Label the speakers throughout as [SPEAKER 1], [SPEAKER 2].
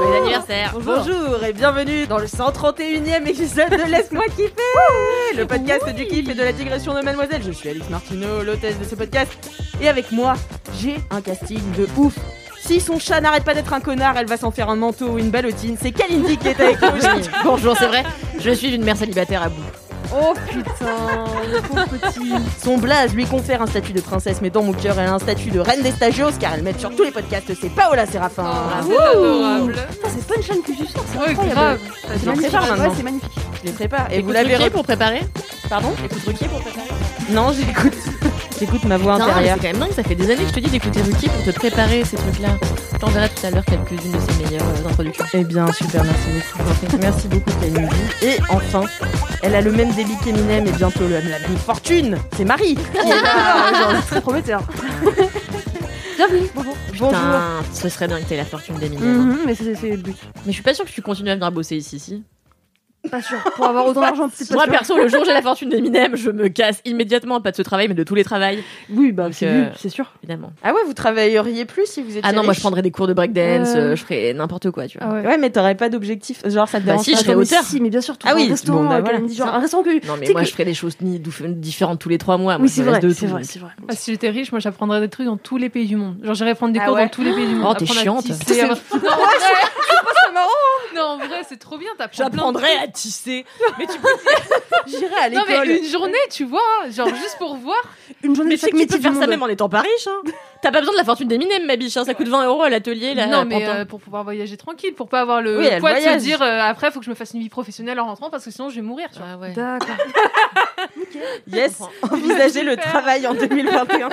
[SPEAKER 1] Bon anniversaire
[SPEAKER 2] Bonjour. et bienvenue dans le 131e épisode de Laisse-moi kiffer Le podcast du kiff et de la digression de Mademoiselle. Je suis Alice Martineau, l'hôtesse de ce podcast. Et avec moi, j'ai un casting de ouf si son chat n'arrête pas d'être un connard, elle va s'en faire un manteau ou une ballotine. C'est Kalindi qui est avec nous aujourd'hui.
[SPEAKER 1] Bonjour, c'est vrai, je suis une mère célibataire à bout.
[SPEAKER 2] Oh putain, le pauvre petit. Son blaze lui confère un statut de princesse, mais dans mon cœur, elle a un statut de reine des stagios, car elle met sur tous les podcasts. C'est Paola Séraphin.
[SPEAKER 1] Oh, Ah,
[SPEAKER 3] C'est adorable.
[SPEAKER 4] C'est pas une chaîne que tu sors, Eh ben, c'est
[SPEAKER 3] Ouais,
[SPEAKER 4] incroyable.
[SPEAKER 3] grave.
[SPEAKER 2] Je les prépare maintenant.
[SPEAKER 4] Ouais, c'est magnifique.
[SPEAKER 2] Je les prépare. Et vous
[SPEAKER 1] Écoute
[SPEAKER 2] l'avez
[SPEAKER 1] Ruquier pour préparer
[SPEAKER 2] Pardon
[SPEAKER 1] Écoute Ruquier pour préparer
[SPEAKER 2] Non, j'écoute. J'écoute ma voix
[SPEAKER 1] Non, mais
[SPEAKER 2] intérieure.
[SPEAKER 1] c'est quand même dingue, ça fait des années que je te dis d'écouter Ruki pour te préparer ces trucs-là. Je t'enverrai tout à l'heure quelques-unes de ses meilleures euh, introductions.
[SPEAKER 2] Eh bien, super, merci beaucoup. Merci beaucoup, Kalindi. Et enfin, elle a le même débit qu'Eminem et bientôt le- la même fortune. C'est Marie.
[SPEAKER 4] Très prometteur. Bienvenue. Bonjour.
[SPEAKER 2] Bonjour.
[SPEAKER 1] Putain, ce serait bien que t'aies la fortune hein. des millions.
[SPEAKER 4] Mhm, mais c'est c'est le but.
[SPEAKER 1] Mais je suis pas sûre que tu continues à venir bosser ici, si.
[SPEAKER 4] Pas sûr. Pour avoir autant d'argent, c'est pas
[SPEAKER 1] Moi,
[SPEAKER 4] sûr.
[SPEAKER 1] perso, le jour où j'ai la fortune d'Eminem, je me casse immédiatement, pas de ce travail, mais de tous les travails,
[SPEAKER 4] Oui, bah c'est
[SPEAKER 1] euh,
[SPEAKER 4] le but, c'est sûr.
[SPEAKER 1] évidemment.
[SPEAKER 2] Ah ouais, vous travailleriez plus si vous étiez.
[SPEAKER 1] Ah non, moi, je
[SPEAKER 2] riche
[SPEAKER 1] prendrais des cours de breakdance,
[SPEAKER 4] Euh. Ah
[SPEAKER 1] euh, je ferais n'importe quoi, tu vois.
[SPEAKER 2] Ouais, mais t'aurais pas d'objectif. Genre, ça te
[SPEAKER 1] Bah
[SPEAKER 2] dérange
[SPEAKER 1] si,
[SPEAKER 2] pas
[SPEAKER 1] je serais
[SPEAKER 4] Attends, mais
[SPEAKER 1] auteur.
[SPEAKER 4] Si, mais bien sûr, tout
[SPEAKER 2] Ah oui,
[SPEAKER 4] un restaurant.
[SPEAKER 2] bon, bah
[SPEAKER 4] avec
[SPEAKER 2] voilà.
[SPEAKER 4] Kalindi, genre un restaurant que.
[SPEAKER 1] Non, mais
[SPEAKER 4] Tu sais
[SPEAKER 1] moi,
[SPEAKER 4] que-
[SPEAKER 1] je ferais des choses ni- douf- différentes tous les trois mois. Moi,
[SPEAKER 4] Oui,
[SPEAKER 1] je
[SPEAKER 4] c'est
[SPEAKER 1] me
[SPEAKER 4] vrai,
[SPEAKER 1] laisse de
[SPEAKER 4] c'est
[SPEAKER 1] tout.
[SPEAKER 4] vrai, c'est vrai.
[SPEAKER 3] Ah, si j'étais riche, moi j'apprendrais des trucs dans tous les pays du monde. Genre j'irais prendre des
[SPEAKER 2] Ah
[SPEAKER 3] cours
[SPEAKER 2] ouais.
[SPEAKER 3] dans tous les pays du monde.
[SPEAKER 1] Oh, t'es
[SPEAKER 3] Apprendre à
[SPEAKER 1] chiante.
[SPEAKER 3] tisser, à- Non, en vrai, non, en vrai, c'est trop bien. t'apprends plein de-
[SPEAKER 1] J'apprendrais à tisser. Mais tu peux,
[SPEAKER 2] J'irais à
[SPEAKER 3] Non
[SPEAKER 2] l'école.
[SPEAKER 3] mais une journée, tu vois, genre juste pour voir.
[SPEAKER 4] Une journée
[SPEAKER 1] mais
[SPEAKER 4] de
[SPEAKER 1] tu
[SPEAKER 4] chaque
[SPEAKER 1] sais que tu peux
[SPEAKER 4] métier du
[SPEAKER 1] faire ça
[SPEAKER 4] monde.
[SPEAKER 1] même en étant pas riche. Hein. T'as pas besoin de la fortune d'Eminem, ma biche. Hein. Ça coûte 20 euros à l'atelier. là, à
[SPEAKER 3] non mais
[SPEAKER 1] Pantin.
[SPEAKER 3] euh, pour pouvoir voyager tranquille, pour pas avoir le
[SPEAKER 2] Oui, elle
[SPEAKER 3] poids de
[SPEAKER 2] voyage.
[SPEAKER 3] se dire euh, après faut que je me fasse une vie professionnelle en rentrant parce que sinon je vais mourir. Tu vois.
[SPEAKER 1] Ah ouais.
[SPEAKER 4] D'accord.
[SPEAKER 2] Yes,
[SPEAKER 1] comprends.
[SPEAKER 2] envisager le
[SPEAKER 3] Super.
[SPEAKER 2] travail en 2021.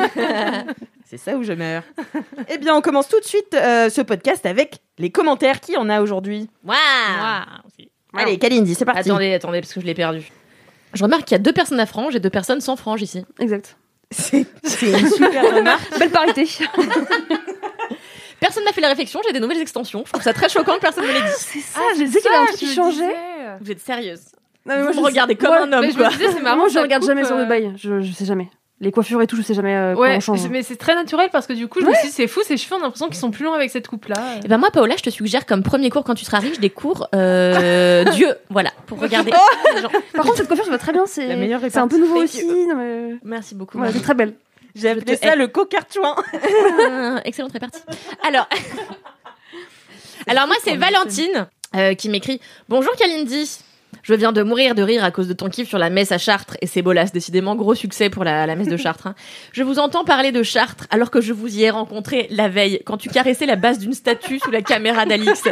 [SPEAKER 2] C'est ça où je meurs. eh bien, on commence tout de suite euh, ce podcast avec les commentaires. Qui en a aujourd'hui
[SPEAKER 1] Waouh. Ah.
[SPEAKER 2] Allez, Kalindi, c'est parti.
[SPEAKER 1] Attendez, attendez, parce que je l'ai perdu. Je remarque qu'il y a deux personnes à frange et deux personnes sans frange ici.
[SPEAKER 4] Exact.
[SPEAKER 2] C'est c'est une super remarque.
[SPEAKER 4] Belle parité.
[SPEAKER 1] Personne n'a fait la réflexion, j'ai des nouvelles extensions. Je trouve ça très choquant que personne ne l'ait dit.
[SPEAKER 4] C'est ça,
[SPEAKER 3] Ah,
[SPEAKER 4] je disais qu'il y avait un truc qui changeait.
[SPEAKER 1] Vous êtes sérieuse.
[SPEAKER 4] Non, mais
[SPEAKER 1] Vous
[SPEAKER 4] je
[SPEAKER 1] me
[SPEAKER 4] sais-
[SPEAKER 1] regardez comme
[SPEAKER 4] moi-
[SPEAKER 1] un homme,
[SPEAKER 3] Mais je me
[SPEAKER 1] quoi.
[SPEAKER 3] disais c'est marrant.
[SPEAKER 4] Moi, je
[SPEAKER 3] ça
[SPEAKER 4] regarde
[SPEAKER 3] coupe,
[SPEAKER 4] jamais sur
[SPEAKER 3] euh,
[SPEAKER 4] le bail. Je, je sais jamais. Les coiffures et tout, je sais jamais euh,
[SPEAKER 3] Ouais,
[SPEAKER 4] quand on change.
[SPEAKER 3] mais c'est très naturel parce que du coup, je me suis dit, c'est fou, ces cheveux, on a l'impression qu'ils sont plus longs avec cette coupe-là.
[SPEAKER 1] Et ben moi, Paola, je te suggère comme premier cours quand tu seras riche des cours euh, Dieu, voilà, pour regarder. les gens.
[SPEAKER 4] Par contre, cette coiffure, je vois très bien. C'est
[SPEAKER 2] La meilleure
[SPEAKER 4] c'est un peu nouveau
[SPEAKER 1] Thank you.
[SPEAKER 2] euh,
[SPEAKER 4] aussi. Non, mais...
[SPEAKER 1] Merci beaucoup.
[SPEAKER 4] Voilà,
[SPEAKER 1] Marie.
[SPEAKER 4] c'est très belle.
[SPEAKER 2] J'ai
[SPEAKER 1] Je
[SPEAKER 2] appelé
[SPEAKER 1] te
[SPEAKER 2] ça le cocartouin.
[SPEAKER 1] Euh, excellente répartie. Alors, alors moi c'est Valentine euh, qui m'écrit Bonjour Kalindi. Je viens de mourir de rire à cause de ton kiff sur la messe à Chartres et c'est bolas, décidément gros succès pour la, la messe de Chartres. hein. Je vous entends parler de Chartres alors que je vous y ai rencontré la veille quand tu caressais la base d'une statue sous la caméra d'Alix.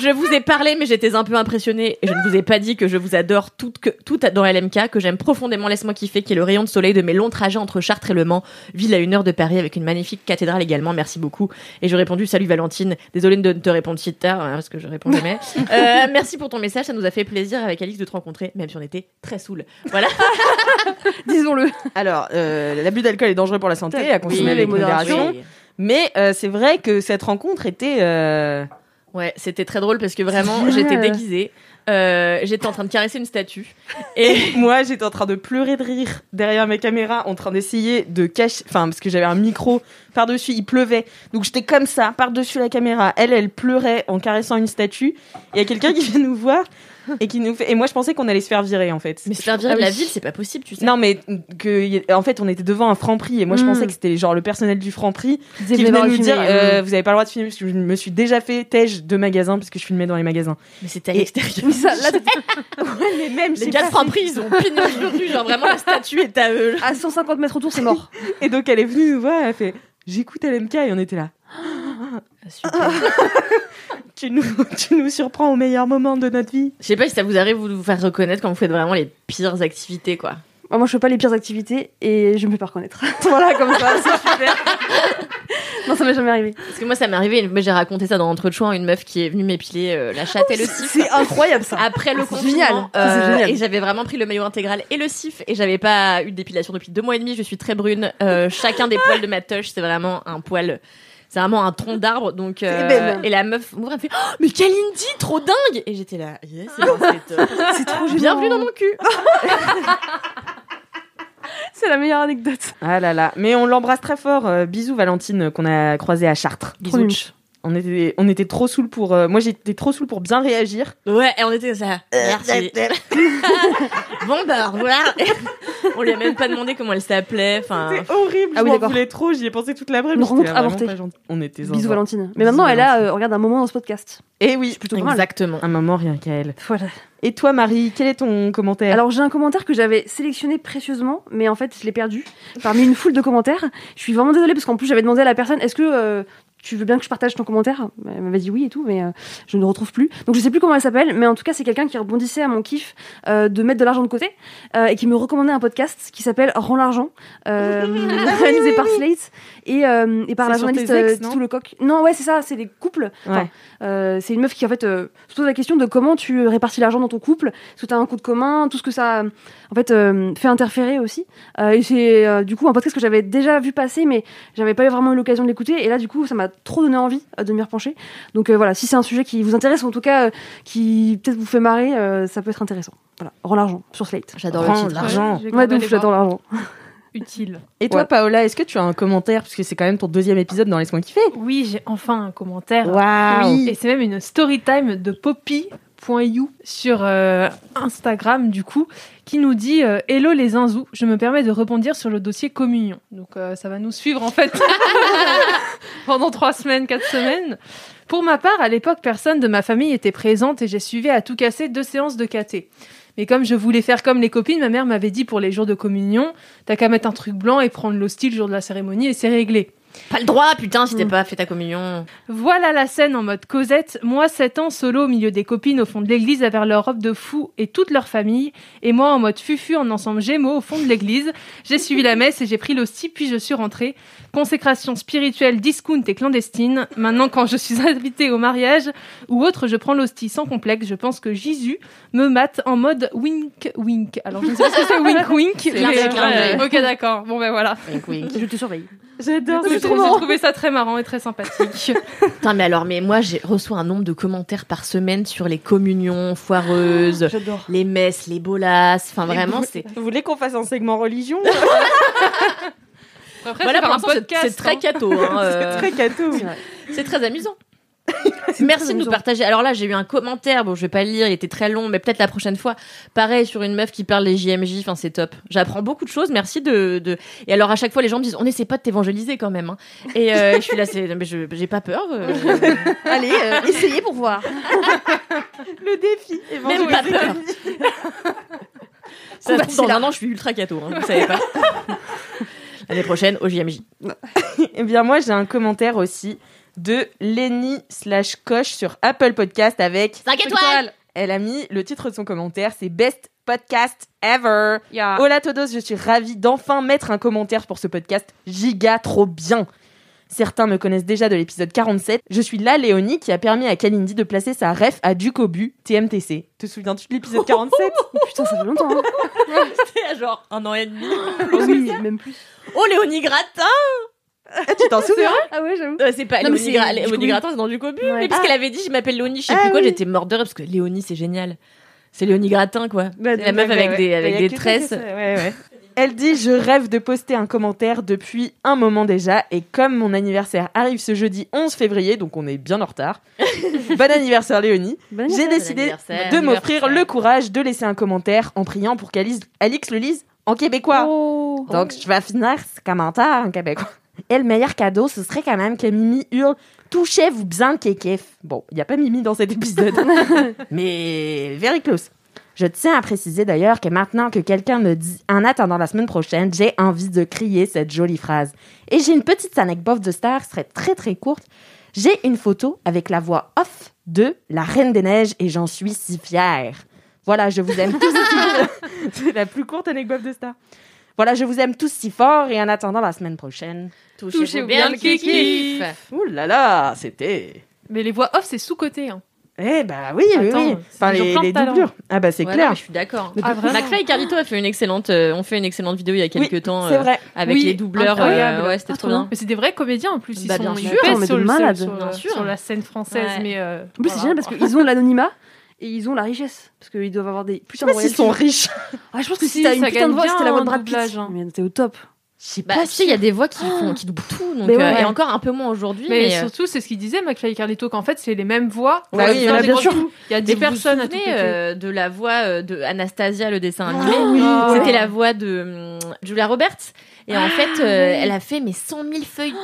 [SPEAKER 1] Je vous ai parlé mais j'étais un peu impressionnée et je ne vous ai pas dit que je vous adore toute que, tout dans LMK, que j'aime profondément Laisse-moi kiffer qui est le rayon de soleil de mes longs trajets entre Chartres et Le Mans ville à une heure de Paris avec une magnifique cathédrale également, merci beaucoup. Et j'ai répondu, salut Valentine, désolée de ne te répondre si tard, hein, parce que je réponds jamais. Euh, merci pour ton message, ça nous a fait plaisir avec Alix de te rencontrer, même si on était très saoul. Voilà.
[SPEAKER 4] Disons-le.
[SPEAKER 2] Alors, euh, l'abus d'alcool est dangereux pour la santé, à consommer
[SPEAKER 4] Oui,
[SPEAKER 2] avec
[SPEAKER 4] oui, modération.
[SPEAKER 2] modération. Mais euh, c'est vrai que cette rencontre était. euh,
[SPEAKER 1] Ouais, c'était très drôle parce que vraiment, j'étais déguisée. Euh, j'étais en train de caresser une statue. Et
[SPEAKER 2] Moi, j'étais en train de pleurer de rire derrière mes caméras, en train d'essayer de cacher. Enfin, parce que j'avais un micro par-dessus, il pleuvait. Donc j'étais comme ça, par-dessus la caméra. Elle, elle pleurait en caressant une statue. Et il y a quelqu'un qui vient nous voir et qui nous fait. Et moi, je pensais qu'on allait se faire virer, en fait.
[SPEAKER 1] mais se faire virer
[SPEAKER 2] Ah
[SPEAKER 1] de
[SPEAKER 2] oui.
[SPEAKER 1] la ville, c'est pas possible, tu sais.
[SPEAKER 2] Non, mais que y- en fait, on était devant un franc prix. Et moi, je
[SPEAKER 4] Mm.
[SPEAKER 2] pensais que c'était genre le personnel du franc prix
[SPEAKER 4] Disais, venez
[SPEAKER 2] qui venait
[SPEAKER 4] voir le
[SPEAKER 2] nous
[SPEAKER 4] film,
[SPEAKER 2] dire
[SPEAKER 4] et,
[SPEAKER 2] euh,
[SPEAKER 4] euh,
[SPEAKER 2] Vous avez pas le droit de filmer, parce que je me suis déjà fait tège de magasins, parce que je filmais dans les magasins.
[SPEAKER 1] Mais c'était à
[SPEAKER 2] Et-
[SPEAKER 1] l'extérieur.
[SPEAKER 4] oui, ça, là, t'étais
[SPEAKER 2] mais même,
[SPEAKER 1] Les gars de Franprix, ils ont pignon sur rue, genre vraiment la statue est à eux.
[SPEAKER 4] à 150 mètres autour, c'est mort.
[SPEAKER 2] Et donc elle est venue nous voir, elle fait j'écoute LMK et on était là. Ah, Tu nous, tu nous surprends au meilleur moment de notre vie.
[SPEAKER 1] Je sais pas si ça vous arrive vous de vous faire reconnaître quand vous faites vraiment les pires activités, quoi.
[SPEAKER 4] Moi, je fais pas les pires activités et je me fais pas reconnaître.
[SPEAKER 2] Voilà, comme ça, c'est super.
[SPEAKER 4] non, ça m'est jamais arrivé.
[SPEAKER 1] Parce que moi, ça m'est arrivé, mais j'ai raconté ça dans Entre choix à une meuf qui est venue m'épiler euh, la chatte et le cif.
[SPEAKER 2] C'est incroyable ça.
[SPEAKER 1] Après le
[SPEAKER 4] C'est
[SPEAKER 1] confinement,
[SPEAKER 4] génial. Ça, c'est
[SPEAKER 1] euh,
[SPEAKER 4] génial.
[SPEAKER 1] et j'avais vraiment pris le maillot intégral et le cif, et j'avais pas eu de dépilation depuis deux mois et demi. Je suis très brune. Euh, chacun des poils de ma touche, c'est vraiment un poil, c'est vraiment un tronc d'arbre. Donc euh,
[SPEAKER 2] C'est belle.
[SPEAKER 1] et la meuf m'ouvre, elle me fait Oh, mais Kalindi, trop dingue Et j'étais là, yes, c'est dans cette, euh,
[SPEAKER 4] C'est trop génial.
[SPEAKER 1] bienvenue dans mon cul.
[SPEAKER 4] C'est la meilleure anecdote.
[SPEAKER 2] Ah là là, mais on l'embrasse très fort. Euh, bisous Valentine qu'on a croisée à Chartres.
[SPEAKER 4] Trop mignon.
[SPEAKER 2] On était, on était trop saoul pour. euh, moi j'étais trop saoul pour bien réagir.
[SPEAKER 1] Ouais, et on était comme ça.
[SPEAKER 4] Euh,
[SPEAKER 1] Merci. bon bah, voilà. on lui a même pas demandé comment elle s'appelait. Enfin,
[SPEAKER 2] C'était horrible.
[SPEAKER 4] Ah oui,
[SPEAKER 2] je m'en
[SPEAKER 4] d'accord.
[SPEAKER 2] voulais trop. J'y ai pensé toute la
[SPEAKER 4] Une
[SPEAKER 2] l'après-midi.
[SPEAKER 4] rencontre
[SPEAKER 2] j'étais là vraiment
[SPEAKER 4] avortée.
[SPEAKER 2] pas gentille. On était
[SPEAKER 4] Bisous, Valentine. Mais
[SPEAKER 2] Bisous,
[SPEAKER 4] maintenant, elle a,
[SPEAKER 2] Valentine.
[SPEAKER 4] euh, regarde un moment dans ce podcast.
[SPEAKER 2] Et oui,
[SPEAKER 4] plutôt pas mal.
[SPEAKER 1] exactement.
[SPEAKER 2] un moment rien qu'à elle.
[SPEAKER 4] Voilà.
[SPEAKER 2] Et toi Marie, quel est ton commentaire
[SPEAKER 4] Alors j'ai un commentaire que j'avais sélectionné précieusement, mais en fait je l'ai perdu parmi une foule de commentaires. Je suis vraiment désolée parce qu'en plus j'avais demandé à la personne est-ce que euh, tu veux bien que je partage ton commentaire Elle m'avait dit oui et tout, mais euh, je ne le retrouve plus. Donc je sais plus comment elle s'appelle, mais en tout cas c'est quelqu'un qui rebondissait à mon kiff euh, de mettre de l'argent de côté euh, et qui me recommandait un podcast qui s'appelle Rends l'argent, euh, réalisé par Slate et, euh, et par
[SPEAKER 2] C'est
[SPEAKER 4] la
[SPEAKER 2] sur
[SPEAKER 4] journaliste
[SPEAKER 2] tes ex,
[SPEAKER 4] euh,
[SPEAKER 2] non
[SPEAKER 4] Titou Lecoq. Non ouais c'est ça, c'est des couples. Enfin,
[SPEAKER 2] Ouais.
[SPEAKER 4] euh, c'est une meuf qui en fait euh, se pose la question de comment tu euh, répartis l'argent dans ton couple, est-ce que t'as un coup de commun, tout ce que ça en fait euh, fait interférer aussi. Euh, et c'est euh, du coup un podcast que j'avais déjà vu passer, mais j'avais pas eu vraiment eu l'occasion de l'écouter. Et là du coup ça m'a trop donné envie euh, de m'y repencher. Donc euh, voilà, si c'est un sujet qui vous intéresse, ou en tout cas euh, qui peut-être vous fait marrer, euh, ça peut être intéressant. Voilà, rends l'argent sur Slate.
[SPEAKER 1] J'adore le
[SPEAKER 2] Prends
[SPEAKER 1] titre.
[SPEAKER 2] l'argent.
[SPEAKER 3] Ouais,
[SPEAKER 4] Ouais, de ouf, j'adore l'argent.
[SPEAKER 3] Utile.
[SPEAKER 2] Et toi
[SPEAKER 4] Ouais.
[SPEAKER 2] Paola, est-ce que tu as un commentaire parce que c'est quand même ton deuxième épisode dans Laisse-moi kiffer.
[SPEAKER 3] Oui, j'ai enfin un commentaire.
[SPEAKER 2] Waouh.
[SPEAKER 3] Et c'est même une story time de poppy.you sur euh, Instagram, du coup, qui nous dit euh, Hello les zinzous, je me permets de rebondir sur le dossier communion. Donc euh, ça va nous suivre en fait pendant trois semaines, quatre semaines. Pour ma part, à l'époque, personne de ma famille était présente et j'ai suivi à tout casser deux séances de KT. Mais comme je voulais faire comme les copines, ma mère m'avait dit pour les jours de communion, t'as qu'à mettre un truc blanc et prendre l'hostie le jour de la cérémonie et c'est réglé.
[SPEAKER 1] Pas le droit, putain, si t'es pas fait ta communion.
[SPEAKER 3] Voilà la scène en mode Cosette, moi 7 ans solo au milieu des copines au fond de l'église avec leur robe de fou et toute leur famille, et moi en mode fufu en ensemble gémeaux au fond de l'église. J'ai suivi la messe et j'ai pris l'hostie puis je suis rentrée. Consécration spirituelle, discount et clandestine. Maintenant quand je suis invitée au mariage ou autre, je prends l'hostie sans complexe. Je pense que Jésus me mate en mode wink wink. Alors je ne sais pas ce que c'est wink wink.
[SPEAKER 1] clin d'œil,
[SPEAKER 3] mais-
[SPEAKER 1] clin d'œil.
[SPEAKER 3] Ok d'accord, bon ben voilà.
[SPEAKER 1] Wink, wink.
[SPEAKER 4] Je te surveille.
[SPEAKER 2] J'adore.
[SPEAKER 3] J'ai
[SPEAKER 2] ce
[SPEAKER 3] j'ai
[SPEAKER 2] truc.
[SPEAKER 3] trouvé ça très marrant et très sympathique.
[SPEAKER 1] Putain, mais alors, mais moi, j'ai reçu un nombre de commentaires par semaine sur les communions foireuses,
[SPEAKER 4] J'adore.
[SPEAKER 1] les messes, les bolasses. Enfin, vraiment, c'est.
[SPEAKER 2] Vous voulez qu'on fasse un segment religion
[SPEAKER 3] Après,
[SPEAKER 1] voilà, pour
[SPEAKER 3] c'est par un
[SPEAKER 1] l'instant, c'est-
[SPEAKER 3] podcast,
[SPEAKER 1] c'est très
[SPEAKER 3] hein.
[SPEAKER 1] cato. hein, euh,
[SPEAKER 2] Très cato.
[SPEAKER 1] C'est très amusant. Merci de nous
[SPEAKER 4] amusant.
[SPEAKER 1] partager. Alors là, j'ai eu un commentaire. Bon, je vais pas le lire, il était très long, mais peut-être la prochaine fois. Pareil sur une meuf qui parle les JMJ. Enfin, c'est top. J'apprends beaucoup de choses. Merci de, de. Et alors à chaque fois, les gens me disent, on essaie pas de t'évangéliser quand même. hein. Et euh, je suis là, c'est, mais je- j'ai pas peur. euh,
[SPEAKER 4] Allez, euh, essayez pour voir.
[SPEAKER 2] Le défi.
[SPEAKER 1] Même pas peur. Ça se
[SPEAKER 4] Combat,
[SPEAKER 1] trouve,
[SPEAKER 4] c'est
[SPEAKER 1] dans
[SPEAKER 4] là.
[SPEAKER 1] un an, je suis ultra cato. hein, vous savez pas. L'année prochaine, au JMJ.
[SPEAKER 2] Eh bien, moi, j'ai un commentaire aussi de Lenny slash Coche sur Apple Podcast avec...
[SPEAKER 1] 5 étoiles.
[SPEAKER 2] Elle a mis le titre de son commentaire, c'est Best Podcast Ever. Hola Todos, je suis ravie d'enfin mettre un commentaire pour ce podcast giga trop bien. Certains me connaissent déjà de l'épisode 47. Je suis la Léonie qui a permis à Kalindi de placer sa ref à Ducobu, TMTC. Te souviens-tu de l'épisode 47
[SPEAKER 4] Putain, ça fait longtemps. hein.
[SPEAKER 1] C'était à genre un an et demi.
[SPEAKER 4] Oui, même plus.
[SPEAKER 1] Oh Léonie Gratin.
[SPEAKER 2] Tu t'en souviens
[SPEAKER 3] hein.
[SPEAKER 4] Ah ouais, j'avoue.
[SPEAKER 1] Euh, c'est pas
[SPEAKER 4] Non, mais c'est
[SPEAKER 1] Léonie, Gra-
[SPEAKER 4] du
[SPEAKER 1] Léonie
[SPEAKER 4] Cobu.
[SPEAKER 1] Gratin, c'est dans du cobu.
[SPEAKER 4] Ouais.
[SPEAKER 1] Mais parce
[SPEAKER 4] Ah.
[SPEAKER 1] qu'elle avait dit, je m'appelle Léonie, je sais
[SPEAKER 2] Ah
[SPEAKER 1] plus quoi,
[SPEAKER 2] oui.
[SPEAKER 1] j'étais morte de rire parce que Léonie, c'est génial. C'est Léonie Gratin, quoi.
[SPEAKER 4] Bah,
[SPEAKER 1] la meuf avec des, avec des tresses.
[SPEAKER 2] Elle dit Je rêve de poster un commentaire depuis un moment déjà, et comme mon anniversaire arrive ce jeudi 11 février, donc on est bien en retard. bon anniversaire, Léonie.
[SPEAKER 4] Bonne
[SPEAKER 2] J'ai
[SPEAKER 4] année.
[SPEAKER 2] décidé
[SPEAKER 1] anniversaire.
[SPEAKER 2] de m'offrir
[SPEAKER 1] Anniversaire.
[SPEAKER 2] le courage de laisser un commentaire en priant pour qu'Alix Alix le lise en québécois.
[SPEAKER 4] Oh.
[SPEAKER 2] Donc, je vais finir ce commentaire en québécois. Et le meilleur cadeau, ce serait quand même que Mimi hurle Touchez-vous bien, kékef. Bon, il n'y a pas Mimi dans cet épisode, mais very close. Je tiens à préciser d'ailleurs que maintenant que quelqu'un me dit en attendant la semaine prochaine, j'ai envie de crier cette jolie phrase. Et j'ai une petite anecdote de star, serait très très courte. J'ai une photo avec la voix off de La Reine des Neiges et j'en suis si fière. Voilà, je vous aime tous si C'est la plus courte anecdote de star. Voilà, je vous aime tous si fort et en attendant la semaine prochaine.
[SPEAKER 1] Touchez-vous
[SPEAKER 3] Touchez-vous bien le kiki.
[SPEAKER 2] Ouh là là, c'était.
[SPEAKER 3] Mais les voix off, c'est sous-côté. hein.
[SPEAKER 2] Eh bah oui, oui,
[SPEAKER 3] Attends,
[SPEAKER 2] oui.
[SPEAKER 3] c'est
[SPEAKER 2] Enfin,
[SPEAKER 3] des gens
[SPEAKER 2] les,
[SPEAKER 3] plein de
[SPEAKER 2] les
[SPEAKER 3] talent.
[SPEAKER 2] doublures. Ah bah c'est
[SPEAKER 1] Ouais, non,
[SPEAKER 2] clair.
[SPEAKER 1] mais je suis d'accord.
[SPEAKER 3] Ah, vraiment
[SPEAKER 1] McFly et Carlito a fait une excellente, euh, ont fait une excellente vidéo il y a quelques temps euh,
[SPEAKER 2] C'est vrai.
[SPEAKER 1] avec
[SPEAKER 3] Oui,
[SPEAKER 1] les doubleurs. euh,
[SPEAKER 3] incroyable.
[SPEAKER 1] ouais, c'était
[SPEAKER 4] Ah,
[SPEAKER 1] trop
[SPEAKER 4] trop
[SPEAKER 1] bien.
[SPEAKER 3] Mais c'est des vrais comédiens en plus. Ils
[SPEAKER 1] Bah,
[SPEAKER 3] sont
[SPEAKER 1] bien
[SPEAKER 3] ils
[SPEAKER 1] sûr.
[SPEAKER 3] pèsent
[SPEAKER 4] Attends, mais
[SPEAKER 3] sur,
[SPEAKER 4] de
[SPEAKER 3] le-
[SPEAKER 4] malade.
[SPEAKER 3] sur-
[SPEAKER 1] Bien sûr.
[SPEAKER 3] sur la scène française.
[SPEAKER 1] Ouais.
[SPEAKER 3] Mais, euh,
[SPEAKER 4] En plus, c'est
[SPEAKER 3] voilà.
[SPEAKER 4] génial parce qu'ils ont l'anonymat et ils ont la richesse. Parce qu'ils doivent avoir des. Putain,
[SPEAKER 2] Je sais pas s'ils sont riches.
[SPEAKER 4] Ah, je pense que si,
[SPEAKER 3] Si,
[SPEAKER 4] t'as une
[SPEAKER 3] ça
[SPEAKER 4] putain de
[SPEAKER 3] gagne
[SPEAKER 4] voix,
[SPEAKER 3] bien
[SPEAKER 4] c'était la voix de
[SPEAKER 3] en
[SPEAKER 4] Brad Pitt.
[SPEAKER 3] doublage, hein.
[SPEAKER 4] Mais t'es au top.
[SPEAKER 2] sais
[SPEAKER 1] Bah, si, il y a des voix qui font, qui doublent tout. Donc,
[SPEAKER 4] Mais
[SPEAKER 1] euh,
[SPEAKER 4] ouais.
[SPEAKER 1] et encore un peu moins aujourd'hui.
[SPEAKER 3] Mais,
[SPEAKER 1] Mais, euh,
[SPEAKER 3] surtout, c'est ce qu'il disait, McFly et Carlito, qu'en fait, c'est les mêmes voix.
[SPEAKER 2] Bah oui,
[SPEAKER 3] Dans
[SPEAKER 2] voilà,
[SPEAKER 3] les
[SPEAKER 2] bien
[SPEAKER 3] gros
[SPEAKER 2] sûr.
[SPEAKER 3] films, Il y a
[SPEAKER 1] mais
[SPEAKER 3] 10
[SPEAKER 1] vous
[SPEAKER 3] personnes
[SPEAKER 1] vous
[SPEAKER 3] à tout
[SPEAKER 1] souvenez,
[SPEAKER 3] péter.
[SPEAKER 1] euh, de la voix euh, de Anastasia, le dessin animé.
[SPEAKER 3] Ah,
[SPEAKER 1] C'était
[SPEAKER 3] ouais.
[SPEAKER 1] la voix de hum, Julia Roberts. Et
[SPEAKER 3] Ah
[SPEAKER 1] en fait, euh, elle a fait mes 100 000 feuilletons.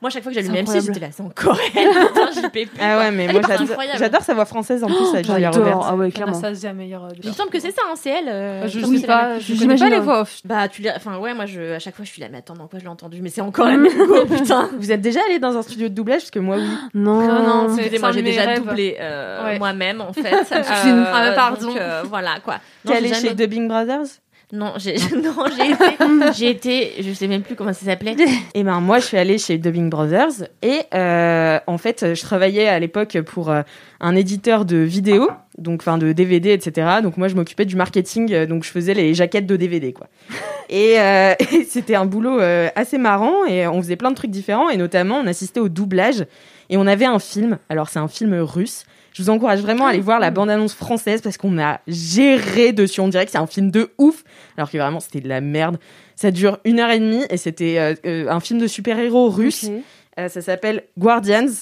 [SPEAKER 1] Moi, chaque fois que j'allumais
[SPEAKER 4] C'est
[SPEAKER 1] M6, j'étais là, c'est encore elle. Putain, j'y peux plus.
[SPEAKER 2] Ah ouais, mais
[SPEAKER 1] Elle
[SPEAKER 2] moi
[SPEAKER 1] est
[SPEAKER 2] j'adore-
[SPEAKER 1] incroyable.
[SPEAKER 2] j'adore sa voix française en plus à Julia
[SPEAKER 4] J'adore.
[SPEAKER 2] Roberts.
[SPEAKER 4] Ah ouais,
[SPEAKER 3] Clairement.
[SPEAKER 4] clairement.
[SPEAKER 3] Anastasia, meilleure. euh,
[SPEAKER 1] Il me semble que c'est ça, hein, c'est elle. euh,
[SPEAKER 3] Ah, Je
[SPEAKER 1] je
[SPEAKER 3] ne
[SPEAKER 1] pense que
[SPEAKER 3] sais
[SPEAKER 1] c'est la
[SPEAKER 3] pas, je connais
[SPEAKER 4] J'imagine,
[SPEAKER 3] pas les
[SPEAKER 4] ouais.
[SPEAKER 3] voix off.
[SPEAKER 1] Bah tu l'as, enfin ouais moi je à chaque fois je suis là mais attends dans quoi je l'ai entendu mais c'est encore la même go putain.
[SPEAKER 2] Vous êtes déjà allé dans un studio de doublage parce que moi oui.
[SPEAKER 4] Non.
[SPEAKER 3] Non, non, c'est-
[SPEAKER 1] Excusez-moi
[SPEAKER 3] un
[SPEAKER 1] j'ai
[SPEAKER 3] de mes
[SPEAKER 1] déjà
[SPEAKER 3] rêves.
[SPEAKER 1] doublé euh,
[SPEAKER 3] Ouais.
[SPEAKER 1] moi-même en fait.
[SPEAKER 3] C'est une- Ah, pardon.
[SPEAKER 1] donc, euh, voilà quoi.
[SPEAKER 2] T'es allé
[SPEAKER 1] j'ai
[SPEAKER 2] chez
[SPEAKER 1] jamais-
[SPEAKER 2] Dubbing Brothers
[SPEAKER 1] Non j'ai non j'ai été j'ai été je sais même plus comment ça s'appelait.
[SPEAKER 2] Eh ben moi je suis allée chez Dubbing Brothers et euh, en fait je travaillais à l'époque pour euh, un éditeur de vidéos, donc enfin de DVD etc. Donc moi je m'occupais du marketing, euh, donc je faisais les jaquettes de DVD quoi. Et, euh, et c'était un boulot euh, assez marrant et on faisait plein de trucs différents et notamment on assistait au doublage et on avait un film. Alors c'est un film russe. Je vous encourage vraiment à aller voir la bande-annonce française parce qu'on a géré dessus. On dirait que c'est un film de ouf, alors que vraiment c'était de la merde. Ça dure une heure et demie et c'était euh, euh, un film de super-héros russe.
[SPEAKER 4] Ok.
[SPEAKER 2] Euh, ça s'appelle Guardians.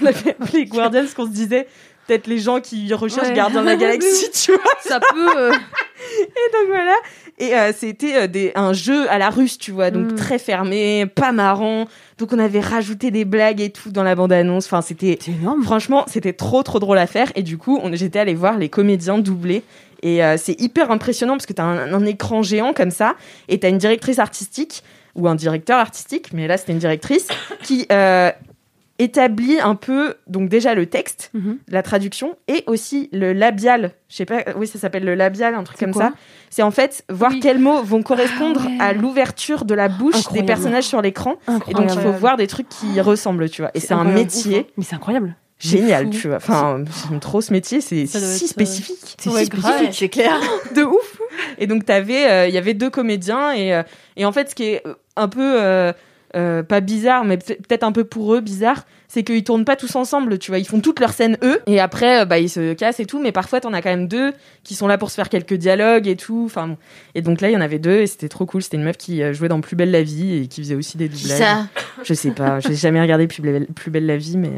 [SPEAKER 2] On l'avait appelé Guardians qu'on se disait peut-être les gens qui recherchent
[SPEAKER 4] Ouais.
[SPEAKER 2] Gardiens de la Galaxie, tu vois.
[SPEAKER 4] Ça peut. euh,
[SPEAKER 2] Donc voilà. Et euh, c'était euh, des- un jeu à la russe, tu vois, donc
[SPEAKER 4] Mm.
[SPEAKER 2] très fermé, pas marrant. Donc on avait rajouté des blagues et tout dans la bande-annonce. Enfin, c'était
[SPEAKER 4] C'est énorme.
[SPEAKER 2] Franchement, c'était trop trop drôle à faire et du coup, on- j'étais allée voir les comédiens doublés et euh, c'est hyper impressionnant parce que t'as un, un écran géant comme ça et t'as une directrice artistique ou un directeur artistique, mais là c'était une directrice qui euh, établit un peu donc déjà le texte,
[SPEAKER 4] Mhm.
[SPEAKER 2] la traduction et aussi le labial. Je sais pas, oui ça s'appelle le labial, un truc
[SPEAKER 4] C'est
[SPEAKER 2] comme
[SPEAKER 4] quoi
[SPEAKER 2] ça. C'est en fait voir
[SPEAKER 3] Oui.
[SPEAKER 2] quels mots vont correspondre
[SPEAKER 4] Ah ouais.
[SPEAKER 2] à l'ouverture de la bouche des
[SPEAKER 4] Incroyable.
[SPEAKER 2] personnages sur l'écran et donc il faut
[SPEAKER 3] Incroyable.
[SPEAKER 2] voir des trucs qui ressemblent, tu vois. Et c'est un
[SPEAKER 4] incroyable.
[SPEAKER 2] métier
[SPEAKER 4] Mais c'est incroyable.
[SPEAKER 2] génial,
[SPEAKER 3] fou.
[SPEAKER 2] tu vois. Enfin, j'aime trop ce métier, c'est
[SPEAKER 3] Ça doit
[SPEAKER 2] si
[SPEAKER 3] être, euh,
[SPEAKER 2] spécifique. C'est
[SPEAKER 3] ouais,
[SPEAKER 2] si
[SPEAKER 3] grave.
[SPEAKER 2] spécifique, c'est clair. De ouf. Et donc, t'avais, euh, il y avait deux comédiens et, euh, et en fait, ce qui est euh, un peu, euh, euh, pas bizarre, mais peut- peut-être un peu pour eux bizarre, c'est qu'ils tournent pas tous ensemble, tu vois. Ils font toutes leurs scènes eux et après, euh, bah, ils se cassent et tout, mais parfois, t'en as quand même deux qui sont là pour se faire quelques dialogues et tout. Enfin, bon. Et donc là, il y en avait deux et c'était trop cool. C'était une meuf qui euh, jouait dans Plus Belle la Vie et qui faisait aussi des doublages. Je sais pas, j'ai jamais regardé Plus Belle, Plus Belle la Vie, mais.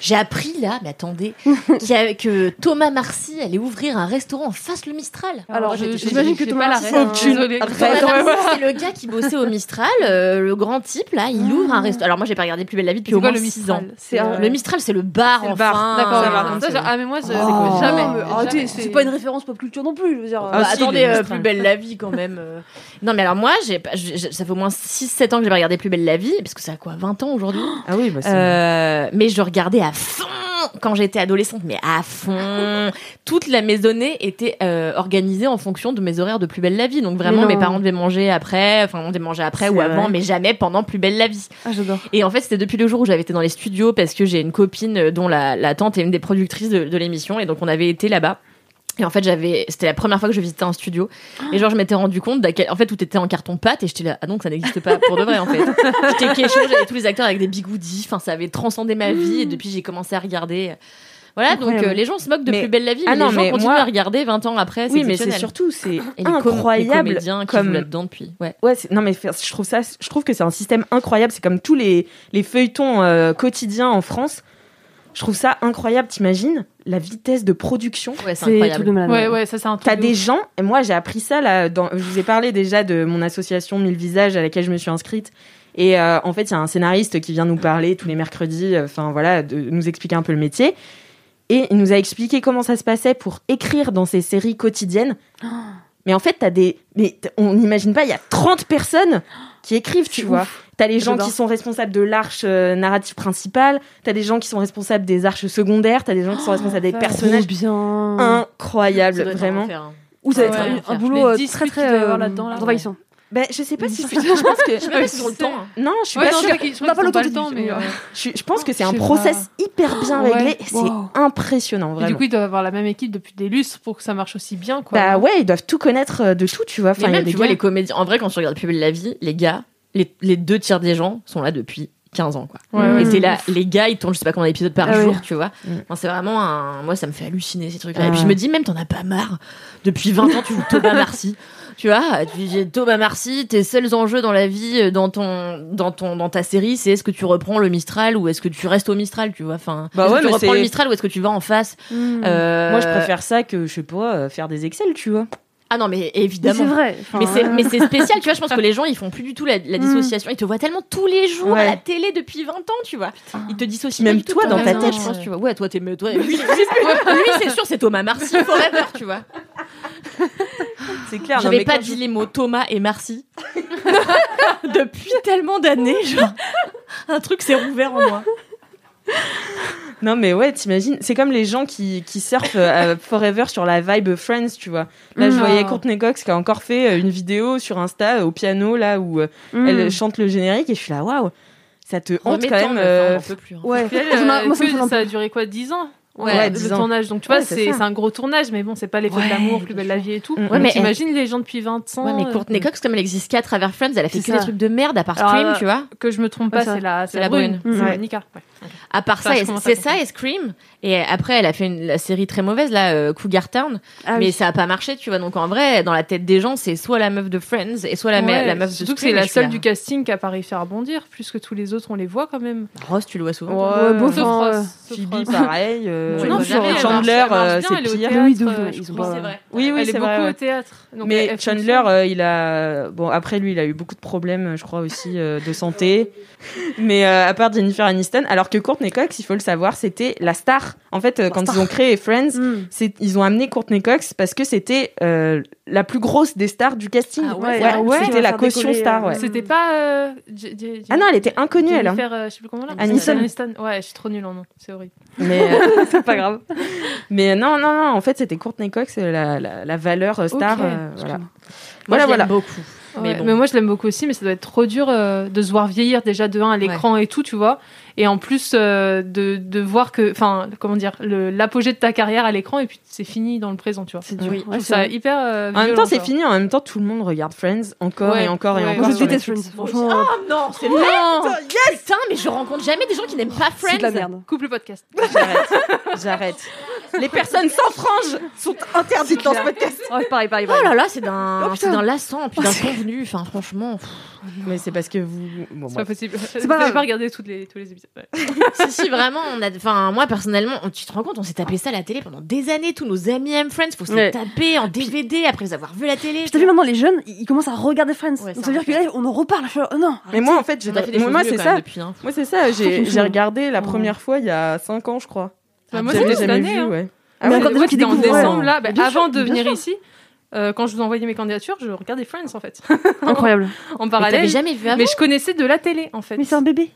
[SPEAKER 1] J'ai appris là mais attendez qu'il y a- que Thomas Marcy allait ouvrir un restaurant en face le Mistral.
[SPEAKER 4] Alors,
[SPEAKER 3] je-
[SPEAKER 4] je-
[SPEAKER 3] je-
[SPEAKER 4] j'imagine
[SPEAKER 3] j'ai
[SPEAKER 4] que
[SPEAKER 3] pas
[SPEAKER 4] Thomas
[SPEAKER 3] la
[SPEAKER 4] Marcy,
[SPEAKER 3] ref.
[SPEAKER 4] c'est un-
[SPEAKER 2] Aucune
[SPEAKER 3] Désolée.
[SPEAKER 2] ref.
[SPEAKER 1] Thomas Marcy, c'est le gars qui bossait au Mistral, euh, le grand type là, il ouvre un restaurant. Alors moi j'ai pas regardé Plus belle la vie depuis au
[SPEAKER 3] Ah. C'est quoi
[SPEAKER 1] moins
[SPEAKER 3] le
[SPEAKER 1] 6 ans.
[SPEAKER 3] Mistral
[SPEAKER 4] C'est un-
[SPEAKER 1] Le Mistral c'est le bar
[SPEAKER 3] C'est
[SPEAKER 1] enfin.
[SPEAKER 3] le bar. D'accord,
[SPEAKER 2] ça va,
[SPEAKER 3] ouais.
[SPEAKER 2] non,
[SPEAKER 3] Ça,
[SPEAKER 2] c'est
[SPEAKER 3] genre,
[SPEAKER 2] bon.
[SPEAKER 3] ah mais moi je
[SPEAKER 4] Oh.
[SPEAKER 3] c'est- jamais.
[SPEAKER 4] Non, mais
[SPEAKER 3] jamais.
[SPEAKER 4] Arrêtez, c'est pas une référence pop culture non plus. Je veux dire.
[SPEAKER 2] Ah,
[SPEAKER 4] euh,
[SPEAKER 1] Bah,
[SPEAKER 2] si,
[SPEAKER 1] attendez,
[SPEAKER 2] le
[SPEAKER 1] euh,
[SPEAKER 2] Mistral.
[SPEAKER 1] plus belle la vie quand même. euh. Non, mais alors moi, j'ai pas- j'ai- j'ai- ça fait au moins 6-7 ans que j'ai pas regardé plus belle la vie, parce que ça a quoi, 20 ans aujourd'hui
[SPEAKER 2] Ah oui, bah c'est.
[SPEAKER 1] Euh, Mais je regardais à fond quand j'étais adolescente, mais à fond. Toute la maisonnée était euh, organisée en fonction de mes horaires de plus belle la vie. Donc vraiment,
[SPEAKER 4] non.
[SPEAKER 1] mes parents devaient manger après, enfin on devait manger après
[SPEAKER 2] C'est
[SPEAKER 1] ou avant,
[SPEAKER 2] vrai.
[SPEAKER 1] mais jamais pendant plus belle la vie.
[SPEAKER 4] Ah, j'adore.
[SPEAKER 1] Et en fait, c'était depuis le jour où j'avais été dans les studios parce que j'ai une copine euh, dont la, la tante est une des productrices de, de l'émission et donc on avait été là-bas. Et en fait, j'avais, c'était la première fois que je visitais un studio. Et genre, je m'étais rendu compte d'à quel, en fait, tout était en carton pâte et j'étais là, ah donc ça n'existe pas pour de vrai, en fait. j'étais question, j'avais tous les acteurs avec des bigoudis, enfin, ça avait transcendé ma vie et depuis, j'ai commencé à regarder. Voilà, donc
[SPEAKER 4] Incroyable.
[SPEAKER 1] euh, les gens se moquent de
[SPEAKER 2] Mais-
[SPEAKER 1] plus belle la vie,
[SPEAKER 2] Ah
[SPEAKER 1] mais
[SPEAKER 2] non,
[SPEAKER 1] les gens
[SPEAKER 2] mais
[SPEAKER 1] continuent
[SPEAKER 2] moi-
[SPEAKER 1] à regarder 20 ans après.
[SPEAKER 2] oui, mais c'est
[SPEAKER 1] Ah, exceptionnel.
[SPEAKER 2] surtout, c'est
[SPEAKER 1] Et les com- les
[SPEAKER 2] incroyable.
[SPEAKER 1] comédiens qui
[SPEAKER 2] comme-
[SPEAKER 1] jouent là-dedans depuis. Ouais.
[SPEAKER 2] Ouais, c'est- non mais f- je trouve ça, je trouve que c'est un système incroyable. C'est comme tous les les feuilletons euh, quotidiens en France. Je trouve ça incroyable. T'imagines la vitesse de production
[SPEAKER 1] Ouais, c'est
[SPEAKER 4] C'est
[SPEAKER 1] incroyable.
[SPEAKER 4] tout de malade.
[SPEAKER 3] Ouais, ouais, ça c'est un truc.
[SPEAKER 2] T'as
[SPEAKER 3] de
[SPEAKER 2] des
[SPEAKER 3] ouf.
[SPEAKER 2] gens, et moi j'ai appris ça là, dans, je vous ai parlé déjà de mon association Mille Visages à laquelle je me suis inscrite. Et euh, en fait, il y a un scénariste qui vient nous parler tous les mercredis, euh, enfin voilà, de nous expliquer un peu le métier. Et il nous a expliqué comment ça se passait pour écrire dans ces séries quotidiennes. Mais en fait, t'as des. Mais t- on n'imagine pas, il y a 30 personnes qui écrivent, tu
[SPEAKER 4] C'est
[SPEAKER 2] vois. T'as les gens
[SPEAKER 4] J'adore.
[SPEAKER 2] qui sont responsables de l'arche euh, narrative principale, t'as des gens qui sont responsables des arches secondaires, t'as des gens qui sont responsables des
[SPEAKER 3] vache.
[SPEAKER 2] personnages
[SPEAKER 4] Trop bien.
[SPEAKER 1] Ça
[SPEAKER 2] incroyables,
[SPEAKER 1] doit être un
[SPEAKER 2] vraiment.
[SPEAKER 1] enfer, hein.
[SPEAKER 4] Ou ça va être
[SPEAKER 3] Ouais,
[SPEAKER 4] un-
[SPEAKER 3] ouais,
[SPEAKER 4] un,
[SPEAKER 3] faire.
[SPEAKER 4] boulot
[SPEAKER 3] Les
[SPEAKER 4] euh,
[SPEAKER 3] dix
[SPEAKER 4] très
[SPEAKER 3] trucs qu'il doit y
[SPEAKER 4] très
[SPEAKER 3] avoir
[SPEAKER 4] euh,
[SPEAKER 3] là-dedans, là.
[SPEAKER 4] envahissant.
[SPEAKER 2] Ben, je sais pas si c'est- je pense que
[SPEAKER 1] Je sais même pas s'ils ont le temps. hein.
[SPEAKER 2] non, je suis
[SPEAKER 3] Ouais,
[SPEAKER 2] pas
[SPEAKER 3] non,
[SPEAKER 2] sûre.
[SPEAKER 3] je crois qu'ils- je
[SPEAKER 4] On n'a
[SPEAKER 3] crois qu'ils
[SPEAKER 4] pas
[SPEAKER 3] ont
[SPEAKER 4] le temps
[SPEAKER 3] le
[SPEAKER 4] de
[SPEAKER 3] mais,
[SPEAKER 4] tout,
[SPEAKER 3] euh,
[SPEAKER 2] Je, je pense que c'est
[SPEAKER 3] Je
[SPEAKER 2] un
[SPEAKER 3] sais
[SPEAKER 2] process hyper bien
[SPEAKER 3] Ouais.
[SPEAKER 2] réglé. et
[SPEAKER 4] Wow.
[SPEAKER 2] C'est impressionnant,
[SPEAKER 3] Et
[SPEAKER 2] vraiment.
[SPEAKER 3] du coup, ils doivent avoir la même équipe depuis des lustres pour que ça marche aussi bien, quoi.
[SPEAKER 2] bah ouais, ils doivent tout connaître euh, de tout, tu vois. Enfin, il
[SPEAKER 1] mais
[SPEAKER 2] y a
[SPEAKER 1] même,
[SPEAKER 2] des
[SPEAKER 1] tu vois,
[SPEAKER 2] gars-
[SPEAKER 1] les comédiens. En vrai, quand tu regardes Plus belle la vie, les gars, les, les deux tiers des gens sont là depuis 15 ans, quoi.
[SPEAKER 2] Ah
[SPEAKER 3] Ouais, ouais.
[SPEAKER 1] Et c'est là, les gars, ils tournent je sais pas combien d'épisodes par
[SPEAKER 4] Ah
[SPEAKER 1] jour,
[SPEAKER 4] ouais.
[SPEAKER 1] tu vois.
[SPEAKER 2] Mm.
[SPEAKER 1] Enfin, c'est vraiment un. Moi, ça me fait halluciner ces trucs-là.
[SPEAKER 2] Ah
[SPEAKER 1] Et puis je
[SPEAKER 2] ouais.
[SPEAKER 1] me dis, même, t'en as pas marre. Depuis 20 ans, tu joues Thomas Marcy. Tu vois, tu dis Thomas Marcy, tes seuls enjeux dans la vie, euh, dans ton, dans ton, dans ta série, c'est est-ce que tu reprends le Mistral ou est-ce que tu restes au Mistral, tu vois. Enfin,
[SPEAKER 2] Bah
[SPEAKER 1] est-ce
[SPEAKER 2] ouais,
[SPEAKER 1] que tu
[SPEAKER 2] mais
[SPEAKER 1] reprends le
[SPEAKER 2] c'est- Mm.
[SPEAKER 1] Mistral ou est-ce que tu vas en face Euh,
[SPEAKER 2] Moi, je préfère ça que, je sais pas, euh, faire des Excel, tu vois.
[SPEAKER 1] Ah non, mais
[SPEAKER 4] Mais
[SPEAKER 1] évidemment.
[SPEAKER 4] c'est vrai. Enfin,
[SPEAKER 1] Mais c'est,
[SPEAKER 4] euh,
[SPEAKER 1] mais c'est spécial, tu vois. Je pense que les gens, ils font plus du tout la, la
[SPEAKER 4] Mm.
[SPEAKER 1] dissociation. Ils te voient tellement tous les jours à
[SPEAKER 2] Ouais.
[SPEAKER 1] la télé depuis 20 ans, tu vois. Ils te dissocient
[SPEAKER 2] Même
[SPEAKER 1] pas du
[SPEAKER 2] toi,
[SPEAKER 1] tout,
[SPEAKER 2] dans
[SPEAKER 1] t'as
[SPEAKER 2] ta
[SPEAKER 1] raison,
[SPEAKER 2] tête.
[SPEAKER 1] je pense, tu vois. Ouais, toi, t'es. mais Toi, lui, lui, c'est sûr, c'est Thomas Marcy forever, tu vois.
[SPEAKER 2] C'est clair. non,
[SPEAKER 1] J'avais
[SPEAKER 2] mais
[SPEAKER 1] pas
[SPEAKER 2] quand
[SPEAKER 1] dit les mots Thomas et Marcy depuis tellement d'années, genre. Un truc s'est rouvert en moi.
[SPEAKER 2] je- Non, mais ouais, t'imagines. C'est comme les gens qui, qui surfent euh, à forever sur la vibe Friends, tu vois. Là, je
[SPEAKER 3] Mm.
[SPEAKER 2] voyais
[SPEAKER 3] Ah.
[SPEAKER 2] Courtney Cox qui a encore fait euh, une vidéo sur Insta euh, au piano, là, où euh,
[SPEAKER 4] hmm.
[SPEAKER 2] elle chante le générique et je suis là, waouh, ça te hante quand
[SPEAKER 1] Remettons,
[SPEAKER 2] même.
[SPEAKER 1] mais
[SPEAKER 2] euh,
[SPEAKER 1] enfin, on en peut plus. hein.
[SPEAKER 4] Ouais.
[SPEAKER 3] Puis elle,
[SPEAKER 4] Ça m'a-
[SPEAKER 3] euh,
[SPEAKER 4] Moi, ça me
[SPEAKER 3] que
[SPEAKER 4] semble un
[SPEAKER 3] ça a duré quoi 10 ans
[SPEAKER 2] Ouais,
[SPEAKER 3] euh,
[SPEAKER 2] 10
[SPEAKER 3] le
[SPEAKER 2] ans.
[SPEAKER 3] tournage donc tu vois
[SPEAKER 2] Ouais, c'est
[SPEAKER 3] c'est
[SPEAKER 2] ça.
[SPEAKER 3] c'est un gros tournage mais bon c'est pas les feux
[SPEAKER 2] Ouais,
[SPEAKER 3] de l'amour plus belle la vie et tout
[SPEAKER 2] Ouais,
[SPEAKER 3] Donc,
[SPEAKER 1] mais-
[SPEAKER 3] t'imagines les gens depuis 20 ans
[SPEAKER 1] Ouais, mais
[SPEAKER 3] euh,
[SPEAKER 1] Courtney Cox, comme elle existe qu'à travers Friends, elle a fait
[SPEAKER 4] C'est
[SPEAKER 1] que des
[SPEAKER 4] ça.
[SPEAKER 1] trucs de merde à part
[SPEAKER 3] Alors,
[SPEAKER 1] Scream,
[SPEAKER 3] euh,
[SPEAKER 1] tu vois.
[SPEAKER 3] que je me trompe pas
[SPEAKER 4] Ouais, ça-
[SPEAKER 3] c'est la c'est
[SPEAKER 1] la
[SPEAKER 3] la brune,
[SPEAKER 4] brune.
[SPEAKER 3] c'est
[SPEAKER 2] Ouais.
[SPEAKER 3] Monica ouais.
[SPEAKER 1] À part
[SPEAKER 3] Enfin,
[SPEAKER 1] ça,
[SPEAKER 3] je
[SPEAKER 1] elle-
[SPEAKER 3] commence à
[SPEAKER 1] c'est ça
[SPEAKER 3] comprendre.
[SPEAKER 1] et Scream. Et après, elle a fait une, la série très mauvaise, là, euh, Cougar Town.
[SPEAKER 4] Ah oui.
[SPEAKER 1] mais ça a pas marché, tu vois. Donc en vrai, dans la tête des gens, c'est soit la meuf de Friends et soit la, me-
[SPEAKER 3] Ouais,
[SPEAKER 1] la meuf de
[SPEAKER 3] surtout
[SPEAKER 1] Scream.
[SPEAKER 3] que c'est
[SPEAKER 1] Et
[SPEAKER 3] la
[SPEAKER 1] je suis là,
[SPEAKER 3] seule du casting qui a pas réussi à rebondir plus que tous les autres on les voit quand même
[SPEAKER 1] Ross, tu le vois souvent.
[SPEAKER 4] Ouais, bon,
[SPEAKER 3] sauf
[SPEAKER 4] enfin, euh,
[SPEAKER 3] Ross sauf
[SPEAKER 2] Phoebe,
[SPEAKER 3] Ross.
[SPEAKER 2] pareil. euh,
[SPEAKER 3] Ouais,
[SPEAKER 4] non,
[SPEAKER 3] bah,
[SPEAKER 4] Chandler,
[SPEAKER 3] jamais, elle marche-
[SPEAKER 2] Chandler,
[SPEAKER 3] elle marche
[SPEAKER 2] euh,
[SPEAKER 3] bien,
[SPEAKER 2] c'est
[SPEAKER 3] elle est au
[SPEAKER 2] pire.
[SPEAKER 3] théâtre,
[SPEAKER 4] Oui, de ouf,
[SPEAKER 3] euh,
[SPEAKER 4] ils
[SPEAKER 3] je
[SPEAKER 4] ont
[SPEAKER 3] crois.
[SPEAKER 4] pas-
[SPEAKER 3] C'est vrai.
[SPEAKER 2] Oui, oui,
[SPEAKER 3] elle est,
[SPEAKER 2] c'est
[SPEAKER 3] beaucoup
[SPEAKER 2] vrai.
[SPEAKER 3] au
[SPEAKER 2] ouais.
[SPEAKER 3] théâtre donc elle-
[SPEAKER 2] Mais
[SPEAKER 3] elle
[SPEAKER 2] Chandler,
[SPEAKER 3] fonctionne.
[SPEAKER 2] euh, il a bon après lui, il a eu beaucoup de problèmes, je crois aussi euh, de santé. Mais euh, à part Jennifer Aniston, alors que Courtney Cox, il faut le savoir, c'était la star. En fait, euh, quand ils ont créé Friends,
[SPEAKER 4] Hmm.
[SPEAKER 2] c'est ils ont amené Courtney Cox parce que c'était euh, la plus grosse des stars du casting.
[SPEAKER 1] Ah
[SPEAKER 4] ouais,
[SPEAKER 2] Ouais,
[SPEAKER 4] ah ouais,
[SPEAKER 2] c'était la
[SPEAKER 4] faire
[SPEAKER 2] caution
[SPEAKER 4] décoller,
[SPEAKER 2] star.
[SPEAKER 4] euh,
[SPEAKER 2] ouais.
[SPEAKER 3] c'était pas euh, J- J- J-
[SPEAKER 2] Ah non, elle était inconnue elle. hein.
[SPEAKER 3] Jennifer, euh, je sais plus comment là.
[SPEAKER 2] Aniston.
[SPEAKER 3] Ouais, je suis trop nulle en nom, c'est horrible.
[SPEAKER 2] Mais euh,
[SPEAKER 4] C'est pas grave.
[SPEAKER 2] mais non non non, en fait, c'était Courtney Cox euh, la, la, la valeur euh, star
[SPEAKER 3] Ok,
[SPEAKER 2] euh, voilà.
[SPEAKER 1] Moi,
[SPEAKER 2] Voilà,
[SPEAKER 1] je l'aime
[SPEAKER 2] voilà.
[SPEAKER 1] beaucoup.
[SPEAKER 3] Ouais,
[SPEAKER 1] Mais
[SPEAKER 3] Mais,
[SPEAKER 1] bon.
[SPEAKER 3] moi je l'aime beaucoup aussi, mais ça doit être trop dur euh, de se voir vieillir déjà de un à l'écran et tout, tu vois. Et en plus euh, de, de voir que, enfin, comment dire, le- l'apogée de ta carrière à l'écran et puis c'est fini dans le présent, tu vois.
[SPEAKER 4] C'est dur.
[SPEAKER 2] Oui,
[SPEAKER 4] Ouais,
[SPEAKER 3] Je trouve
[SPEAKER 4] c'est
[SPEAKER 3] ça
[SPEAKER 4] vrai.
[SPEAKER 3] hyper. euh,
[SPEAKER 2] En même
[SPEAKER 3] violent,
[SPEAKER 2] temps, c'est
[SPEAKER 3] quoi.
[SPEAKER 2] fini. En même temps, tout le monde regarde Friends encore
[SPEAKER 3] Ouais,
[SPEAKER 2] et encore et
[SPEAKER 3] ouais.
[SPEAKER 2] encore.
[SPEAKER 4] Moi, je
[SPEAKER 2] sur
[SPEAKER 4] déteste
[SPEAKER 2] Netflix.
[SPEAKER 4] Friends. Franchement,
[SPEAKER 1] Ah non, c'est vrai.
[SPEAKER 3] Non,
[SPEAKER 1] Putain, mais je rencontre jamais des gens qui n'aiment pas Friends.
[SPEAKER 4] c'est de la merde.
[SPEAKER 3] coupe le podcast.
[SPEAKER 2] J'arrête. J'arrête. Les personnes sans franges sont interdites dans ce podcast.
[SPEAKER 4] Oh, pareil, pareil,
[SPEAKER 1] Oh
[SPEAKER 4] pareil.
[SPEAKER 1] là là, c'est d'un,
[SPEAKER 4] Oh, putain.
[SPEAKER 1] c'est d'un lassant, puis d'un convenu. Enfin, franchement, pff,
[SPEAKER 2] Mais c'est parce que vous. Bon,
[SPEAKER 3] C'est pas
[SPEAKER 2] bref.
[SPEAKER 3] possible.
[SPEAKER 4] pas
[SPEAKER 3] Vous n'avez
[SPEAKER 4] grave.
[SPEAKER 3] pas regardé toutes les, tous les épisodes.
[SPEAKER 2] Bah,
[SPEAKER 3] ouais.
[SPEAKER 1] si, si, vraiment, on a, enfin, moi, personnellement, tu te rends compte, on s'est tapé ça à la télé pendant des années. Tous nos amis aiment Friends, faut se les
[SPEAKER 4] Ouais.
[SPEAKER 1] taper en DVD après les avoir vu la télé.
[SPEAKER 4] Je t'ai vu maintenant, les jeunes, ils ils commencent à regarder Friends.
[SPEAKER 1] Ouais,
[SPEAKER 4] Donc
[SPEAKER 1] c'est
[SPEAKER 4] ça veut dire que là, on en reparle. Je suis là, oh non.
[SPEAKER 2] mais moi, en fait, j'ai.
[SPEAKER 1] On a fait des
[SPEAKER 2] Moi,
[SPEAKER 1] choses mieux
[SPEAKER 2] c'est
[SPEAKER 1] quand
[SPEAKER 2] ça.
[SPEAKER 1] même depuis, hein.
[SPEAKER 2] Moi, c'est ça. J'ai
[SPEAKER 4] Franchement.
[SPEAKER 2] j'ai regardé la
[SPEAKER 4] Oh.
[SPEAKER 2] première fois il y a 5 ans, je crois.
[SPEAKER 3] Bah, moi,
[SPEAKER 2] J'avais
[SPEAKER 3] c'était cette
[SPEAKER 2] jamais
[SPEAKER 3] année.
[SPEAKER 2] vu,
[SPEAKER 3] hein.
[SPEAKER 2] ouais.
[SPEAKER 4] Mais
[SPEAKER 3] Ouais,
[SPEAKER 4] encore des
[SPEAKER 3] moi,
[SPEAKER 4] gens qui
[SPEAKER 3] c'était en
[SPEAKER 4] découvrent, ouais.
[SPEAKER 3] décembre, là, bah,
[SPEAKER 4] Bien sûr,
[SPEAKER 3] avant de
[SPEAKER 4] bien
[SPEAKER 3] venir
[SPEAKER 4] sûr.
[SPEAKER 3] ici. euh, quand je vous envoyais mes candidatures, je regardais Friends en fait,
[SPEAKER 4] Incroyable.
[SPEAKER 3] en
[SPEAKER 1] Mais t'avais
[SPEAKER 3] parallèle.
[SPEAKER 1] jamais vu avant.
[SPEAKER 3] Mais je connaissais de la télé en fait.
[SPEAKER 4] Mais c'est un bébé.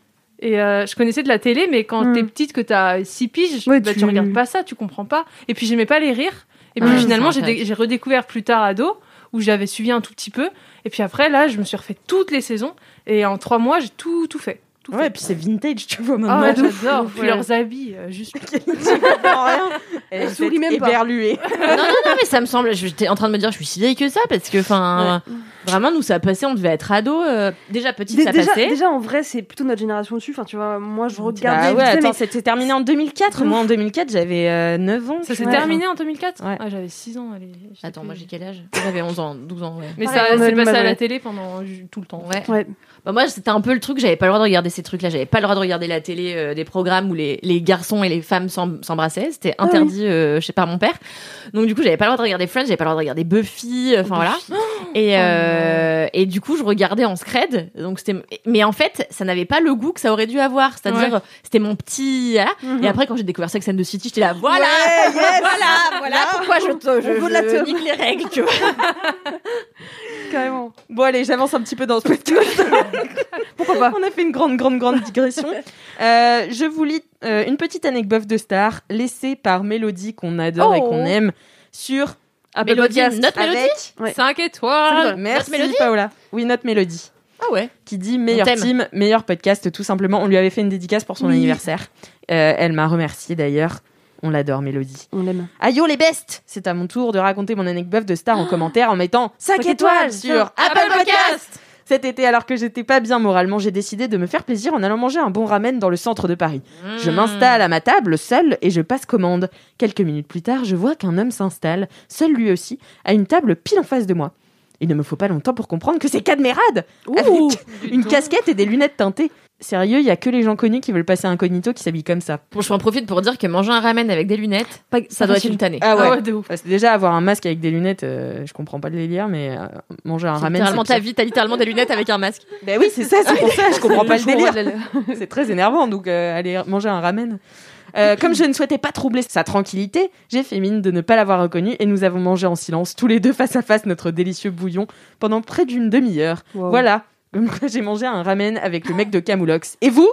[SPEAKER 3] Et euh, je connaissais de la télé, mais quand
[SPEAKER 4] Hmm.
[SPEAKER 3] t'es petite, que t'as 6 piges,
[SPEAKER 4] Ouais,
[SPEAKER 3] bah, tu...
[SPEAKER 4] tu-
[SPEAKER 3] regardes pas ça, tu comprends pas. Et puis j'aimais pas les rires. Et puis
[SPEAKER 1] Ouais,
[SPEAKER 3] finalement,
[SPEAKER 1] c'est
[SPEAKER 3] j'ai
[SPEAKER 1] vrai.
[SPEAKER 3] dé- j'ai redécouvert plus tard ado, où j'avais suivi un tout petit peu. Et puis après, là, je me suis refait toutes les saisons. Et en 3 mois, j'ai tout, tout fait. Tout
[SPEAKER 2] Ouais, bah, et
[SPEAKER 3] fait.
[SPEAKER 2] puis c'est vintage, tu vois,
[SPEAKER 3] Ah,
[SPEAKER 2] maintenant.
[SPEAKER 3] ouais,
[SPEAKER 4] de ouf,
[SPEAKER 3] j'adore.
[SPEAKER 4] de ouf,
[SPEAKER 3] Puis
[SPEAKER 4] ouais.
[SPEAKER 3] leurs habits, euh, juste.
[SPEAKER 2] Je comprends rien.
[SPEAKER 4] Elle
[SPEAKER 2] vous
[SPEAKER 4] sourit
[SPEAKER 2] êtes
[SPEAKER 4] même pas.
[SPEAKER 2] éberluée.
[SPEAKER 1] Non, non, non, mais ça me semble. je- J'étais en train de me dire, je suis si vieille que ça, parce que, enfin, vraiment, nous, ça passait, on devait être ados. euh, déjà, petite,
[SPEAKER 4] Dé-
[SPEAKER 1] ça
[SPEAKER 4] déjà,
[SPEAKER 1] passait.
[SPEAKER 4] déjà, en vrai, c'est plutôt notre génération dessus. Enfin, tu vois, moi, je regardais.
[SPEAKER 2] Bah
[SPEAKER 4] je
[SPEAKER 2] ouais,
[SPEAKER 4] disais,
[SPEAKER 2] attends,
[SPEAKER 4] mais-
[SPEAKER 2] c'était terminé en 2004. Moi, en 2004, j'avais 9 ans.
[SPEAKER 3] Ça s'est
[SPEAKER 4] Ouais.
[SPEAKER 3] terminé en 2004
[SPEAKER 2] Ouais.
[SPEAKER 3] Ah, j'avais 6 ans. allez, je sais
[SPEAKER 1] Attends,
[SPEAKER 3] plus.
[SPEAKER 1] moi, j'ai quel âge J'avais 11 ans, 12 ans, ouais.
[SPEAKER 3] Mais
[SPEAKER 4] Pareil,
[SPEAKER 3] ça
[SPEAKER 4] on a
[SPEAKER 3] s'est
[SPEAKER 4] le
[SPEAKER 3] passé
[SPEAKER 4] même
[SPEAKER 3] à la
[SPEAKER 4] âge.
[SPEAKER 3] télé pendant euh, ju- tout le temps.
[SPEAKER 1] Ouais.
[SPEAKER 4] Ouais.
[SPEAKER 1] Bah, moi, c'était un peu le truc, j'avais pas le droit de regarder ces trucs-là. J'avais pas le droit de regarder la télé, euh, des programmes où les, les garçons et les femmes s'em- s'embrassaient. C'était
[SPEAKER 4] oui.
[SPEAKER 1] interdit euh, chez par mon père. Donc, du coup, j'avais pas le droit de regarder Friends, j'avais pas le droit de regarder Buffy. euh, Enfin, voilà. Et, euh, Euh, et du coup, je regardais en scred. Donc c'était, mais en fait, ça n'avait pas le goût que ça aurait dû avoir. C'est-à-dire, c'était mon petit. voilà.
[SPEAKER 4] Mhm.
[SPEAKER 1] Et après, quand j'ai découvert Sex and the City, j'étais là, voilà,
[SPEAKER 2] Ouais, yes.
[SPEAKER 1] voilà, voilà, pourquoi je te, je,
[SPEAKER 2] On veut de la
[SPEAKER 1] je
[SPEAKER 2] teub.
[SPEAKER 1] nique les règles, tu vois.
[SPEAKER 4] Carrément.
[SPEAKER 2] Bon, allez, j'avance un petit peu dans ce podcast. Pourquoi pas On a fait une grande, grande, grande digression. Euh, je vous lis euh, une petite anecdote de star laissée par Mélodie qu'on adore et
[SPEAKER 1] Oh.
[SPEAKER 2] qu'on aime sur Apple
[SPEAKER 1] Mélodie,
[SPEAKER 2] Podcast
[SPEAKER 1] notre
[SPEAKER 2] avec-
[SPEAKER 1] Mélodie
[SPEAKER 4] Ouais.
[SPEAKER 3] 5 étoiles.
[SPEAKER 2] Merci
[SPEAKER 1] Notre Mélodie
[SPEAKER 2] Paola. Oui, notre Mélodie.
[SPEAKER 1] Ah ouais.
[SPEAKER 2] Qui dit meilleur
[SPEAKER 1] t'aime.
[SPEAKER 2] team, meilleur podcast, tout simplement. On lui avait fait une dédicace pour son
[SPEAKER 4] Oui.
[SPEAKER 2] anniversaire. Euh, elle m'a remercié d'ailleurs. On l'adore, Mélodie.
[SPEAKER 4] On l'aime.
[SPEAKER 2] Aïe, yo les bestes C'est à mon tour de raconter mon anecdote de star en commentaire en mettant 5 étoiles
[SPEAKER 4] étoiles
[SPEAKER 2] sur Apple Podcast Cet été, alors que j'étais pas bien moralement, j'ai décidé de me faire plaisir en allant manger un bon ramen dans le centre de Paris. Je m'installe à ma table, seule, et je passe commande. Quelques minutes plus tard, je vois qu'un homme s'installe, seul lui aussi, à une table pile en face de moi. Il ne me faut pas longtemps pour comprendre que c'est Cadmerade Avec une casquette et des lunettes teintées. Sérieux, il y a que les gens connus qui veulent passer incognito qui s'habillent comme ça.
[SPEAKER 1] Bon, je m'en profite pour dire que manger un ramen avec des lunettes,
[SPEAKER 4] Pas-
[SPEAKER 1] ça
[SPEAKER 4] pas
[SPEAKER 1] doit être
[SPEAKER 4] facile.
[SPEAKER 1] une tannée.
[SPEAKER 2] Ah ouais.
[SPEAKER 3] Ah ouais, de ouf.
[SPEAKER 2] Parce que déjà, avoir un masque avec des lunettes, euh, je comprends pas le délire, mais euh, manger un
[SPEAKER 1] C'est
[SPEAKER 2] ramen.
[SPEAKER 1] littéralement
[SPEAKER 2] c'est
[SPEAKER 1] ta
[SPEAKER 2] pire.
[SPEAKER 1] vie, t'as littéralement des lunettes avec un masque.
[SPEAKER 2] Bah oui, c'est ça, c'est pour ça, je comprends pas le
[SPEAKER 4] Toujours,
[SPEAKER 2] délire.
[SPEAKER 4] on l'aime.
[SPEAKER 2] C'est très énervant, donc euh, aller manger un ramen. Euh, comme je ne souhaitais pas troubler sa tranquillité, j'ai fait mine de ne pas l'avoir reconnu et nous avons mangé en silence, tous les deux face à face, notre délicieux bouillon pendant près d'une demi-heure.
[SPEAKER 4] Wow.
[SPEAKER 2] Voilà, comme quoi j'ai mangé un ramen avec le mec de Camoulox. Et vous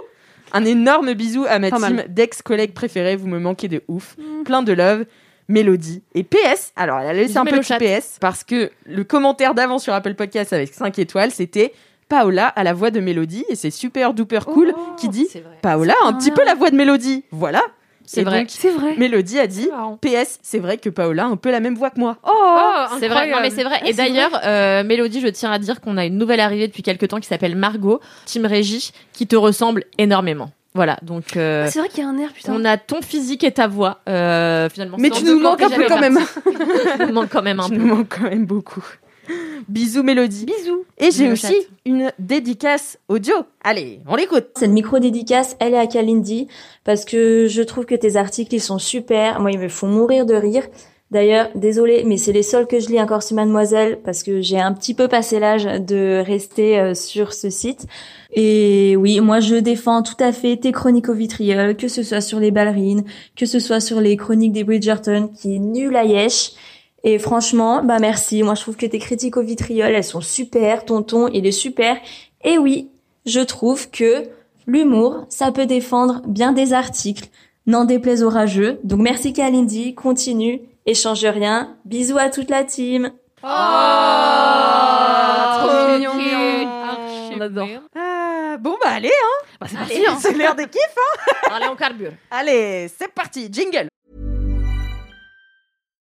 [SPEAKER 2] Un énorme bisou à ma
[SPEAKER 4] Pas
[SPEAKER 2] team
[SPEAKER 4] mal. Mm.
[SPEAKER 2] d'ex-collègues préférés, vous me manquez de ouf. Plein de love. Mélodie et PS. Alors, elle a laissé
[SPEAKER 1] Bisous,
[SPEAKER 2] un petit
[SPEAKER 1] Mélochat.
[SPEAKER 2] PS parce que le commentaire d'avant sur Apple Podcast avec 5 étoiles, c'était Paola à la voix de Mélodie et c'est super duper cool
[SPEAKER 4] Oh,
[SPEAKER 2] qui dit
[SPEAKER 1] Oh,
[SPEAKER 2] Paola, un petit peu la voix de Mélodie. Voilà.
[SPEAKER 1] C'est
[SPEAKER 2] Et
[SPEAKER 1] vrai.
[SPEAKER 2] donc,
[SPEAKER 4] C'est vrai.
[SPEAKER 2] Mélodie a dit
[SPEAKER 3] marrant.
[SPEAKER 2] PS, c'est vrai que Paola a un peu la même voix que moi. Oh,
[SPEAKER 1] C'est vrai, non mais c'est vrai. Et d'ailleurs, euh, Mélodie, je tiens à dire qu'on a une nouvelle arrivée depuis quelques temps qui s'appelle Margot, Team Régie, qui te ressemble énormément. Voilà, donc euh,
[SPEAKER 4] Ah, C'est vrai qu'il y a un air, putain.
[SPEAKER 1] on a ton physique et ta voix, euh, finalement.
[SPEAKER 2] Mais
[SPEAKER 1] c'est
[SPEAKER 2] tu
[SPEAKER 1] en deux
[SPEAKER 2] nous
[SPEAKER 1] camps
[SPEAKER 2] manques un
[SPEAKER 1] déjà
[SPEAKER 2] peu quand même.
[SPEAKER 1] répartis. tu nous manques quand même un
[SPEAKER 2] Tu
[SPEAKER 1] peu.
[SPEAKER 2] nous manques quand même beaucoup. Bisous Mélodie.
[SPEAKER 4] Bisous.
[SPEAKER 2] Et j'ai
[SPEAKER 1] Bisous,
[SPEAKER 2] aussi une dédicace audio. Allez, on l'écoute.
[SPEAKER 5] Cette micro-dédicace, elle est à Kalindi, parce que je trouve que tes articles, ils sont super. Moi, ils me font mourir de rire. D'ailleurs, désolée, mais c'est les seuls que je lis encore sur Mademoiselle, parce que j'ai un petit peu passé l'âge de rester euh, sur ce site. Et oui, moi, je défends tout à fait tes chroniques au vitriol, que ce soit sur les ballerines, que ce soit sur les chroniques des Bridgerton, qui est nul à Yesh. Et franchement, bah merci. Moi, je trouve que tes critiques au vitriol, elles sont super. Ton ton, il est super. Et oui, je trouve que L'humour, ça peut défendre bien des articles. N'en déplaise aux rageux. Donc merci Kalindi, continue, échange rien. Bisous à toute la team.
[SPEAKER 2] trop
[SPEAKER 3] Oh, mignon.
[SPEAKER 2] mignon.
[SPEAKER 3] Archi
[SPEAKER 4] On adore.
[SPEAKER 3] mignon.
[SPEAKER 2] Ah, bon bah allez, hein.
[SPEAKER 1] c'est
[SPEAKER 2] Allez, c'est l'heure des kiffs. hein.
[SPEAKER 1] Allez, on carbure.
[SPEAKER 2] Allez, c'est parti, jingle.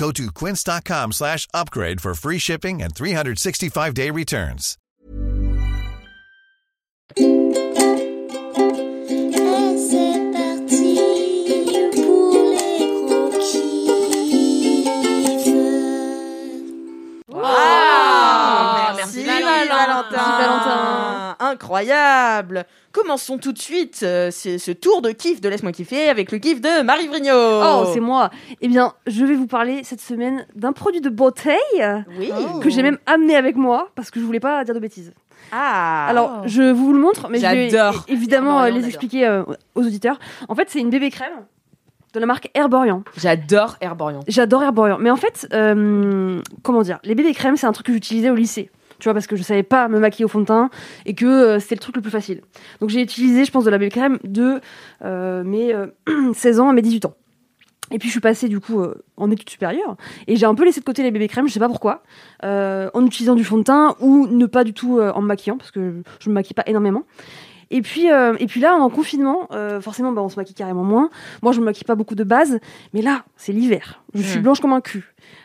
[SPEAKER 6] Go to quince.com slash upgrade for free shipping and 365-day returns.
[SPEAKER 7] Et c'est parti pour les gros kiffs.
[SPEAKER 2] Ah,
[SPEAKER 1] Oh, merci,
[SPEAKER 2] merci
[SPEAKER 1] Valentin.
[SPEAKER 2] Valentin.
[SPEAKER 1] Merci, Valentin.
[SPEAKER 2] Incroyable. Commençons tout de suite euh, ce, ce tour de kiff de laisse-moi kiffer avec le kiff de Marie Vrigno.
[SPEAKER 4] Oh, c'est moi. Eh bien, je vais vous parler cette semaine d'un produit de beauté euh,
[SPEAKER 2] oui.
[SPEAKER 4] que j'ai même amené avec moi parce que je voulais pas dire de bêtises.
[SPEAKER 2] Ah.
[SPEAKER 4] Alors, je vous le montre, mais je vais
[SPEAKER 2] J'adore.
[SPEAKER 4] é- évidemment
[SPEAKER 1] Herborian,
[SPEAKER 4] euh,
[SPEAKER 1] on adore.
[SPEAKER 4] les expliquer euh, aux auditeurs. En fait, c'est une bébé crème de la marque Herborian.
[SPEAKER 2] j'adore Herborian.
[SPEAKER 4] J'adore Herborian. Mais en fait, euh, comment dire, les bébés crèmes, c'est un truc que j'utilisais au lycée. Tu vois, parce que je savais pas me maquiller au fond de teint et que euh, c'était le truc le plus facile. Donc j'ai utilisé, je pense, de la bébé crème de euh, mes euh, 16 ans à mes 18 ans. Et puis je suis passée du coup euh, en études supérieures et j'ai un peu laissé de côté les bébés crèmes, je sais pas pourquoi, euh, en utilisant du fond de teint ou ne pas du tout euh, en me maquillant parce que je me maquille pas énormément. Et puis, euh, et puis là, en confinement, euh, forcément, bah, on se maquille carrément moins. Moi, je me maquille pas beaucoup de base, mais là, c'est l'hiver. Je suis
[SPEAKER 1] Mm.
[SPEAKER 4] blanche comme un cul.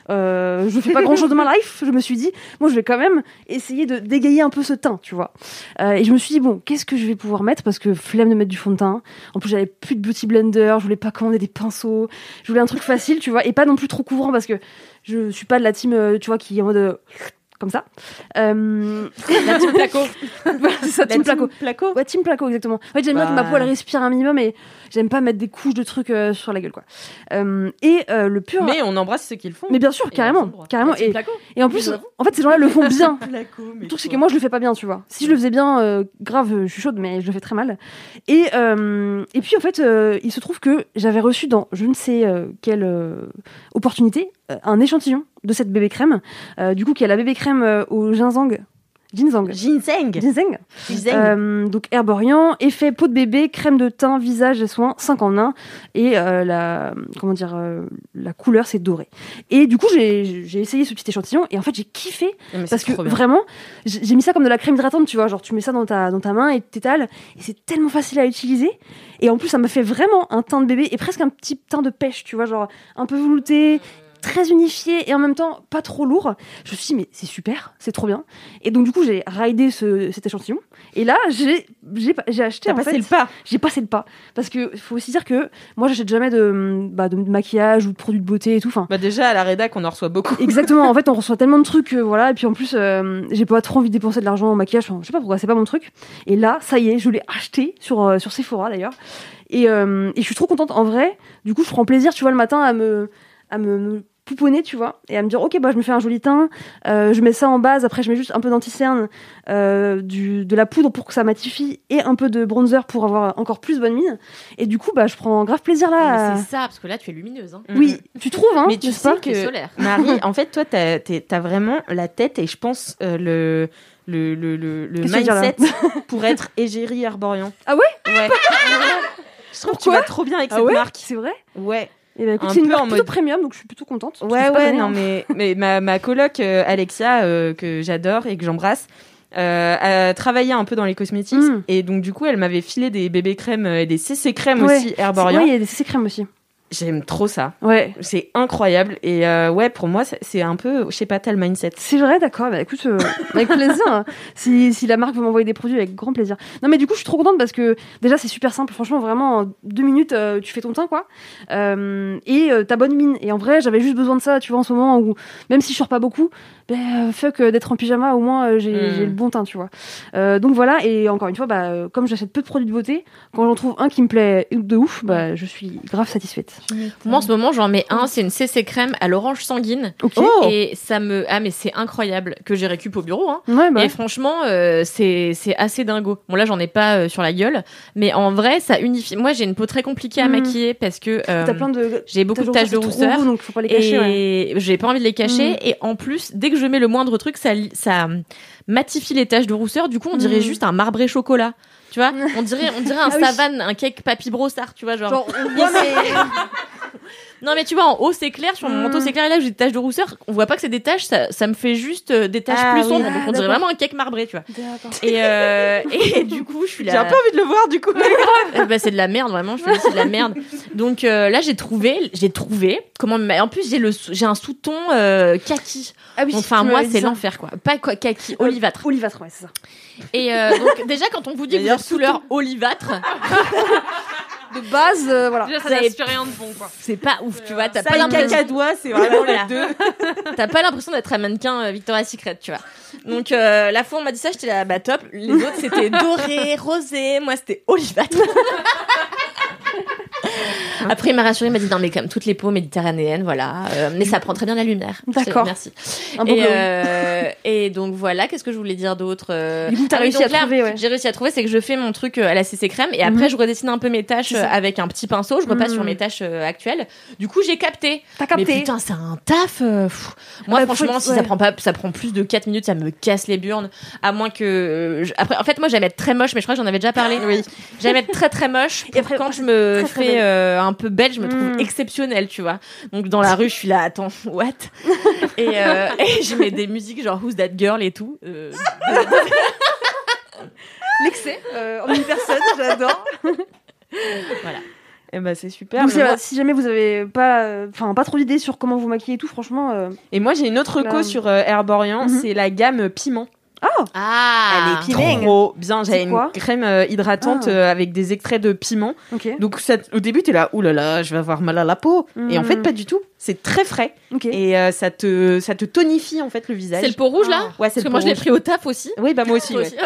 [SPEAKER 4] Euh, je fais pas grand chose de ma life. Je me suis dit, moi, je vais quand même essayer de dégayer un peu ce teint, tu vois. Euh, et je me suis dit, bon, qu'est-ce que je vais pouvoir mettre Parce que flemme de mettre du fond de teint. En plus, j'avais plus de beauty blender. Je voulais pas commander des pinceaux. Je voulais un truc facile, tu vois, et pas non plus trop couvrant parce que je suis pas de la team, euh, tu vois, qui est en mode. euh, comme ça. Euh,
[SPEAKER 1] La petite placo.
[SPEAKER 4] voilà, c'est ça,
[SPEAKER 2] La
[SPEAKER 4] team placo.
[SPEAKER 2] placo.
[SPEAKER 4] Ouais, team placo, exactement. En fait, j'aime bien que ma
[SPEAKER 2] Bah.
[SPEAKER 4] peau, elle respire un minimum et j'aime pas mettre des couches de trucs euh, sur la gueule, quoi. Euh, et euh, le pur.
[SPEAKER 2] Mais on embrasse ceux qui le font.
[SPEAKER 4] Mais bien sûr,
[SPEAKER 2] Et
[SPEAKER 4] carrément.
[SPEAKER 2] elles ont le droit.
[SPEAKER 4] carrément. Et,
[SPEAKER 1] placo.
[SPEAKER 4] et en plus, en fait, ces gens-là le font bien.
[SPEAKER 2] Placo, mais
[SPEAKER 4] Le truc, c'est que
[SPEAKER 2] quoi.
[SPEAKER 4] moi, je le fais pas bien, tu vois. Si je le faisais bien, euh, grave, euh, je suis chaude, mais je le fais très mal. Et, euh, et puis, en fait, euh, il se trouve que j'avais reçu dans je ne sais euh, quelle euh, opportunité euh, un échantillon de cette bébé crème. Euh, du coup, qui est la bébé crème euh, au ginseng. Ginseng.
[SPEAKER 2] Ginseng.
[SPEAKER 4] Ginseng. Euh, donc herborian, effet peau de bébé, crème de teint, visage et soins, 5 en 1. Et euh, la, comment dire, euh, la couleur, c'est doré. Et du coup, j'ai j'ai essayé ce petit échantillon et en fait, j'ai kiffé
[SPEAKER 1] Non, mais c'est
[SPEAKER 4] parce que
[SPEAKER 1] trop bien.
[SPEAKER 4] vraiment, j'ai j'ai mis ça comme de la crème hydratante, tu vois. Genre, tu mets ça dans ta, dans ta main et t'étales. Et c'est tellement facile à utiliser. Et en plus, ça m'a fait vraiment un teint de bébé et presque un petit teint de pêche, tu vois. Genre, un peu velouté, très unifié et en même temps pas trop lourd. Je me suis dit, mais c'est super, c'est trop bien. Et donc, du coup, j'ai raidé ce, cet échantillon. Et là, j'ai j'ai pas- j'ai acheté.
[SPEAKER 2] T'as
[SPEAKER 4] en
[SPEAKER 2] passé
[SPEAKER 4] fait-
[SPEAKER 2] le pas.
[SPEAKER 4] j'ai passé le pas. Parce que faut aussi dire que moi, j'achète jamais de, bah, de maquillage ou de produits de beauté et tout. Enfin,
[SPEAKER 2] Bah déjà à la rédac on en reçoit beaucoup.
[SPEAKER 4] Exactement, en fait, on reçoit tellement de trucs, euh, voilà, et puis en plus, euh, j'ai pas trop envie de dépenser de l'argent en maquillage, enfin, je sais pas pourquoi, c'est pas mon truc. Et là, ça y est, je l'ai acheté sur, euh, sur Sephora d'ailleurs, et, euh, et je suis trop contente en vrai. Du coup, je prends plaisir, tu vois, le matin à me, à me, me pouponner, tu vois, et à me dire, ok, bah, je me fais un joli teint, euh, je mets ça en base, après, je mets juste un peu d'anticerne, euh, du- de la poudre pour que ça matifie, et un peu de bronzer pour avoir encore plus bonne mine. Et du coup, bah, je prends grave plaisir là.
[SPEAKER 1] Mais C'est ça, parce que là, tu es lumineuse. Hein.
[SPEAKER 4] euh, Oui, tu trouves, hein,
[SPEAKER 2] Mais tu
[SPEAKER 4] n'est-ce
[SPEAKER 2] sais
[SPEAKER 4] pas
[SPEAKER 2] que
[SPEAKER 1] T'es solaire.
[SPEAKER 2] Marie, en fait, toi, t'as t'es- t'as vraiment la tête et je pense euh, le, le, le, le, le
[SPEAKER 4] Qu'est-ce que tu veux dire, là
[SPEAKER 2] mindset pour être égérie Arborian.
[SPEAKER 4] Ah ouais
[SPEAKER 2] Ouais. Je trouve que tu vas trop bien avec
[SPEAKER 4] Ah
[SPEAKER 2] cette
[SPEAKER 4] ouais
[SPEAKER 2] marque.
[SPEAKER 4] C'est vrai
[SPEAKER 2] Ouais.
[SPEAKER 4] Eh ben, écoute,
[SPEAKER 2] Un
[SPEAKER 4] c'est une
[SPEAKER 2] peu
[SPEAKER 4] marque
[SPEAKER 2] en
[SPEAKER 4] plutôt
[SPEAKER 2] mode-
[SPEAKER 4] premium, donc je suis plutôt contente. parce que
[SPEAKER 2] Ouais,
[SPEAKER 4] c'est pas
[SPEAKER 2] ouais,
[SPEAKER 4] donné,
[SPEAKER 2] non,
[SPEAKER 4] hein.
[SPEAKER 2] mais, mais ma, ma coloc, euh, Alexia, euh, que j'adore et que j'embrasse, euh, a travaillé un peu dans les cosmétiques.
[SPEAKER 4] Mm.
[SPEAKER 2] Et donc, du coup, elle m'avait filé des bébés crèmes et des CC crèmes
[SPEAKER 4] Ouais.
[SPEAKER 2] aussi
[SPEAKER 4] C'est-
[SPEAKER 2] Herborian.
[SPEAKER 4] Ouais, il y a des CC crèmes aussi.
[SPEAKER 2] J'aime trop ça.
[SPEAKER 4] Ouais.
[SPEAKER 2] C'est incroyable. Et euh, ouais, pour moi, c'est- c'est un peu, je sais pas, t'as le mindset.
[SPEAKER 4] C'est vrai, d'accord. Bah écoute, euh, avec plaisir. hein. Si, si la marque veut m'envoyer des produits, avec grand plaisir. Non, mais du coup, je suis trop contente parce que déjà, c'est super simple. Franchement, vraiment, en deux minutes, euh, tu fais ton teint, quoi. Euh, et euh, ta bonne mine. Et en vrai, j'avais juste besoin de ça, tu vois, en ce moment où, même si je sors pas beaucoup, ben, euh, fuck euh, d'être en pyjama, au moins, euh, j'ai
[SPEAKER 2] Mm.
[SPEAKER 4] j'ai le bon teint, tu vois. Euh, donc voilà. Et encore une fois, bah, euh, comme j'achète peu de produits de beauté, quand j'en trouve un qui me plaît de ouf, bah, je suis grave satisfaite.
[SPEAKER 1] Moi, en ce moment, j'en mets un. C'est une CC crème à l'orange sanguine.
[SPEAKER 4] Ok.
[SPEAKER 1] Et ça me. Ah, mais c'est incroyable que j'ai récup au bureau. Hein.
[SPEAKER 4] Ouais, bah.
[SPEAKER 1] Et franchement, euh, c'est c'est assez dingo. Bon, là, j'en ai pas euh, sur la gueule. Mais en vrai, ça unifie. Moi, j'ai une peau très compliquée à
[SPEAKER 4] Mhm.
[SPEAKER 1] maquiller parce que. euh,
[SPEAKER 4] T'as plein de
[SPEAKER 1] J'ai beaucoup de taches de rousseur.
[SPEAKER 4] donc faut pas les cacher. ouais.
[SPEAKER 1] et j'ai pas envie de les cacher.
[SPEAKER 4] Mhm.
[SPEAKER 1] Et en plus, dès que je mets le moindre truc, ça, li- ça matifie les taches de rousseur. Du coup, on dirait
[SPEAKER 4] Mhm.
[SPEAKER 1] juste un marbré chocolat. Tu vois, on dirait, on dirait un
[SPEAKER 4] Ah oui.
[SPEAKER 1] savane, un cake papy brossard, tu vois, genre.
[SPEAKER 4] Genre, on voit, mais-
[SPEAKER 1] Non, mais tu vois, en haut, c'est clair, sur mon
[SPEAKER 4] Mhm.
[SPEAKER 1] manteau, c'est clair, et là, j'ai des taches de rousseur. On voit pas que c'est des taches, ça, ça me fait juste euh, des taches
[SPEAKER 2] Ah
[SPEAKER 1] plus
[SPEAKER 2] oui.
[SPEAKER 1] sombres.
[SPEAKER 4] Ah,
[SPEAKER 1] donc, on dirait
[SPEAKER 4] d'accord.
[SPEAKER 1] vraiment un cake marbré, tu vois. Et, euh, et du coup, je suis là.
[SPEAKER 2] J'ai un peu envie de le voir, du coup.
[SPEAKER 4] Ah
[SPEAKER 1] Euh, bah, c'est de la merde vraiment je fais c'est de la merde donc euh, là j'ai trouvé j'ai trouvé comment me- en plus j'ai le sou- j'ai un sous-ton euh, kaki
[SPEAKER 4] Ah oui,
[SPEAKER 1] enfin
[SPEAKER 4] tu
[SPEAKER 1] moi
[SPEAKER 4] m'avais dit
[SPEAKER 1] c'est
[SPEAKER 4] ça.
[SPEAKER 1] l'enfer quoi pas quoi kaki olivâtre
[SPEAKER 4] Olivâtre, ouais, c'est ça.
[SPEAKER 1] et euh, donc déjà quand on vous dit que vous
[SPEAKER 2] D'ailleurs,
[SPEAKER 1] êtes couleur olivâtre
[SPEAKER 4] De base, euh, voilà.
[SPEAKER 3] Déjà, ça
[SPEAKER 1] Vous avez-
[SPEAKER 3] n'inspire rien de bon, quoi.
[SPEAKER 1] c'est pas ouf tu vois t'as
[SPEAKER 2] Ça
[SPEAKER 1] pas
[SPEAKER 2] et
[SPEAKER 1] l'impression
[SPEAKER 2] cacadois, c'est vraiment les
[SPEAKER 1] Voilà.
[SPEAKER 2] deux.
[SPEAKER 1] t'as pas l'impression d'être un mannequin euh, Victoria's Secret tu vois donc euh, la fois on m'a dit ça j'étais là bah top les autres c'était doré rosé moi c'était olivâtre Après, il m'a rassuré, il m'a dit non, mais comme toutes les peaux méditerranéennes, voilà, euh, mais ça prend très bien la lumière.
[SPEAKER 4] D'accord.
[SPEAKER 1] Merci.
[SPEAKER 4] Un bon
[SPEAKER 1] Et,
[SPEAKER 4] glow.
[SPEAKER 1] euh, et donc voilà, qu'est-ce que je voulais dire d'autre euh,
[SPEAKER 4] Du coup, t'as
[SPEAKER 1] ah oui,
[SPEAKER 4] réussi
[SPEAKER 1] donc
[SPEAKER 4] à trouver, ouais.
[SPEAKER 1] J'ai réussi à trouver, c'est que je fais mon truc euh, à la CC crème et après
[SPEAKER 4] Mhm.
[SPEAKER 1] je redessine un peu mes tâches euh,
[SPEAKER 4] C'est ça.
[SPEAKER 1] avec un petit pinceau, je repasse
[SPEAKER 4] Mhm.
[SPEAKER 1] sur mes tâches euh, actuelles. Du coup, j'ai capté.
[SPEAKER 4] T'as
[SPEAKER 1] Mais
[SPEAKER 4] capté.
[SPEAKER 1] putain, c'est un taf. euh, pff. Moi,
[SPEAKER 4] bah,
[SPEAKER 1] franchement,
[SPEAKER 4] faut-
[SPEAKER 1] si
[SPEAKER 4] ouais.
[SPEAKER 1] ça prend pas, ça prend plus de 4 minutes, ça me casse les burnes. À moins que, euh, je- après, en fait, moi, j'aime être très moche, mais je crois que j'en avais déjà parlé. Oui. J'aime être très très moche.
[SPEAKER 4] Et après,
[SPEAKER 1] quand je me
[SPEAKER 4] très, très
[SPEAKER 1] fais
[SPEAKER 4] belle.
[SPEAKER 1] euh, un peu belle, je me trouve
[SPEAKER 4] Mm.
[SPEAKER 1] exceptionnelle, tu vois. Donc dans la rue, je suis là, attends, what et, euh, et je mets des musiques genre Who's That Girl et tout. euh,
[SPEAKER 4] L'excès.
[SPEAKER 2] euh, en une personne, j'adore.
[SPEAKER 1] Voilà.
[SPEAKER 2] Et bah c'est super.
[SPEAKER 4] Donc,
[SPEAKER 2] mais
[SPEAKER 4] c'est-
[SPEAKER 1] euh,
[SPEAKER 2] moi-
[SPEAKER 4] si jamais vous avez pas, euh, enfin, pas trop d'idées sur comment vous maquiller et tout, franchement, euh,
[SPEAKER 2] Et moi j'ai une autre
[SPEAKER 4] Là.
[SPEAKER 2] co
[SPEAKER 1] bah,
[SPEAKER 2] sur euh, Herborian,
[SPEAKER 4] Mhm.
[SPEAKER 2] c'est la gamme piment.
[SPEAKER 1] Ah
[SPEAKER 2] Elle est trop bien. J'avais
[SPEAKER 4] C'est
[SPEAKER 2] une
[SPEAKER 4] quoi
[SPEAKER 2] crème euh, hydratante
[SPEAKER 4] Ah.
[SPEAKER 2] euh, avec des extraits de piment.
[SPEAKER 4] ok,
[SPEAKER 2] Donc ça, au début, t'es là, oulala, là là, je vais avoir mal à la peau. Et en
[SPEAKER 4] Mhm.
[SPEAKER 2] fait, pas du tout. C'est très frais
[SPEAKER 4] ok.
[SPEAKER 2] et euh, ça te ça te tonifie en fait le visage.
[SPEAKER 1] C'est le pot rouge là
[SPEAKER 2] Ouais, c'est
[SPEAKER 1] Parce
[SPEAKER 2] le
[SPEAKER 1] que moi
[SPEAKER 2] pot
[SPEAKER 1] je l'ai
[SPEAKER 2] rouge.
[SPEAKER 1] pris au taf aussi.
[SPEAKER 2] Oui, bah moi aussi.
[SPEAKER 1] Toi
[SPEAKER 2] ouais.
[SPEAKER 1] aussi.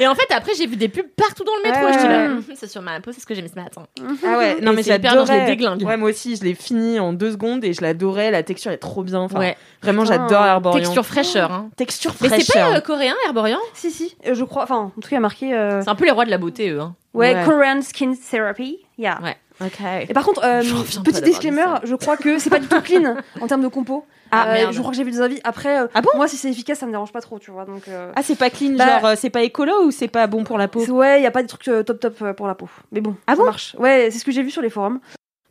[SPEAKER 1] Et en fait, après, j'ai vu des pubs partout dans le métro.
[SPEAKER 4] Ouais,
[SPEAKER 1] je dis,
[SPEAKER 4] ouais,
[SPEAKER 1] là,
[SPEAKER 4] ouais.
[SPEAKER 1] Hum, c'est sur ma peau, c'est ce que j'ai mis ce matin.
[SPEAKER 2] Ah ouais, non
[SPEAKER 1] Et
[SPEAKER 2] mais
[SPEAKER 1] c'est hyper bien, je
[SPEAKER 2] j'adorais.
[SPEAKER 1] les déglingue.
[SPEAKER 2] Ouais, moi aussi, je l'ai fini en deux secondes et je l'adorais. La texture est trop bien. Enfin,
[SPEAKER 1] ouais.
[SPEAKER 2] Vraiment,
[SPEAKER 4] Putain.
[SPEAKER 2] j'adore Herborian.
[SPEAKER 1] Texture fraîcheur. hein.
[SPEAKER 2] texture
[SPEAKER 1] Mais
[SPEAKER 2] fraîche.
[SPEAKER 1] c'est pas euh, coréen, Herborian
[SPEAKER 4] Si, si, euh, je crois, enfin, en tout cas, marqué. euh,
[SPEAKER 1] C'est un peu les rois de la beauté, eux. hein.
[SPEAKER 4] Ouais,
[SPEAKER 2] Ouais.
[SPEAKER 4] Korean Skin Therapy. Yeah.
[SPEAKER 1] Ouais.
[SPEAKER 4] Et par contre, euh,
[SPEAKER 1] Je reviens pas
[SPEAKER 4] petit
[SPEAKER 1] d'avoir
[SPEAKER 4] disclaimer,
[SPEAKER 1] dit ça.
[SPEAKER 4] je crois que c'est pas du tout clean en termes de compo. Euh,
[SPEAKER 1] Ah, merde.
[SPEAKER 4] Je crois que j'ai vu des avis. Après, euh,
[SPEAKER 2] Ah bon
[SPEAKER 4] moi, si c'est efficace, ça me dérange pas trop, tu vois. Donc, euh,
[SPEAKER 2] Ah, c'est pas clean,
[SPEAKER 4] Bah-
[SPEAKER 2] genre euh, c'est pas écolo ou c'est pas bon pour la peau
[SPEAKER 4] c'est- ouais, y a pas de trucs euh, top top euh, pour la peau. Mais bon,
[SPEAKER 2] Ah
[SPEAKER 4] ça
[SPEAKER 2] bon
[SPEAKER 4] marche. Ouais, c'est ce que j'ai vu sur les forums.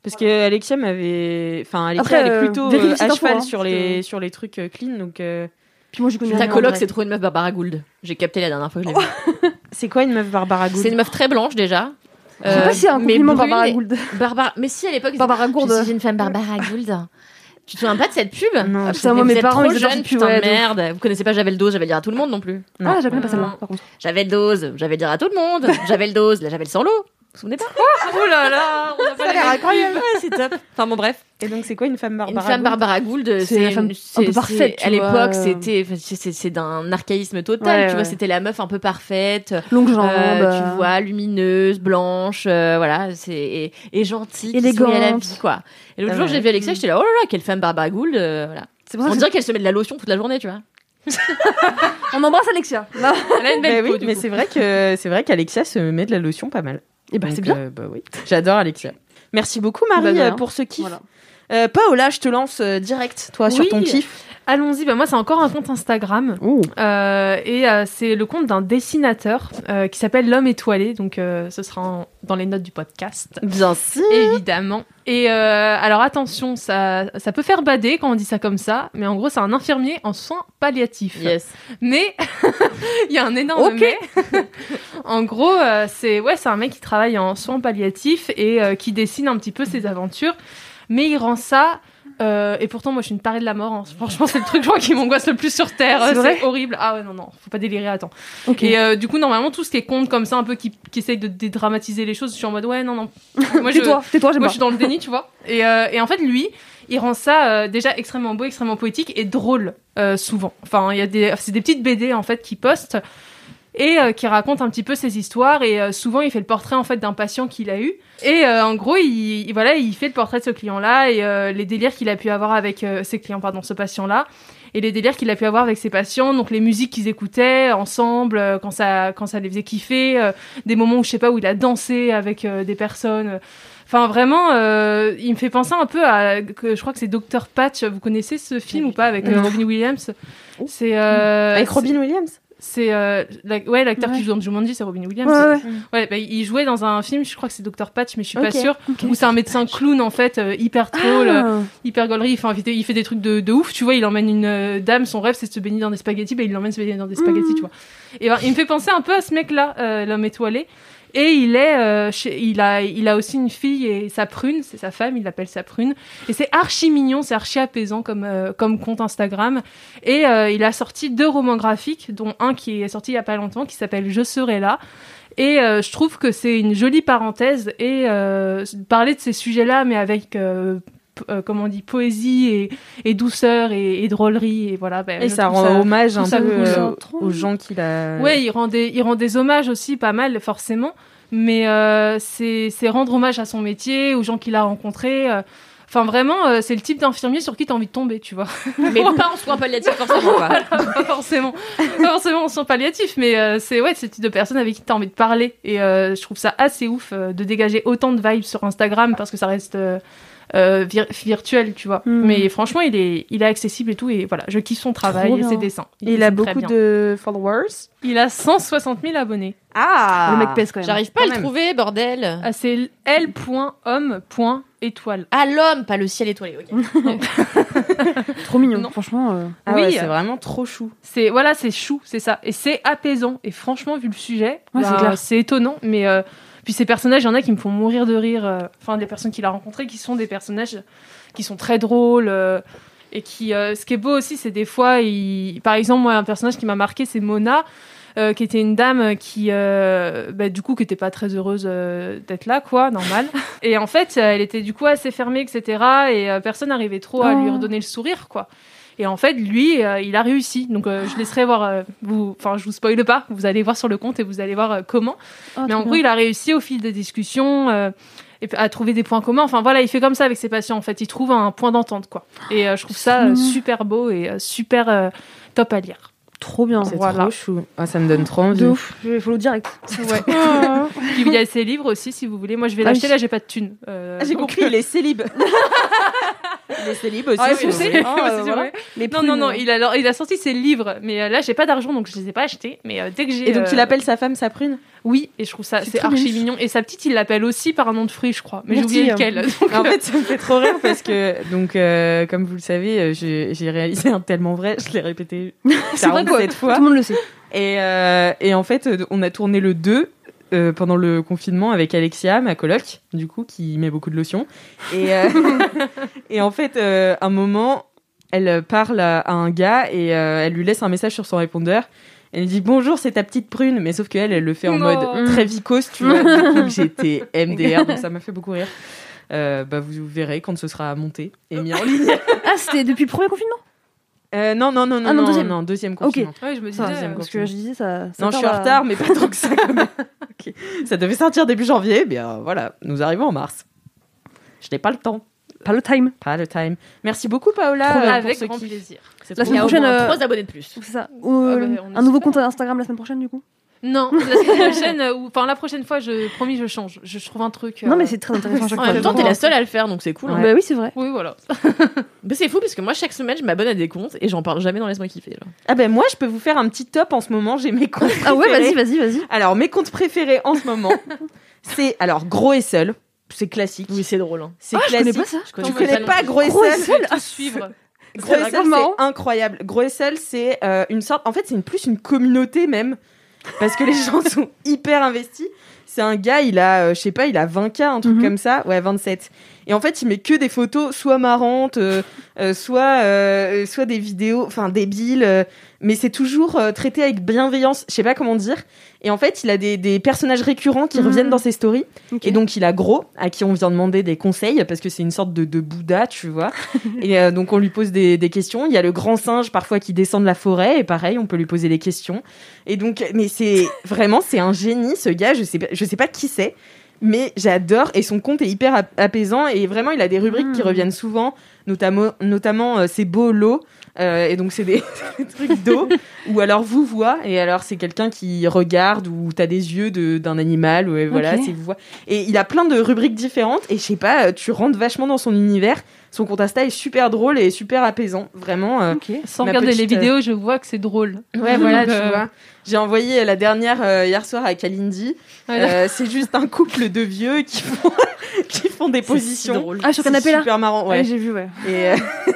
[SPEAKER 2] Parce que Alexia m'avait. Enfin, Alexia,
[SPEAKER 4] Après,
[SPEAKER 2] elle est
[SPEAKER 4] euh,
[SPEAKER 2] plutôt
[SPEAKER 4] vérifie
[SPEAKER 2] euh,
[SPEAKER 4] cette
[SPEAKER 2] à
[SPEAKER 4] info,
[SPEAKER 2] cheval
[SPEAKER 4] hein,
[SPEAKER 2] sur,
[SPEAKER 4] parce
[SPEAKER 2] les, sur les trucs euh, clean. Donc, euh,
[SPEAKER 4] Puis moi, je connais.
[SPEAKER 1] Ta
[SPEAKER 4] rien, en
[SPEAKER 1] coloc,
[SPEAKER 4] vrai.
[SPEAKER 1] c'est trop une meuf Barbara Gould. J'ai capté la dernière fois que je l'ai vue.
[SPEAKER 2] c'est quoi une meuf Barbara Gould
[SPEAKER 1] C'est une meuf très blanche déjà.
[SPEAKER 4] Je sais
[SPEAKER 1] Euh,
[SPEAKER 4] pas si c'est un
[SPEAKER 1] mais
[SPEAKER 4] compliment
[SPEAKER 1] brune
[SPEAKER 4] Barbara
[SPEAKER 1] et-
[SPEAKER 4] Gould.
[SPEAKER 1] Barbara- Mais si, à l'époque, ils
[SPEAKER 4] Barbara
[SPEAKER 1] Je
[SPEAKER 4] Gourde.
[SPEAKER 1] suis une femme Barbara Gould. Tu te souviens pas de cette pub
[SPEAKER 2] Non.
[SPEAKER 1] Ah,
[SPEAKER 4] Putain,
[SPEAKER 1] mais
[SPEAKER 4] moi,
[SPEAKER 1] vous
[SPEAKER 4] mes
[SPEAKER 1] êtes
[SPEAKER 4] parents,
[SPEAKER 1] trop
[SPEAKER 4] ils adorent
[SPEAKER 1] jeune,
[SPEAKER 4] cette pub,
[SPEAKER 1] putain de
[SPEAKER 4] ouais, de
[SPEAKER 1] merde. Vous connaissez pas J'avais le dos, j'avais le dire à tout le monde non plus.
[SPEAKER 2] Non.
[SPEAKER 4] Ah, j'appelle pas
[SPEAKER 1] Non.
[SPEAKER 4] celle-là, par contre.
[SPEAKER 1] J'avais le dose, j'avais le dire à tout le monde. J'avais le dose, là j'avais le sans l'eau. Vous vous souvenez pas Oh là là, on a pas
[SPEAKER 2] l'air incroyable.
[SPEAKER 1] Ouais, c'est top. Enfin bon bref,
[SPEAKER 2] Et donc, c'est quoi une femme Barbara
[SPEAKER 1] une femme
[SPEAKER 2] Gould
[SPEAKER 1] Barbara Gould,
[SPEAKER 4] C'est la
[SPEAKER 1] une-
[SPEAKER 4] femme un
[SPEAKER 1] c'est-
[SPEAKER 4] peu parfaite,
[SPEAKER 1] c'est-
[SPEAKER 4] tu
[SPEAKER 1] À
[SPEAKER 4] vois.
[SPEAKER 1] l'époque, c'était enfin, c'est- c'est c'est d'un archaïsme total,
[SPEAKER 4] Ouais,
[SPEAKER 1] tu vois,
[SPEAKER 4] ouais.
[SPEAKER 1] c'était la meuf un peu parfaite,
[SPEAKER 4] Longue jambe.
[SPEAKER 1] euh,
[SPEAKER 4] euh,
[SPEAKER 1] tu vois, lumineuse, blanche, euh, voilà, c'est et, et gentille, qui
[SPEAKER 4] Élégante.
[SPEAKER 1] sourit à la vie quoi. Et l'autre
[SPEAKER 2] Ah
[SPEAKER 1] jour,
[SPEAKER 2] ouais.
[SPEAKER 1] j'ai vu Alexia, j'étais là, oh là là, quelle femme Barbara Gould, euh, voilà.
[SPEAKER 4] C'est pour ça
[SPEAKER 1] On
[SPEAKER 4] que
[SPEAKER 1] dirait qu'elle se met de la lotion toute la journée, tu vois.
[SPEAKER 4] c'est- on embrasse Alexia. Non.
[SPEAKER 1] Elle
[SPEAKER 3] Ben
[SPEAKER 1] a une
[SPEAKER 2] Bah oui, mais c'est vrai que c'est vrai qu'Alexia se met de la lotion pas mal. Et
[SPEAKER 4] bah, c'est bien.
[SPEAKER 2] bah oui, j'adore Alexia. Merci beaucoup
[SPEAKER 4] Bah,
[SPEAKER 2] Marie
[SPEAKER 4] de rien.
[SPEAKER 2] euh, pour ce kiff.
[SPEAKER 4] Voilà.
[SPEAKER 2] Euh, Paola, je te lance euh, direct toi sur
[SPEAKER 3] Oui.
[SPEAKER 2] ton kiff.
[SPEAKER 3] Allons-y, bah moi c'est encore un compte Instagram euh, et euh, c'est le compte d'un dessinateur euh, qui s'appelle L'homme étoilé, donc euh, ce sera en- dans les notes du podcast.
[SPEAKER 2] Bien sûr.
[SPEAKER 3] Euh, Évidemment. Et euh, alors attention, ça, ça peut faire bader quand on dit ça comme ça, mais en gros c'est un infirmier en soins palliatifs.
[SPEAKER 1] Yes.
[SPEAKER 3] Mais il y a un énorme
[SPEAKER 2] Ok.
[SPEAKER 3] mais. en gros, euh, c'est ouais, c'est un mec qui travaille en soins palliatifs et euh, qui dessine un petit peu ses aventures, mais il rend ça. euh, et pourtant, moi, je suis une tarée de la mort. hein. Franchement, c'est le truc je crois, qui m'angoisse le plus sur terre.
[SPEAKER 4] C'est
[SPEAKER 3] Euh,
[SPEAKER 4] vrai
[SPEAKER 3] C'est horrible. Ah ouais, non, non, faut pas délirer. Attends.
[SPEAKER 4] Ok.
[SPEAKER 3] Et euh, du coup, normalement, tout ce qui est conte comme ça, un peu qui, qui essaye de dédramatiser les choses, je suis en mode ouais, non, non. Moi, je,
[SPEAKER 4] Tais-toi, tais-toi, j'aime pas.
[SPEAKER 3] moi, je suis dans le déni, tu vois. Et, euh, et en fait, lui, il rend ça euh, déjà extrêmement beau, extrêmement poétique et drôle, euh, souvent. Enfin, il y a des, c'est des petites BD, en fait, qui postent et euh, qui racontent un petit peu ses histoires. Et euh, souvent, il fait le portrait, en fait, d'un patient qu'il a eu. Et euh, en gros, il, il- voilà, il fait le portrait de ce client-là et euh, les délires qu'il a pu avoir avec euh, ses clients, pardon, ce patient-là. Et les délires qu'il a pu avoir avec ses patients, donc les musiques qu'ils écoutaient ensemble, euh, quand ça, quand ça les faisait kiffer, euh, des moments où je sais pas où il a dansé avec euh, des personnes. Enfin, vraiment, euh, il me fait penser un peu à. que je crois que c'est Dr. Patch. Vous connaissez ce film ou pas avec euh,
[SPEAKER 2] Non.
[SPEAKER 3] Robin Williams C'est. euh,
[SPEAKER 2] Avec Robin Williams.
[SPEAKER 3] C'est. euh, la- ouais, l'acteur
[SPEAKER 4] Ouais.
[SPEAKER 3] qui joue dans Jumanji, c'est Robin Williams.
[SPEAKER 4] Ouais, ouais.
[SPEAKER 3] Ouais, bah, il jouait dans un film, je crois que c'est Dr. Patch, mais je suis
[SPEAKER 2] Ok.
[SPEAKER 3] pas sûre, où c'est un médecin clown, en fait, euh, hyper troll, euh,
[SPEAKER 4] Ah.
[SPEAKER 3] hyper gaulerie, enfin, il fait, il fait des trucs de, de ouf, tu vois, il emmène une euh, dame, son rêve, c'est de se baigner dans des spaghettis, bah, il l'emmène se baigner dans des
[SPEAKER 2] Mmh.
[SPEAKER 3] spaghettis, tu vois. Et ben, il me fait penser un peu à ce mec-là, euh, l'homme étoilé, et il est, euh, chez- il a, il a aussi une fille et sa prune, c'est sa femme, il l'appelle sa prune, et c'est archi mignon, c'est archi apaisant comme, euh, comme compte Instagram, et euh, il a sorti deux romans graphiques, dont un qui est sorti il y a pas longtemps, qui s'appelle Je serai là, et euh, je trouve que c'est une jolie parenthèse et euh, parler de ces sujets-là, mais avec euh, p- euh, comment on dit poésie et, et douceur et, et drôlerie et voilà. ben,
[SPEAKER 2] Et
[SPEAKER 3] je
[SPEAKER 2] ça
[SPEAKER 3] trouve
[SPEAKER 2] rend hommage un
[SPEAKER 3] ça
[SPEAKER 2] peu
[SPEAKER 3] cool.
[SPEAKER 2] euh, aux gens qu'il a.
[SPEAKER 3] Ouais, il rend des il rend des hommages aussi pas mal forcément, mais euh, c'est c'est rendre hommage à son métier, aux gens qu'il a rencontrés. euh. Enfin vraiment, euh, c'est le type d'infirmier sur qui t'as envie de tomber, tu vois.
[SPEAKER 1] Mais pas en soins palliatifs forcément quoi.
[SPEAKER 3] pas forcément, pas forcément en soins palliatifs, mais euh, c'est ouais, c'est le type de personne avec qui t'as envie de parler. Et euh, je trouve ça assez ouf euh, de dégager autant de vibes sur Instagram parce que ça reste euh, euh, vir- virtuel, tu vois.
[SPEAKER 4] Mm.
[SPEAKER 3] Mais franchement, il est, il est accessible et tout. Et voilà, je kiffe son travail et
[SPEAKER 4] bien.
[SPEAKER 3] ses dessins.
[SPEAKER 2] Et il a
[SPEAKER 3] dessine très
[SPEAKER 2] beaucoup
[SPEAKER 3] bien.
[SPEAKER 2] de followers.
[SPEAKER 3] Il a 160 000 abonnés.
[SPEAKER 2] Ah.
[SPEAKER 4] Le mec pèse quand même. Euh.
[SPEAKER 1] J'arrive pas à
[SPEAKER 2] Quand
[SPEAKER 1] le
[SPEAKER 2] même.
[SPEAKER 1] trouver, bordel.
[SPEAKER 3] Ah, c'est l.homme.étoilé étoile.
[SPEAKER 1] Ah, l'homme, pas le ciel étoilé. ok.
[SPEAKER 4] Trop mignon, franchement. euh,
[SPEAKER 2] Ah
[SPEAKER 3] Oui.
[SPEAKER 2] ouais, c'est vraiment trop chou.
[SPEAKER 3] C'est voilà, c'est chou, c'est ça, et c'est apaisant. Et franchement, vu le sujet,
[SPEAKER 4] Ouais, c'est
[SPEAKER 3] bah,
[SPEAKER 4] clair.
[SPEAKER 3] c'est étonnant. Mais euh, puis ces personnages, il y en a qui me font mourir de rire. euh, Enfin, des personnes qu'il a rencontrées, qui sont des personnages qui sont très drôles. euh, et qui, euh, ce qui est beau aussi, c'est des fois, il- par exemple, moi, un personnage qui m'a marqué, c'est Mona. euh, qui était une dame qui, euh, bah, du coup, qui était pas très heureuse euh, d'être là, quoi, normal. Et en fait, euh, elle était du coup assez fermée, etc. Et euh, personne n'arrivait trop à lui
[SPEAKER 4] Oh.
[SPEAKER 3] redonner le sourire, quoi. Et en fait, lui, euh, il a réussi. Donc, euh, je laisserai voir. euh, vous, enfin, je vous spoile pas. Vous allez voir sur le compte et vous allez voir euh, comment.
[SPEAKER 4] oh,
[SPEAKER 3] Mais
[SPEAKER 4] trop
[SPEAKER 3] en gros,
[SPEAKER 4] bien.
[SPEAKER 3] il a réussi au fil des discussions euh, et à trouver des points communs. Enfin, voilà, il fait comme ça avec ses patients. En fait, il trouve un point d'entente, quoi. Et euh, je trouve ça euh,
[SPEAKER 4] mignon.
[SPEAKER 3] super beau et euh, super euh, top à lire.
[SPEAKER 4] Trop bien.
[SPEAKER 2] C'est
[SPEAKER 3] Voilà.
[SPEAKER 2] trop chou. Ah, ça me donne trop envie.
[SPEAKER 4] De ouf, il faut le direct.
[SPEAKER 3] Ouais. Puis il y a ses livres aussi, si vous voulez. Moi, je vais
[SPEAKER 4] Ah
[SPEAKER 3] l'acheter.
[SPEAKER 4] oui.
[SPEAKER 3] Là, j'ai pas de thune. Euh,
[SPEAKER 2] Ah, J'ai
[SPEAKER 3] donc-
[SPEAKER 2] compris, il est célib. il est célib aussi.
[SPEAKER 3] Ah,
[SPEAKER 2] si
[SPEAKER 3] oui,
[SPEAKER 2] vous
[SPEAKER 3] oui.
[SPEAKER 2] voulez.
[SPEAKER 3] Ah, euh, voilà.
[SPEAKER 4] Les
[SPEAKER 3] Non,
[SPEAKER 4] prunes,
[SPEAKER 3] non, non,
[SPEAKER 4] euh.
[SPEAKER 3] il a, il a sorti ses livres, mais euh, là j'ai pas d'argent donc je les ai pas achetés. Mais euh, dès que j'ai.
[SPEAKER 2] Et donc,
[SPEAKER 3] euh,
[SPEAKER 2] il appelle sa femme sa prune
[SPEAKER 3] Oui, et je trouve ça,
[SPEAKER 4] C'est
[SPEAKER 3] c'est
[SPEAKER 4] trop
[SPEAKER 3] archi
[SPEAKER 4] mignon.
[SPEAKER 3] mignon. Et sa petite, il l'appelle aussi par un nom de fruit, je crois. Mais j'ai
[SPEAKER 4] Merci,
[SPEAKER 3] oublié
[SPEAKER 4] hein.
[SPEAKER 3] lequel. donc,
[SPEAKER 2] En fait, ça me fait trop rire parce que, donc, euh, comme vous le savez, euh, j'ai j'ai réalisé un tellement vrai, je l'ai répété
[SPEAKER 4] C'est vrai quoi.
[SPEAKER 2] 47
[SPEAKER 4] Tout
[SPEAKER 2] fois.
[SPEAKER 4] le monde le sait.
[SPEAKER 2] Et, euh, et en fait, euh, on a tourné le 2 euh, pendant le confinement avec Alexia, ma coloc, du coup, qui met beaucoup de lotion. Et, euh, et en fait, euh, un moment, elle parle à, à un gars et euh, elle lui laisse un message sur son répondeur. Elle lui dit bonjour, c'est ta petite prune, mais sauf qu'elle, elle le fait en
[SPEAKER 3] Non.
[SPEAKER 2] mode
[SPEAKER 4] Mm.
[SPEAKER 2] très vicose, tu vois. Du coup, J'étais MDR, donc ça m'a fait beaucoup rire. Euh, bah, vous verrez quand ce sera monté et mis en ligne.
[SPEAKER 4] Ah, c'était depuis le premier confinement
[SPEAKER 2] Euh, non, non, non, non,
[SPEAKER 4] Ah non,
[SPEAKER 2] non,
[SPEAKER 4] deuxième.
[SPEAKER 2] non, deuxième confinement.
[SPEAKER 3] ouais, je me disais.
[SPEAKER 4] Ça,
[SPEAKER 2] deuxième
[SPEAKER 3] euh,
[SPEAKER 2] quoi.
[SPEAKER 4] Parce que je disais ça. ça
[SPEAKER 2] Non, je suis
[SPEAKER 4] tarde
[SPEAKER 2] en
[SPEAKER 4] à-
[SPEAKER 2] retard, mais pas tant que ça. quand même. Ok. Ça devait sortir début janvier, eh bien voilà, nous arrivons en mars. Je n'ai pas le temps,
[SPEAKER 4] Pas Ah, le time.
[SPEAKER 2] pas le time. Merci beaucoup Paola. euh, pour
[SPEAKER 3] avec
[SPEAKER 2] ce
[SPEAKER 3] grand
[SPEAKER 2] kiff.
[SPEAKER 3] plaisir.
[SPEAKER 2] C'est
[SPEAKER 4] La
[SPEAKER 2] trop
[SPEAKER 1] Il y a
[SPEAKER 4] semaine
[SPEAKER 2] bien.
[SPEAKER 1] au moins
[SPEAKER 4] prochaine, euh,
[SPEAKER 1] trois abonnés de plus.
[SPEAKER 4] C'est ça. Ou, euh,
[SPEAKER 3] Ah bah, on
[SPEAKER 4] un nouveau
[SPEAKER 3] espère.
[SPEAKER 4] compte Instagram la semaine prochaine, du coup
[SPEAKER 3] Non, la semaine prochaine, euh, ou- enfin la prochaine fois, je promis, je change. Je trouve un truc. euh,
[SPEAKER 4] Non, mais c'est très intéressant à chaque
[SPEAKER 1] En
[SPEAKER 4] fois.
[SPEAKER 1] même temps, t'es la seule à le faire, donc c'est cool. hein.
[SPEAKER 4] Bah oui, c'est vrai.
[SPEAKER 3] Oui, voilà.
[SPEAKER 1] Mais c'est fou parce que moi, chaque semaine, je m'abonne à des comptes et j'en parle jamais dans Laisse-moi kiffer. genre.
[SPEAKER 2] Ah ben moi, je peux vous faire un petit top en ce moment. J'ai mes comptes.
[SPEAKER 4] Ah ouais,
[SPEAKER 2] préférés.
[SPEAKER 4] vas-y, vas-y, vas-y.
[SPEAKER 2] Alors mes comptes préférés en ce moment, c'est alors gros et seul, c'est classique.
[SPEAKER 1] Oui, c'est drôle. hein.
[SPEAKER 2] C'est
[SPEAKER 4] Ah, Je connais
[SPEAKER 2] classique.
[SPEAKER 4] pas ça.
[SPEAKER 1] Je
[SPEAKER 2] Tu
[SPEAKER 1] connais
[SPEAKER 2] connais
[SPEAKER 1] non
[SPEAKER 2] pas
[SPEAKER 1] plus.
[SPEAKER 2] gros et
[SPEAKER 4] Gros et
[SPEAKER 2] seul
[SPEAKER 4] seul
[SPEAKER 3] Tout suivre.
[SPEAKER 2] Gros et
[SPEAKER 4] C'est
[SPEAKER 2] Sel,
[SPEAKER 4] marrant.
[SPEAKER 2] c'est incroyable. Gros et Sel, c'est euh, une sorte. En fait, c'est une- plus une communauté même. Parce que les gens sont hyper investis. C'est un gars, il a, euh, je sais pas, il a 20K, un truc
[SPEAKER 4] Mhm.
[SPEAKER 2] comme ça. Ouais, 27. Et en fait, il met que des photos, soit marrantes, euh, euh, soit, euh, soit des vidéos, enfin débiles. euh, mais c'est toujours euh, traité avec bienveillance. Je sais pas comment dire. Et en fait, il a des, des personnages récurrents qui
[SPEAKER 4] Mhm.
[SPEAKER 2] reviennent dans ses stories.
[SPEAKER 4] Ok.
[SPEAKER 2] Et donc, il a Gros, à qui on vient demander des conseils, parce que c'est une sorte de, de Bouddha, tu vois. et euh, donc, on lui pose des, des questions. Il y a le grand singe, parfois, qui descend de la forêt, et pareil, on peut lui poser des questions. Et donc, mais c'est vraiment, c'est un génie, ce gars. Je sais pas, je sais pas qui c'est, mais j'adore. Et son compte est hyper ap- apaisant. Et vraiment, il a des rubriques qui
[SPEAKER 4] Mm.
[SPEAKER 2] reviennent souvent, notamment, notamment euh, c'est beau l'eau. Euh, et donc, c'est des, des trucs d'eau. ou alors, vous voit. Et alors, c'est quelqu'un qui regarde, ou t'as des yeux de- d'un animal, ou euh, voilà,
[SPEAKER 4] Ok.
[SPEAKER 2] c'est vous voit. Et il a plein de rubriques différentes. Et je sais pas, euh, tu rentres vachement dans son univers. Son compte Insta est super drôle et super apaisant. Vraiment. euh,
[SPEAKER 4] Ok.
[SPEAKER 3] Sans
[SPEAKER 2] Ma
[SPEAKER 3] regarder les
[SPEAKER 2] petite, euh,
[SPEAKER 3] vidéos, je vois que c'est drôle.
[SPEAKER 2] Ouais, voilà,
[SPEAKER 3] Donc,
[SPEAKER 2] tu
[SPEAKER 3] euh,
[SPEAKER 2] vois. J'ai envoyé la dernière euh, hier soir à Kalindi.
[SPEAKER 3] Voilà.
[SPEAKER 2] Euh, c'est juste un couple de vieux qui font, qui font des
[SPEAKER 1] C'est si
[SPEAKER 2] positions.
[SPEAKER 1] drôle.
[SPEAKER 4] Ah, sur
[SPEAKER 2] C'est
[SPEAKER 4] canapé là
[SPEAKER 2] super marrant,
[SPEAKER 4] Ah oui,
[SPEAKER 2] ouais.
[SPEAKER 4] j'ai vu, ouais.
[SPEAKER 2] Et, euh,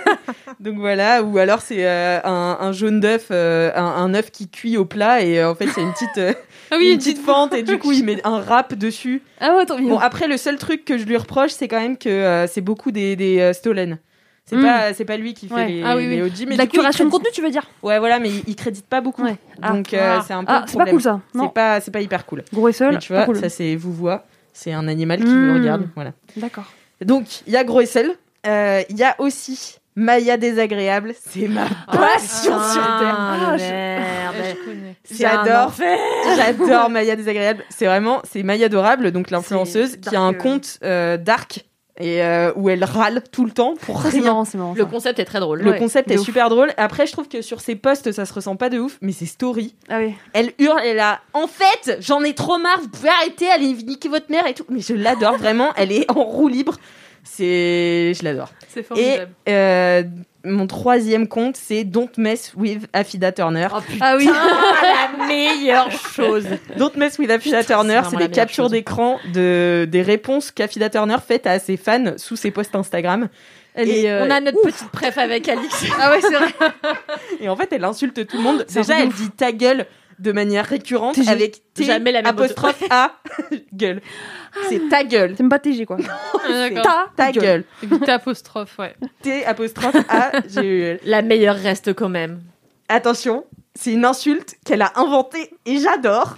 [SPEAKER 2] donc voilà, ou alors c'est euh, un, un jaune d'œuf, euh, un, un œuf qui cuit au plat et euh, en fait c'est une petite, euh,
[SPEAKER 3] Ah oui,
[SPEAKER 2] une petite fente et du coup il met un rap dessus.
[SPEAKER 4] Ah ouais, tant mieux.
[SPEAKER 2] Bon après le seul truc que je lui reproche c'est quand même que euh, c'est beaucoup des, des euh, Stolen. C'est
[SPEAKER 4] Mm.
[SPEAKER 2] pas c'est pas lui qui fait
[SPEAKER 4] Ouais.
[SPEAKER 2] les,
[SPEAKER 3] Ah oui, oui.
[SPEAKER 2] les OG, mais
[SPEAKER 4] la
[SPEAKER 2] du coup, il
[SPEAKER 4] curation de
[SPEAKER 2] crédite-
[SPEAKER 4] contenu, tu veux dire
[SPEAKER 2] Ouais voilà mais il, il crédite pas beaucoup.
[SPEAKER 4] Ouais. Ah.
[SPEAKER 2] Donc euh,
[SPEAKER 3] Ah.
[SPEAKER 2] c'est un peu
[SPEAKER 4] Ah,
[SPEAKER 2] le
[SPEAKER 4] c'est pas
[SPEAKER 2] problème.
[SPEAKER 4] cool ça. Non.
[SPEAKER 2] C'est pas c'est pas hyper cool.
[SPEAKER 4] Gros et seul.
[SPEAKER 2] Mais tu vois
[SPEAKER 4] pas cool.
[SPEAKER 2] ça c'est vous voit, c'est un animal qui
[SPEAKER 4] Mm.
[SPEAKER 2] vous regarde, voilà.
[SPEAKER 4] D'accord.
[SPEAKER 2] Donc, il y a Gros et Sel. Euh, Il y a aussi Maya Désagréable. C'est ma passion sur Terre.
[SPEAKER 1] Ah,
[SPEAKER 4] Ah, je-
[SPEAKER 1] merde.
[SPEAKER 3] je connais.
[SPEAKER 1] C'est un
[SPEAKER 2] J'adore.
[SPEAKER 1] enfer.
[SPEAKER 2] J'adore Maya Désagréable. C'est vraiment, c'est Maya Adorable, donc l'influenceuse,
[SPEAKER 4] C'est
[SPEAKER 2] qui a un
[SPEAKER 4] dark, euh.
[SPEAKER 2] compte euh, dark et euh, où elle râle tout le temps pour
[SPEAKER 4] Ça, c'est
[SPEAKER 2] rien.
[SPEAKER 4] marrant, c'est marrant.
[SPEAKER 1] Le
[SPEAKER 4] ça.
[SPEAKER 1] concept est très drôle.
[SPEAKER 2] Le
[SPEAKER 4] Ouais,
[SPEAKER 2] concept
[SPEAKER 4] de
[SPEAKER 2] est
[SPEAKER 4] ouf.
[SPEAKER 2] super drôle. Après, je trouve que sur ses posts, ça se ressent pas de ouf, mais ses stories,
[SPEAKER 4] Ah oui.
[SPEAKER 2] elle hurle, elle a. En fait, j'en ai trop marre, vous pouvez arrêter, allez niquer votre mère et tout. Mais je l'adore vraiment, elle est en roue libre. C'est, je l'adore.
[SPEAKER 3] C'est
[SPEAKER 2] Et
[SPEAKER 3] formidable.
[SPEAKER 2] euh, mon troisième compte, c'est Don't Mess with Affida Turner.
[SPEAKER 3] ah oui.
[SPEAKER 1] la meilleure Oh, chose.
[SPEAKER 2] Don't Mess with Affida Turner,
[SPEAKER 1] vraiment
[SPEAKER 2] c'est
[SPEAKER 1] la
[SPEAKER 2] des
[SPEAKER 1] meilleure
[SPEAKER 2] captures
[SPEAKER 1] chose.
[SPEAKER 2] d'écran de des réponses qu'Affida Turner fait à ses fans sous ses posts Instagram. Et, euh,
[SPEAKER 1] On a notre petite préf avec Alix.
[SPEAKER 3] Ah ouais, c'est vrai.
[SPEAKER 2] Et en fait, elle insulte tout le monde.
[SPEAKER 3] C'est
[SPEAKER 2] Déjà,
[SPEAKER 3] un
[SPEAKER 2] elle dit ta gueule de manière récurrente
[SPEAKER 3] T'es-
[SPEAKER 2] avec T
[SPEAKER 1] jamais la même
[SPEAKER 2] apostrophe A gueule. C'est ta gueule.
[SPEAKER 4] T'aimes pas TG, quoi.
[SPEAKER 3] Ah, D'accord.
[SPEAKER 2] Ta, ta
[SPEAKER 3] Gueule.
[SPEAKER 2] gueule.
[SPEAKER 3] Et puis t'as apostrophe, ouais.
[SPEAKER 2] T apostrophe A G U L.
[SPEAKER 1] La meilleure reste quand même.
[SPEAKER 2] Attention, c'est une insulte qu'elle a inventée et j'adore.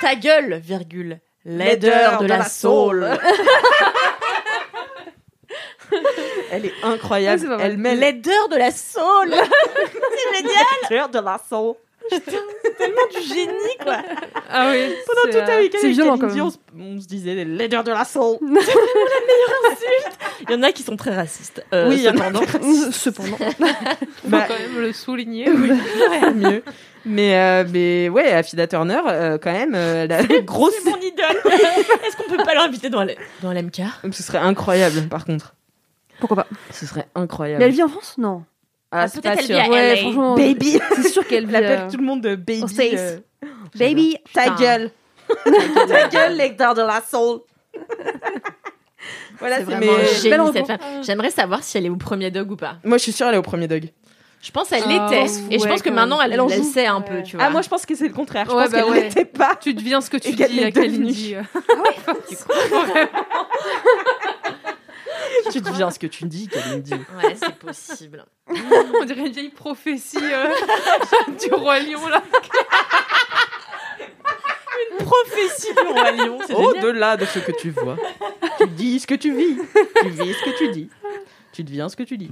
[SPEAKER 1] Ta gueule, virgule. L'aideur de, la soul.
[SPEAKER 2] elle est
[SPEAKER 3] Ah,
[SPEAKER 2] incroyable.
[SPEAKER 3] c'est pas mal.
[SPEAKER 2] elle met
[SPEAKER 1] L'aideur de la soul. C'est génial.
[SPEAKER 2] l'aideur de la soul.
[SPEAKER 1] Du génie, quoi.
[SPEAKER 3] Ah oui.
[SPEAKER 2] Pendant
[SPEAKER 3] c'est,
[SPEAKER 2] toute la
[SPEAKER 3] euh,
[SPEAKER 2] week-end,
[SPEAKER 4] c'est
[SPEAKER 2] avec
[SPEAKER 4] violent,
[SPEAKER 2] Kalindi,
[SPEAKER 4] quand même.
[SPEAKER 2] on se- on se disait l'aideur de la soul.
[SPEAKER 1] Il y en a qui sont très racistes.
[SPEAKER 2] Oui, il y en a.
[SPEAKER 1] cependant.
[SPEAKER 4] Cependant.
[SPEAKER 3] Faut
[SPEAKER 2] Bah,
[SPEAKER 3] quand même le souligner.
[SPEAKER 2] tant mieux. Mais, euh, mais ouais, Affida Turner, euh, quand même, euh, elle a une grosse.
[SPEAKER 1] Mon idole. Est-ce qu'on peut pas l'inviter dans, la- dans l'MK
[SPEAKER 2] Ce serait incroyable, par contre.
[SPEAKER 4] Pourquoi pas
[SPEAKER 2] Ce serait
[SPEAKER 4] Mais elle
[SPEAKER 2] incroyable.
[SPEAKER 4] vit en France Non.
[SPEAKER 1] Ah,
[SPEAKER 2] c'est
[SPEAKER 1] peut-être
[SPEAKER 2] pas
[SPEAKER 1] elle
[SPEAKER 2] sûr.
[SPEAKER 1] vit à
[SPEAKER 4] Ouais,
[SPEAKER 1] LA.
[SPEAKER 4] franchement.
[SPEAKER 2] Baby.
[SPEAKER 4] C'est sûr qu'elle
[SPEAKER 2] Elle
[SPEAKER 4] vit.
[SPEAKER 2] appelle
[SPEAKER 4] euh,
[SPEAKER 2] tout le monde euh,
[SPEAKER 4] aux
[SPEAKER 2] baby.
[SPEAKER 4] States.
[SPEAKER 2] euh,
[SPEAKER 4] Baby.
[SPEAKER 2] ta
[SPEAKER 1] Putain.
[SPEAKER 2] gueule. ta gueule, l'acteur de la soul. voilà,
[SPEAKER 1] C'est
[SPEAKER 2] c'est
[SPEAKER 1] vraiment
[SPEAKER 2] mes.
[SPEAKER 1] un
[SPEAKER 4] Euh, Belle
[SPEAKER 1] génie,
[SPEAKER 4] rencontre. Ah.
[SPEAKER 1] cette femme. J'aimerais savoir si elle est au premier dog ou pas.
[SPEAKER 2] Moi, je suis sûre, elle est au premier dog.
[SPEAKER 1] Je pense qu'elle
[SPEAKER 3] Ah,
[SPEAKER 1] l'était.
[SPEAKER 4] ouais,
[SPEAKER 1] Et je pense que
[SPEAKER 4] quand
[SPEAKER 1] maintenant, elle,
[SPEAKER 4] même. Elle en
[SPEAKER 1] elle
[SPEAKER 4] joue.
[SPEAKER 1] sait un peu,
[SPEAKER 4] Ouais.
[SPEAKER 1] tu vois.
[SPEAKER 2] Ah, moi, je pense que c'est le contraire. Je
[SPEAKER 3] Ouais,
[SPEAKER 2] pense
[SPEAKER 3] bah
[SPEAKER 2] qu'elle
[SPEAKER 3] ouais.
[SPEAKER 2] l'était pas.
[SPEAKER 3] Tu deviens ce que tu
[SPEAKER 2] Et qu'elle
[SPEAKER 3] dis à
[SPEAKER 2] l'ait deviné.
[SPEAKER 3] Kalindi.
[SPEAKER 2] tu deviens ce que tu dis, Kalindi.
[SPEAKER 1] Ouais, c'est possible.
[SPEAKER 3] On dirait une vieille prophétie euh, du roi lion là.
[SPEAKER 1] Prophétie du roi lion, c'est génial.
[SPEAKER 2] Au-delà de ce que tu vois, tu dis ce que tu vis. Tu vis ce que tu dis. Tu deviens ce que tu dis.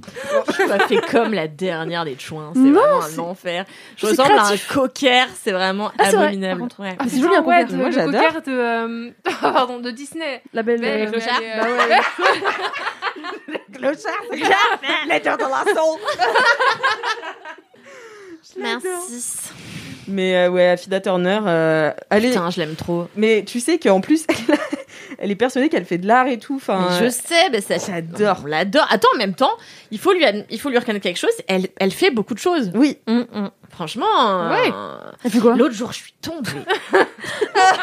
[SPEAKER 1] Tu m'as fait comme la dernière des chouins. C'est
[SPEAKER 4] Non,
[SPEAKER 1] vraiment un
[SPEAKER 4] c'est-
[SPEAKER 1] enfer. Je
[SPEAKER 4] c'est
[SPEAKER 1] ressemble à un
[SPEAKER 4] créatif.
[SPEAKER 1] cocker. C'est vraiment
[SPEAKER 4] Ah, c'est vrai,
[SPEAKER 1] abominable.
[SPEAKER 4] par
[SPEAKER 1] Ouais.
[SPEAKER 4] Ah, c'est joli un
[SPEAKER 3] ouais,
[SPEAKER 4] concert.
[SPEAKER 3] de-
[SPEAKER 2] Moi,
[SPEAKER 3] le
[SPEAKER 2] j'adore.
[SPEAKER 3] cocker de, euh, pardon, de Disney.
[SPEAKER 4] La belle.
[SPEAKER 3] Belle,
[SPEAKER 4] euh,
[SPEAKER 1] le chat.
[SPEAKER 3] belle,
[SPEAKER 4] Bah
[SPEAKER 3] euh,
[SPEAKER 4] ouais.
[SPEAKER 2] Le chat, l'aider dans la soul.
[SPEAKER 1] Merci.
[SPEAKER 2] Mais euh, ouais, Afida Turner, euh, elle est-
[SPEAKER 1] Putain, je l'aime trop.
[SPEAKER 2] Mais tu sais qu'en plus, elle, a- elle est persuadée qu'elle fait de l'art et tout. Enfin,
[SPEAKER 1] Mais je sais, mais ça,
[SPEAKER 2] J'adore.
[SPEAKER 1] On l'adore. Attends, en même temps, il faut lui, ad- il faut lui reconnaître quelque chose. Elle, elle fait beaucoup de choses.
[SPEAKER 2] euh, Oui.
[SPEAKER 1] Hum, hum. Franchement.
[SPEAKER 3] Ouais.
[SPEAKER 1] euh,
[SPEAKER 4] Elle fait quoi
[SPEAKER 1] L'autre jour, je suis tombée.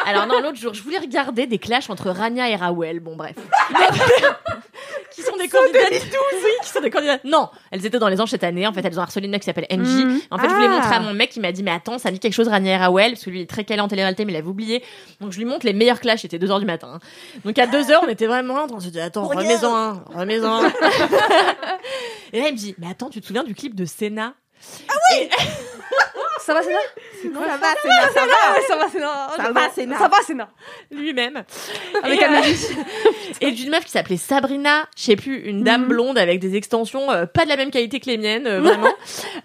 [SPEAKER 1] Alors non, l'autre jour, je voulais regarder des clashs entre Rania et Raoul. Bon, bref. qui sont des candidates. Oui, qui sont des candidates. Non, elles étaient dans les anges cette année. En fait, elles ont harcelé une meuf qui s'appelle Angie.
[SPEAKER 4] Mhm.
[SPEAKER 1] En fait, je voulais
[SPEAKER 2] Ah.
[SPEAKER 1] montrer à mon mec. Il m'a dit, mais attends, ça me dit quelque chose, Rania et Raoul. Parce que lui, il est très calé en télé-réalité, mais il avait oublié. Donc, je lui montre les meilleurs clashs. C'était 2h du matin. hein. Donc, à 2h, on était vraiment là. On se dit, attends,
[SPEAKER 2] Regarde.
[SPEAKER 1] remets-en un. Remets-en un. et là, il me dit, mais attends, tu te souviens du clip de Senna
[SPEAKER 4] Ça va, Sénat
[SPEAKER 2] Oh, ça va, c'est bien, ça va.
[SPEAKER 4] Ça va, Sénat
[SPEAKER 2] Ça va, Sénat.
[SPEAKER 4] Ça va, Sénat
[SPEAKER 1] Lui-même.
[SPEAKER 4] Avec
[SPEAKER 1] Et, euh,
[SPEAKER 4] Amélie.
[SPEAKER 1] Et d'une meuf qui s'appelait Sabrina, je sais plus, une
[SPEAKER 2] Mm-hmm.
[SPEAKER 1] dame blonde avec des extensions euh, pas de la même qualité que les miennes, euh, vraiment,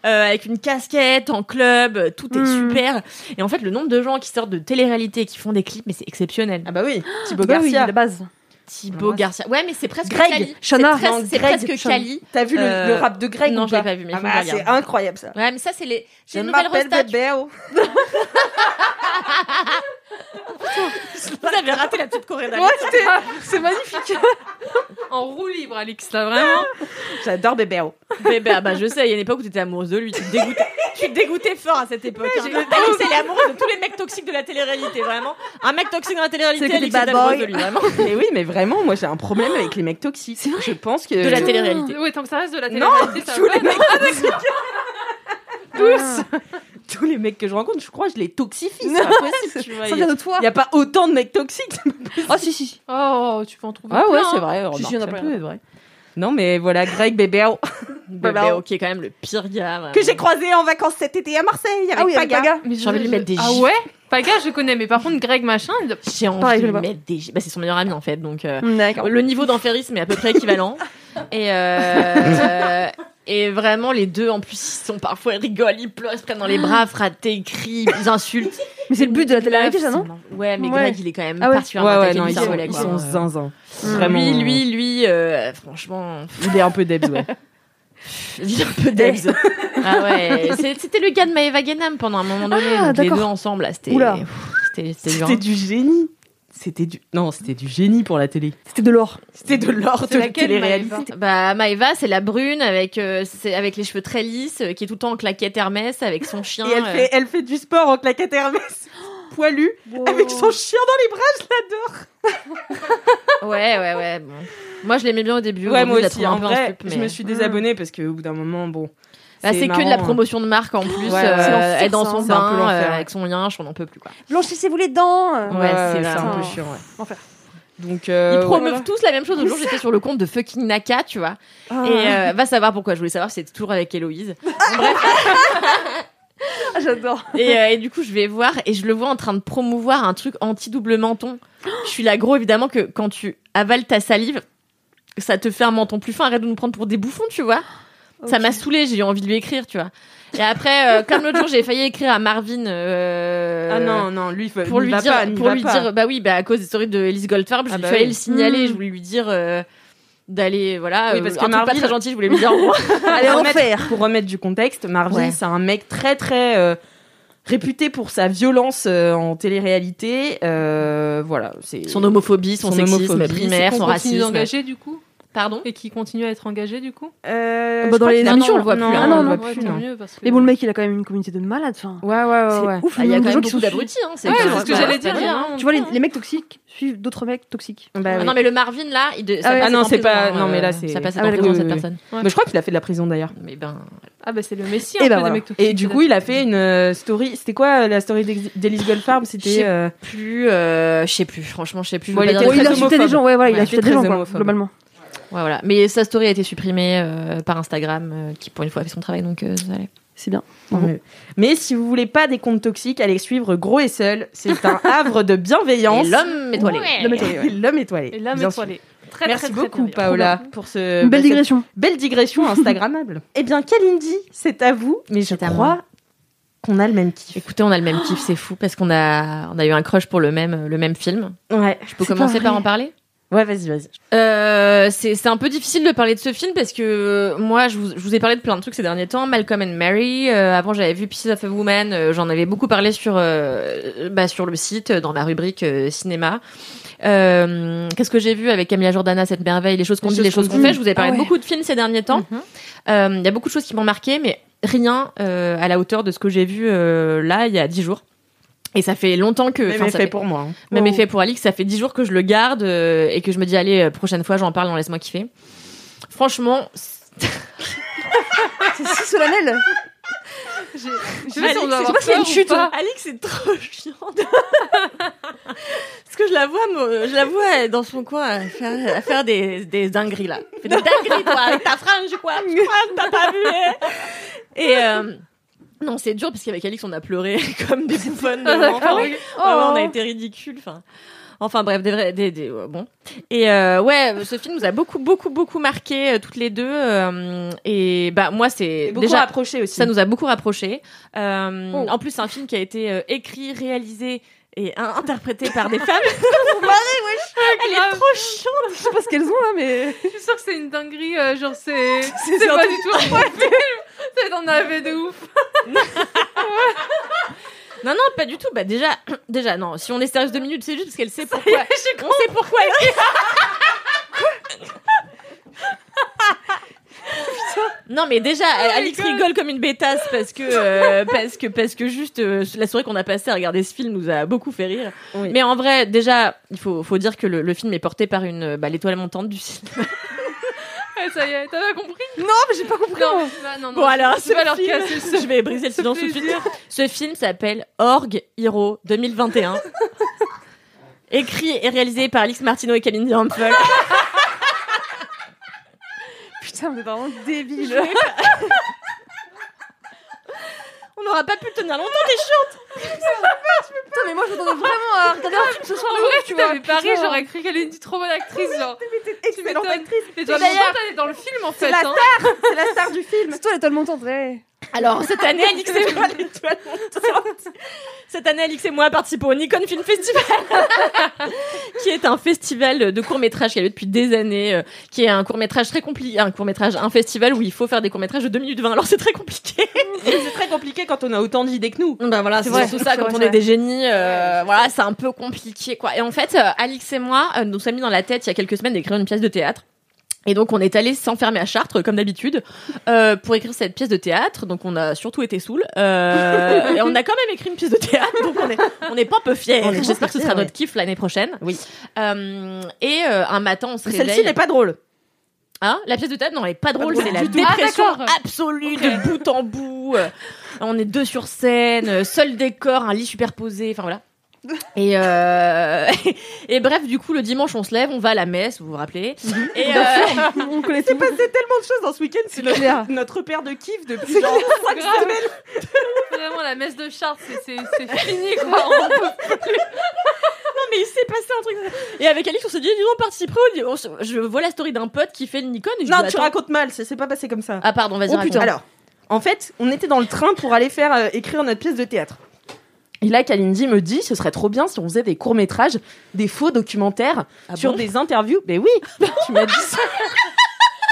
[SPEAKER 1] Euh, avec une casquette en club, euh, tout est
[SPEAKER 2] Mm.
[SPEAKER 4] Mhm.
[SPEAKER 1] super. Et en fait, le nombre de gens qui sortent de télé-réalité et qui font des clips, mais c'est exceptionnel.
[SPEAKER 2] Ah bah oui, Thibaut
[SPEAKER 4] Bah oui,
[SPEAKER 2] Garcia.
[SPEAKER 4] la base.
[SPEAKER 1] Thibaut
[SPEAKER 2] Ah,
[SPEAKER 1] Garcia, ouais, mais c'est presque
[SPEAKER 4] Greg,
[SPEAKER 1] Cali. C'est
[SPEAKER 4] Shana.
[SPEAKER 1] très-
[SPEAKER 2] Non,
[SPEAKER 1] c'est
[SPEAKER 2] Greg,
[SPEAKER 1] presque
[SPEAKER 4] Shana.
[SPEAKER 1] Cali.
[SPEAKER 2] T'as vu le,
[SPEAKER 1] Euh,
[SPEAKER 2] le rap de Greg
[SPEAKER 1] non,
[SPEAKER 2] ou
[SPEAKER 1] je l'ai
[SPEAKER 2] pas
[SPEAKER 1] pas vu, mais
[SPEAKER 2] Ah
[SPEAKER 1] faut que
[SPEAKER 2] bah,
[SPEAKER 1] je
[SPEAKER 2] c'est
[SPEAKER 1] regarde.
[SPEAKER 2] incroyable ça.
[SPEAKER 1] Ouais, mais ça c'est les.
[SPEAKER 2] Je
[SPEAKER 1] J'ai une hein. nouvelle
[SPEAKER 2] m'appelle
[SPEAKER 1] resta.
[SPEAKER 2] Bébéo.
[SPEAKER 1] Vous avez raté la petite choré
[SPEAKER 3] Ouais, c'était- c'est magnifique. en roue libre, Alix, là, vraiment.
[SPEAKER 2] J'adore oh. Bébéo.
[SPEAKER 1] Bébé, ah bah je sais, il y a une époque où t'étais amoureuse de lui, tu te dégoûtais, tu te dégoûtais fort à cette époque. Hein. Alix, elle est amoureuse de tous les mecs toxiques de la télé-réalité, vraiment. Un mec toxique dans la télé-réalité,
[SPEAKER 2] C'est que
[SPEAKER 1] Alix
[SPEAKER 2] des
[SPEAKER 1] est
[SPEAKER 2] bad
[SPEAKER 1] amoureuse
[SPEAKER 2] boys.
[SPEAKER 1] de lui, vraiment.
[SPEAKER 2] Mais oui, mais vraiment, moi j'ai un problème avec les mecs toxiques. Je pense que.
[SPEAKER 1] De la télé-réalité.
[SPEAKER 3] Oui, tant que ça reste de la télé.
[SPEAKER 2] Non, tous les mecs toxiques. Tous. Tous les mecs que je rencontre, je crois que je les toxifie. C'est pas possible, tu vois.
[SPEAKER 4] Ça vient de toi
[SPEAKER 2] Il n'y a pas autant de mecs toxiques.
[SPEAKER 4] Oh, si, si.
[SPEAKER 3] Oh, tu peux en trouver.
[SPEAKER 2] Ah ouais,
[SPEAKER 3] plein,
[SPEAKER 2] c'est
[SPEAKER 3] hein.
[SPEAKER 2] vrai.
[SPEAKER 4] Si, si, il y en a plein.
[SPEAKER 2] C'est vrai. Non, mais voilà, Greg Bébéo,
[SPEAKER 1] Bébé, ok, quand même le pire gars. vraiment.
[SPEAKER 2] que j'ai croisé en vacances cet été à Marseille avec
[SPEAKER 4] Ah oui, avec
[SPEAKER 2] Paga.
[SPEAKER 4] Paga.
[SPEAKER 3] Mais
[SPEAKER 1] J'ai envie de lui mettre des
[SPEAKER 3] Ah
[SPEAKER 1] gifles.
[SPEAKER 3] ouais Paga, je connais, mais par contre, Greg machin. il-
[SPEAKER 1] J'ai envie
[SPEAKER 4] Pareil, je le
[SPEAKER 1] de lui
[SPEAKER 4] vois.
[SPEAKER 1] mettre des. Bah, c'est son meilleur ami en fait, donc. euh,
[SPEAKER 2] Hmm,
[SPEAKER 4] D'accord.
[SPEAKER 1] Le niveau d'enferisme est à peu près équivalent. Et, euh, et vraiment, les deux, en plus, ils sont parfois, ils rigolent, ils pleurent, ils se prennent dans les bras, fratés, ils crient, ils insultent.
[SPEAKER 4] Ah. Mais c'est le but de la télé-réalité, ça, non
[SPEAKER 1] Ouais, mais
[SPEAKER 4] Ouais.
[SPEAKER 1] Greg, il est quand même
[SPEAKER 4] Ah ouais.
[SPEAKER 1] particulièrement attaqué du
[SPEAKER 2] ils sont,
[SPEAKER 1] cerveau, là,
[SPEAKER 2] ils
[SPEAKER 1] quoi. Mmh.
[SPEAKER 2] sont zinzins.
[SPEAKER 4] Mm.
[SPEAKER 2] Vraiment.
[SPEAKER 1] Lui, lui, lui, euh, franchement,
[SPEAKER 2] Il est un peu debs, ouais.
[SPEAKER 1] il est un
[SPEAKER 4] Eh.
[SPEAKER 1] peu debs. ah ouais, c'est- c'était le gars de Maeva Genam pendant un moment donné,
[SPEAKER 4] Ah,
[SPEAKER 1] donc les
[SPEAKER 4] d'accord.
[SPEAKER 1] deux ensemble, là, c'était.
[SPEAKER 4] Oula.
[SPEAKER 1] pff, C'était c'était dur.
[SPEAKER 2] C'était du génie. C'était du non, c'était du génie pour la télé.
[SPEAKER 4] C'était de l'or.
[SPEAKER 2] C'était de l'or de la télé
[SPEAKER 1] Bah Maëva, c'est la brune avec euh, c'est- avec les cheveux très lisses, euh, qui est tout le temps en claquette Hermès avec son chien.
[SPEAKER 2] Et elle
[SPEAKER 1] euh.
[SPEAKER 2] fait, elle fait du sport en claquette Hermès,
[SPEAKER 1] Oh.
[SPEAKER 2] poilue, avec son chien dans les bras. Je l'adore.
[SPEAKER 1] Ouais, ouais, ouais. bon. Moi, je l'aimais bien au début.
[SPEAKER 2] Ouais,
[SPEAKER 1] Aujourd'hui,
[SPEAKER 2] moi
[SPEAKER 1] je la
[SPEAKER 2] aussi.
[SPEAKER 1] trouve un
[SPEAKER 2] En
[SPEAKER 1] peu
[SPEAKER 2] vrai,
[SPEAKER 1] insup,
[SPEAKER 2] je
[SPEAKER 1] mais-
[SPEAKER 2] me suis désabonnée parce que au bout d'un moment, bon.
[SPEAKER 1] Bah, c'est que de la
[SPEAKER 2] marrant, hein.
[SPEAKER 1] promotion de marque en plus.
[SPEAKER 2] Ouais, ouais.
[SPEAKER 1] euh,
[SPEAKER 2] C'est
[SPEAKER 4] l'enfer,
[SPEAKER 1] elle est dans
[SPEAKER 4] ça,
[SPEAKER 1] son
[SPEAKER 2] c'est un peu
[SPEAKER 1] bain euh,
[SPEAKER 2] l'enfer, ouais.
[SPEAKER 1] avec son lynch, on n'en peut plus quoi.
[SPEAKER 4] Blanchissez-vous les dents.
[SPEAKER 1] Ouais,
[SPEAKER 2] Ouais,
[SPEAKER 1] c'est
[SPEAKER 2] ouais, c'est
[SPEAKER 1] vraiment-
[SPEAKER 2] un peu chiant. Ouais.
[SPEAKER 4] Enfer.
[SPEAKER 2] Donc,
[SPEAKER 1] Ils
[SPEAKER 2] euh, ouais,
[SPEAKER 1] promeuvent
[SPEAKER 2] voilà.
[SPEAKER 1] tous la même chose. Aujourd'hui, j'étais sur le compte de fucking Naka, tu vois.
[SPEAKER 4] Ah.
[SPEAKER 1] Et euh, va savoir pourquoi. Je voulais savoir si c'était toujours avec Héloïse.
[SPEAKER 4] Ah, J'adore.
[SPEAKER 1] Et, euh, et du coup, je vais voir et je le vois en train de promouvoir un truc anti-double menton. Je suis là, gros, évidemment, que quand tu avales ta salive, ça te fait un menton plus fin. Arrête de nous prendre pour des bouffons, tu vois. Ça
[SPEAKER 4] Ok.
[SPEAKER 1] m'a saoulé, j'ai eu envie de lui écrire, tu vois. Et après, euh, comme l'autre jour, j'ai failli écrire à Marvin. euh,
[SPEAKER 2] Ah non, non, lui, faut-
[SPEAKER 1] Pour
[SPEAKER 2] n'y
[SPEAKER 1] lui
[SPEAKER 2] va
[SPEAKER 1] dire,
[SPEAKER 2] pas, n'y
[SPEAKER 1] pour
[SPEAKER 2] va
[SPEAKER 1] lui
[SPEAKER 2] pas.
[SPEAKER 1] dire, bah oui, bah à cause des stories de Elise Goldfarb, je
[SPEAKER 2] Ah
[SPEAKER 1] lui
[SPEAKER 2] bah
[SPEAKER 1] fallait
[SPEAKER 2] oui.
[SPEAKER 1] le signaler, je voulais lui dire euh, d'aller, voilà,
[SPEAKER 2] Oui, parce
[SPEAKER 1] euh,
[SPEAKER 2] que
[SPEAKER 1] un truc pas
[SPEAKER 2] Marvin-
[SPEAKER 1] très gentil, je voulais lui dire.
[SPEAKER 2] Allez,
[SPEAKER 4] en
[SPEAKER 2] remettre-
[SPEAKER 4] faire.
[SPEAKER 2] Pour remettre du contexte, Marvin,
[SPEAKER 1] Ouais.
[SPEAKER 2] c'est un mec très très euh, réputé pour sa violence euh, en télé-réalité. Euh, voilà, c'est
[SPEAKER 1] son homophobie, son,
[SPEAKER 2] Son
[SPEAKER 1] sexisme
[SPEAKER 2] homophobie,
[SPEAKER 1] primaire,
[SPEAKER 3] Qui
[SPEAKER 1] son
[SPEAKER 3] continue
[SPEAKER 1] racisme.
[SPEAKER 3] d'engager du coup
[SPEAKER 1] Pardon.
[SPEAKER 3] Et qui continue à être engagé du coup
[SPEAKER 2] Euh,
[SPEAKER 4] Ah bah,
[SPEAKER 2] je
[SPEAKER 4] dans
[SPEAKER 2] crois
[SPEAKER 4] les-
[SPEAKER 2] qu'il a-
[SPEAKER 4] non,
[SPEAKER 2] non,
[SPEAKER 4] non,
[SPEAKER 1] on le voit
[SPEAKER 2] non, on
[SPEAKER 1] plus,
[SPEAKER 4] hein.
[SPEAKER 2] le
[SPEAKER 4] Ah, non,
[SPEAKER 2] voit
[SPEAKER 4] non,
[SPEAKER 2] plus,
[SPEAKER 3] tant
[SPEAKER 2] non.
[SPEAKER 3] mieux, parce que-
[SPEAKER 4] Mais bon, le mec, il a quand même une communauté de malades. Enfin,
[SPEAKER 2] Ouais, ouais, ouais, ouais.
[SPEAKER 4] c'est ouf. le
[SPEAKER 1] Ah, Il y a
[SPEAKER 4] nombre
[SPEAKER 1] quand
[SPEAKER 4] de
[SPEAKER 1] même
[SPEAKER 4] gens qui
[SPEAKER 1] beaucoup
[SPEAKER 4] sont suivis.
[SPEAKER 1] d'abrutis. Hein,
[SPEAKER 3] Ouais,
[SPEAKER 1] quand
[SPEAKER 3] c'est
[SPEAKER 1] même
[SPEAKER 3] ce que
[SPEAKER 1] pas-
[SPEAKER 3] j'allais
[SPEAKER 1] pas
[SPEAKER 3] dire. il y
[SPEAKER 1] rien,
[SPEAKER 3] en a
[SPEAKER 1] hein.
[SPEAKER 3] un
[SPEAKER 4] Tu vois, les,
[SPEAKER 3] temps,
[SPEAKER 4] les mecs toxiques suivent d'autres mecs toxiques.
[SPEAKER 2] Bah
[SPEAKER 1] Ah
[SPEAKER 2] oui.
[SPEAKER 1] non mais le Marvin là, il de- ça
[SPEAKER 2] Ah ouais,
[SPEAKER 1] passe
[SPEAKER 2] ah non,
[SPEAKER 1] en
[SPEAKER 2] c'est
[SPEAKER 1] prison,
[SPEAKER 2] pas-
[SPEAKER 1] hein,
[SPEAKER 2] non, mais là,
[SPEAKER 1] euh,
[SPEAKER 2] c'est-
[SPEAKER 1] ça passe
[SPEAKER 2] ah
[SPEAKER 1] en
[SPEAKER 2] ouais,
[SPEAKER 1] prison
[SPEAKER 2] oui,
[SPEAKER 1] cette
[SPEAKER 2] oui, oui.
[SPEAKER 1] personne.
[SPEAKER 2] Mais je crois qu'il a fait de la prison d'ailleurs.
[SPEAKER 1] Mais ben
[SPEAKER 3] Ah bah c'est le messie
[SPEAKER 4] Et
[SPEAKER 3] un
[SPEAKER 4] bah
[SPEAKER 3] peu des
[SPEAKER 4] voilà.
[SPEAKER 3] mecs toxiques.
[SPEAKER 2] Eh ben Et du coup, il a fait une euh, story. C'était quoi euh, la story d'Ex- d'Elise Goldfarb
[SPEAKER 1] Je sais
[SPEAKER 2] C'était euh,
[SPEAKER 1] plus, euh, je sais plus. Franchement, je sais plus. je
[SPEAKER 2] Bon,
[SPEAKER 1] veux
[SPEAKER 2] il
[SPEAKER 1] pas
[SPEAKER 2] était
[SPEAKER 1] dire
[SPEAKER 4] Bon,
[SPEAKER 1] de
[SPEAKER 4] il
[SPEAKER 2] très
[SPEAKER 4] a
[SPEAKER 1] conneries.
[SPEAKER 4] insulté des gens, ouais, voilà, il
[SPEAKER 2] Ouais,
[SPEAKER 4] a insulté
[SPEAKER 2] très
[SPEAKER 4] des gens, quoi,
[SPEAKER 2] homophobe.
[SPEAKER 4] globalement.
[SPEAKER 1] Ouais, voilà. Mais sa story a été supprimée euh, par Instagram, euh, qui pour une fois a fait son travail, donc euh, ça allait.
[SPEAKER 4] C'est bien.
[SPEAKER 2] mais- Mais si vous voulez pas des comptes toxiques, allez suivre Gros et Seul. C'est un havre de bienveillance.
[SPEAKER 1] Et l'homme étoilé.
[SPEAKER 2] L'homme étoilé. ouais. L'homme étoilé.
[SPEAKER 3] Et là,
[SPEAKER 2] bien
[SPEAKER 3] mais
[SPEAKER 2] sûr.
[SPEAKER 3] toi, les- très,
[SPEAKER 2] Merci
[SPEAKER 3] très, très,
[SPEAKER 2] beaucoup
[SPEAKER 3] très bien.
[SPEAKER 2] Paola pour ce
[SPEAKER 4] Une belle
[SPEAKER 2] bah, cette
[SPEAKER 4] digression.
[SPEAKER 2] belle digression Instagrammable. eh bien Kalindi, c'est à vous, mais je
[SPEAKER 1] C'est à
[SPEAKER 2] crois qu'on a le même kiff.
[SPEAKER 1] Écoutez, on a le même kiff, c'est fou, parce qu'on a, on a eu un crush pour le même, le même film.
[SPEAKER 2] Ouais,
[SPEAKER 1] Je peux commencer par en parler
[SPEAKER 2] ouais, vas-y, vas-y.
[SPEAKER 1] Euh, c'est c'est un peu difficile de parler de ce film parce que euh, moi, je vous, je vous ai parlé de plein de trucs ces derniers temps. Malcolm and Mary. euh, avant, j'avais vu Pieces of a Woman. euh, J'en avais beaucoup parlé sur euh, bah, sur le site euh, dans ma rubrique euh, cinéma. Euh, Qu'est-ce que j'ai vu avec Camilla Jordana, cette merveille, les choses qu'on
[SPEAKER 2] Les
[SPEAKER 1] dit, les
[SPEAKER 2] choses
[SPEAKER 1] choses
[SPEAKER 2] qu'on
[SPEAKER 1] qu'on
[SPEAKER 2] dit.
[SPEAKER 1] fait.
[SPEAKER 2] Mhm.
[SPEAKER 1] Je vous ai parlé
[SPEAKER 4] Ah ouais.
[SPEAKER 1] de beaucoup de films ces derniers temps. Euh, Il y a beaucoup de choses qui m'ont marqué, mais rien euh, à la hauteur de ce que j'ai vu euh, là il y a dix jours. Et ça fait longtemps que.
[SPEAKER 2] Même
[SPEAKER 1] enfin, ça
[SPEAKER 2] effet
[SPEAKER 1] fait-
[SPEAKER 2] pour moi. hein.
[SPEAKER 1] même
[SPEAKER 4] Wow.
[SPEAKER 1] effet pour Alix, ça fait 10 jours que je le garde euh, et que je me dis, allez, euh, prochaine fois, j'en parle, non, laisse-moi kiffer. Franchement, c'est-
[SPEAKER 4] C'est si solennel.
[SPEAKER 3] Je sais pas si on doit
[SPEAKER 1] Alix,
[SPEAKER 3] avoir
[SPEAKER 1] c'est- je sais pas
[SPEAKER 3] peur
[SPEAKER 1] s'il y a une hein
[SPEAKER 3] ou
[SPEAKER 2] hein.
[SPEAKER 3] pas.
[SPEAKER 1] Alix, c'est trop chiante. Parce que je la vois, moi, je la vois euh, dans son coin à faire, à faire des, des dingueries, là. Fais des dingueries, toi, avec ta frange, quoi. Tu crois que t'as pas vu, hein Et... euh, non, c'est dur parce qu'avec Alix, on a pleuré comme des bouffonnes. de l'enfant. Vraiment, on a été ridicule. Enfin, enfin bref, des vrais, des, des- ouais, bon. Et euh, ouais, ce film nous a beaucoup, beaucoup, beaucoup marqué euh, toutes les deux. euh, et bah moi, c'est
[SPEAKER 2] Et beaucoup
[SPEAKER 1] déjà
[SPEAKER 2] approché aussi.
[SPEAKER 1] ça nous a beaucoup rapprochés. Euh,
[SPEAKER 2] Oh.
[SPEAKER 1] En plus, c'est un film qui a été euh, écrit, réalisé et in- interprété par des femmes. Elle est trop chiante.
[SPEAKER 4] Je sais pas ce qu'elles ont là, mais.
[SPEAKER 3] Je suis sûre que c'est une dinguerie, euh, genre c'est.
[SPEAKER 4] C'est
[SPEAKER 3] C'est pas du tout un bon film. C'est en avait de ouf.
[SPEAKER 1] Non, non, pas du tout. Bah déjà, déjà, non. Si on est sérieuse deux minutes, c'est juste parce qu'elle sait pourquoi. on sait pourquoi. elle- non, mais déjà, Alix rigole comme une bêtasse parce que euh, parce que parce que juste euh, la soirée qu'on a passée à regarder ce film nous a beaucoup fait rire.
[SPEAKER 2] Oui.
[SPEAKER 1] Mais en vrai, déjà, il faut faut dire que le, le film est porté par une euh, bah, l'étoile montante du cinéma.
[SPEAKER 3] Ouais, ça y est, t'avais compris
[SPEAKER 4] Non, mais j'ai pas compris.
[SPEAKER 3] Non, bah, non, non.
[SPEAKER 1] Bon alors, ce
[SPEAKER 3] va leur
[SPEAKER 1] film,
[SPEAKER 3] casser ce-
[SPEAKER 1] je vais briser le
[SPEAKER 3] ce
[SPEAKER 1] silence tout de suite.
[SPEAKER 3] plaisir.
[SPEAKER 1] Ce film s'appelle Org Hero 2021. Écrit et réalisé par Alix Martino et Kalindi Hampel.
[SPEAKER 4] Putain, mais vraiment débile.
[SPEAKER 1] On n'aura pas pu le tenir longtemps, t'es
[SPEAKER 4] Putain, mais moi je m'attendais vraiment à regarder un film ce soir.
[SPEAKER 3] En vrai, si t'avais
[SPEAKER 4] putain.
[SPEAKER 3] pari, j'aurais cru qu'elle est une trop bonne actrice, genre.
[SPEAKER 2] Excellente
[SPEAKER 3] m'étonnes.
[SPEAKER 2] actrice.
[SPEAKER 3] Les doigts de
[SPEAKER 2] d'ailleurs,
[SPEAKER 3] Montand, elle est dans le film, en fait.
[SPEAKER 2] la
[SPEAKER 3] hein.
[SPEAKER 2] C'est la star du film.
[SPEAKER 4] C'est toi l'étoile montante, ouais.
[SPEAKER 1] Alors, cette année, Alix et moi, cette année, Alix et moi participons au Nikon Film Festival, qui est un festival de courts-métrages qui a lieu depuis des années, euh, qui est un court-métrage très compliqué, un court-métrage, un festival où il faut faire des courts-métrages de 2 minutes 20, alors c'est très compliqué.
[SPEAKER 2] Mais Oh. c'est très compliqué quand on a autant d'idées que nous.
[SPEAKER 1] Ben voilà, c'est
[SPEAKER 4] vrai,
[SPEAKER 1] surtout ça
[SPEAKER 4] c'est
[SPEAKER 1] quand
[SPEAKER 4] vrai,
[SPEAKER 1] on
[SPEAKER 4] c'est
[SPEAKER 1] est des génies, euh, voilà, c'est un peu compliqué quoi. Et en fait, euh, Alix et moi euh, nous sommes mis dans la tête il y a quelques semaines d'écrire une pièce de théâtre. Et donc on est allé s'enfermer à Chartres comme d'habitude euh, pour écrire cette pièce de théâtre. Donc on a surtout été saoul euh, et on a quand même écrit une pièce de théâtre. Donc on est on est pas un peu fiers.
[SPEAKER 5] On est pas
[SPEAKER 1] J'espère que ce
[SPEAKER 5] fiers,
[SPEAKER 1] sera
[SPEAKER 5] ouais.
[SPEAKER 1] notre kiff l'année prochaine. Oui. et euh, un matin on se
[SPEAKER 2] Celle-ci
[SPEAKER 1] réveille.
[SPEAKER 2] n'est pas drôle.
[SPEAKER 1] Hein la pièce de théâtre, non, elle est pas drôle,
[SPEAKER 3] drôle
[SPEAKER 1] c'est la
[SPEAKER 3] du tout.
[SPEAKER 1] dépression
[SPEAKER 3] Ah, d'accord.
[SPEAKER 1] absolue de bout en bout. Euh, On est deux sur scène, euh, seul décor, un lit superposé, enfin voilà. Et, euh, et bref, du coup, le dimanche, on se lève, on va à la messe, vous vous rappelez.
[SPEAKER 2] Mhm.
[SPEAKER 1] Et euh,
[SPEAKER 4] On connaît
[SPEAKER 2] C'est passé tellement de choses dans ce week-end, c'est
[SPEAKER 4] clair.
[SPEAKER 2] notre, notre père de kiff depuis genre 5
[SPEAKER 3] Grave.
[SPEAKER 2] semaines.
[SPEAKER 3] Vraiment, la messe de Chartres, c'est- c'est c'est fini, quoi. On peut-
[SPEAKER 1] mais il s'est passé un truc. Et avec Alix, on s'est dit, dis donc, participer. au- on se- Je vois la story d'un pote qui fait le Nikon. Et je
[SPEAKER 2] Non,
[SPEAKER 1] dis,
[SPEAKER 2] tu
[SPEAKER 1] attends.
[SPEAKER 2] racontes mal, c'est c'est pas passé comme ça.
[SPEAKER 1] Ah, pardon, vas-y,
[SPEAKER 2] Oh putain.
[SPEAKER 1] raconte.
[SPEAKER 2] Alors, en fait, on était dans le train pour aller faire euh, écrire notre pièce de théâtre. Et là, Kalindi me dit, ce serait trop bien si on faisait des courts-métrages, des faux documentaires
[SPEAKER 1] Ah
[SPEAKER 2] sur
[SPEAKER 1] bon
[SPEAKER 2] des interviews. Mais oui, tu m'as dit ça.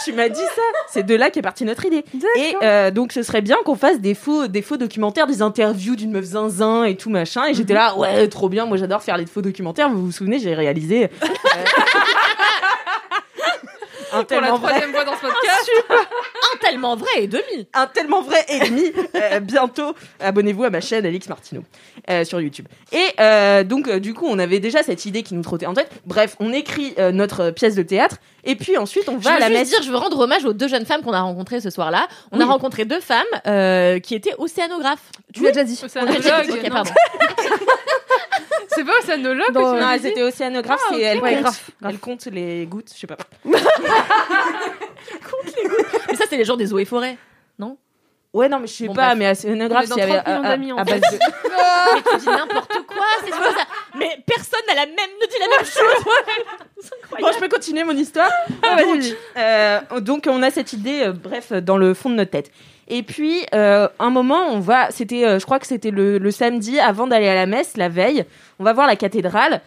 [SPEAKER 2] tu m'as dit ça. C'est de là qu'est partie notre idée. Et euh, donc, ce serait bien qu'on fasse des faux, des faux documentaires, des interviews d'une meuf zinzin et tout machin. Et j'étais là, ouais, trop bien. Moi, j'adore faire les faux documentaires. Vous vous souvenez, j'ai réalisé. euh, un
[SPEAKER 3] Pour la
[SPEAKER 2] tellement vrai- Ah,
[SPEAKER 3] troisième fois dans ce podcast.
[SPEAKER 1] Un Ah, tellement vrai et demi.
[SPEAKER 2] un tellement vrai ennemi. Euh, bientôt, abonnez-vous à ma chaîne Alix Martineau euh, sur YouTube. Et euh, donc, euh, du coup, on avait déjà cette idée qui nous trottait en tête. Bref, on écrit euh, notre pièce de théâtre et puis ensuite on
[SPEAKER 1] Je
[SPEAKER 2] va
[SPEAKER 1] veux
[SPEAKER 2] à la
[SPEAKER 1] juste
[SPEAKER 2] messe.
[SPEAKER 1] dire, je veux rendre hommage aux deux jeunes femmes qu'on a rencontrées ce soir-là. On a rencontré deux femmes euh, qui étaient océanographes.
[SPEAKER 4] Tu l'as déjà dit.
[SPEAKER 3] Océanologue.
[SPEAKER 1] Ok,
[SPEAKER 3] non.
[SPEAKER 1] pardon.
[SPEAKER 3] C'est pas océanologue que
[SPEAKER 2] Non,
[SPEAKER 3] tu m'as
[SPEAKER 2] elles
[SPEAKER 3] dit
[SPEAKER 2] étaient océanographes
[SPEAKER 3] Ah, ok.
[SPEAKER 2] et elles,
[SPEAKER 4] Ouais,
[SPEAKER 2] comptent,
[SPEAKER 4] grave,
[SPEAKER 2] elles comptent les gouttes, je sais pas.
[SPEAKER 1] Mais ça, c'est les gens des eaux et forêts.
[SPEAKER 2] Ouais, non, mais je sais
[SPEAKER 1] Bon,
[SPEAKER 2] pas,
[SPEAKER 1] bref.
[SPEAKER 2] mais océanographe,
[SPEAKER 3] On est dans
[SPEAKER 2] c'est à,
[SPEAKER 3] 30 millions
[SPEAKER 2] à-
[SPEAKER 3] d'amis, en
[SPEAKER 2] à
[SPEAKER 3] fait.
[SPEAKER 2] base de-
[SPEAKER 1] Mais tu dis n'importe quoi, c'est ça. Mais personne n'a la même, ne dit la même chose.
[SPEAKER 2] Bon, je peux continuer mon histoire. donc, euh, donc, on a cette idée, euh, bref, dans le fond de notre tête. Et puis, euh, un moment, on va, c'était, euh, je crois que c'était le, le samedi avant d'aller à la messe, la veille, on va voir la cathédrale.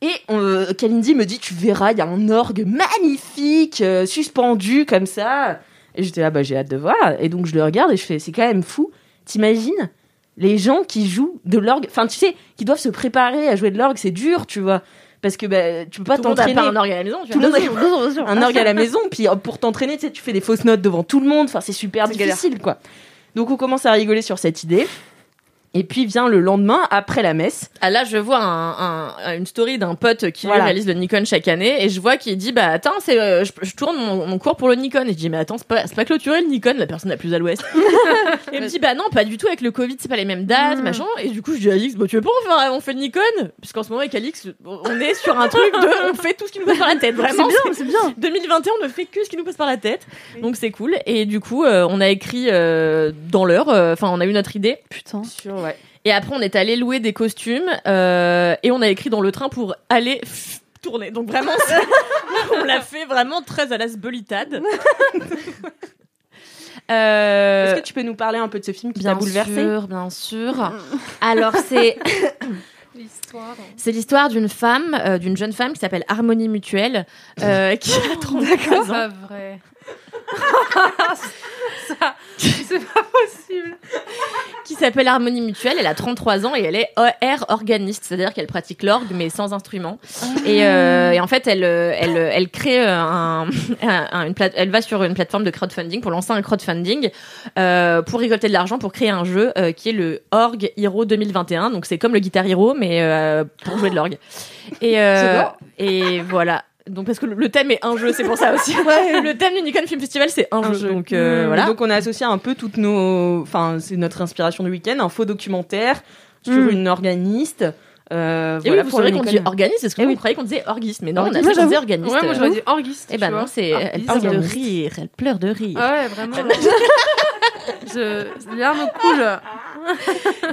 [SPEAKER 2] Et on- euh, Kalindi me dit, tu verras, il y a un orgue magnifique, euh, suspendu comme ça. Et j'étais là, bah, j'ai hâte de voir. Et donc, je le regarde et je fais, c'est quand même fou. T'imagines les gens qui jouent de l'orgue, enfin, tu sais, qui doivent se préparer à jouer de l'orgue, c'est dur, tu vois. Parce que bah, tu peux pas
[SPEAKER 1] Tout le monde a
[SPEAKER 2] t'entraîner
[SPEAKER 1] pas un orgue à la maison, tu
[SPEAKER 2] Tout le
[SPEAKER 1] vois.
[SPEAKER 2] monde a- un orgue à la maison, puis euh, pour t'entraîner, tu sais, tu fais des fausses notes devant tout le monde, enfin c'est super
[SPEAKER 4] C'est
[SPEAKER 2] difficile quoi. Donc on commence à rigoler sur cette idée. Et puis vient le lendemain après la messe.
[SPEAKER 1] Ah, là, je vois un- un- une story d'un pote qui lui
[SPEAKER 2] Voilà.
[SPEAKER 1] réalise le Nikon chaque année et je vois qu'il dit Bah attends, c'est, euh, je, je tourne mon, mon cours pour le Nikon. Et je dis Mais attends, c'est pas, c'est pas clôturé le Nikon, la personne la plus à l'ouest. et il me dit Bah non, pas du tout, avec le Covid, c'est pas les mêmes
[SPEAKER 4] Mm.
[SPEAKER 1] dates, machin. Et du coup, je dis à Alix Bah tu veux pas, on fait, on fait le Nikon Parce qu'en ce moment, avec Alix, on est sur un truc de On fait tout ce qui nous passe par la tête,
[SPEAKER 4] C'est
[SPEAKER 1] vraiment.
[SPEAKER 4] bien, c'est bien.
[SPEAKER 1] 2021, on ne fait que ce qui nous passe par la tête. Donc c'est cool. Et du coup, euh, on a écrit euh, dans l'heure, euh, enfin on a eu notre idée.
[SPEAKER 4] Putain.
[SPEAKER 1] Et après, on est allé louer des costumes euh, et on a écrit dans le train pour aller pff, tourner. Donc vraiment, c'est- on l'a fait vraiment très à la sbelitade. Euh,
[SPEAKER 2] Est-ce que tu peux nous parler un peu de ce film qui t'a
[SPEAKER 1] Bien
[SPEAKER 2] bouleversé
[SPEAKER 1] sûr, bien sûr. Alors c'est c'est l'histoire d'une femme, euh, d'une jeune femme qui s'appelle Harmonie Mutuelle, euh, qui a 33 ans.
[SPEAKER 3] C'est pas vrai. ça, c'est pas possible.
[SPEAKER 1] qui s'appelle Harmonie Mutuelle. Elle a 33 ans et elle est OR organiste, c'est-à-dire qu'elle pratique l'orgue mais sans instrument. Et, euh, et en fait, elle, euh, elle, euh, elle crée euh, un, un- une plate- elle va sur une plateforme de crowdfunding pour lancer un crowdfunding euh, pour récolter de l'argent pour créer un jeu euh, qui est le Org Hero 2021. Donc c'est comme le Guitar Hero mais euh, pour jouer de l'orgue. Et, euh, et voilà. Donc parce que le- le thème est un jeu, c'est pour ça aussi. Le thème du Nikon Film Festival, c'est un,
[SPEAKER 2] Un
[SPEAKER 1] jeu.
[SPEAKER 2] jeu.
[SPEAKER 1] Donc euh,
[SPEAKER 2] Et
[SPEAKER 1] voilà.
[SPEAKER 2] Donc on a associé un peu toutes nos, enfin c'est notre inspiration du week-end, un faux documentaire sur
[SPEAKER 4] Mm.
[SPEAKER 2] une organiste. Euh,
[SPEAKER 1] Et
[SPEAKER 2] voilà,
[SPEAKER 1] oui, vous
[SPEAKER 2] pour
[SPEAKER 1] saurez
[SPEAKER 2] le
[SPEAKER 1] qu'on dit
[SPEAKER 2] Nikon.
[SPEAKER 1] organiste, parce que
[SPEAKER 2] Eh
[SPEAKER 1] vous
[SPEAKER 2] oui.
[SPEAKER 1] croyez qu'on disait orgiste, mais non, on a
[SPEAKER 4] Moi,
[SPEAKER 1] dit qu'on disait
[SPEAKER 4] j'avoue.
[SPEAKER 1] organiste.
[SPEAKER 3] Ouais, moi j'aurais dit orguiste.
[SPEAKER 1] Eh ben
[SPEAKER 3] tu
[SPEAKER 1] non,
[SPEAKER 3] vois.
[SPEAKER 1] c'est, elle
[SPEAKER 3] Orguiste.
[SPEAKER 1] parle de
[SPEAKER 2] organiste.
[SPEAKER 1] rire, elle pleure de rire.
[SPEAKER 3] Ah ouais, vraiment. Je... L'arme coule. Ah.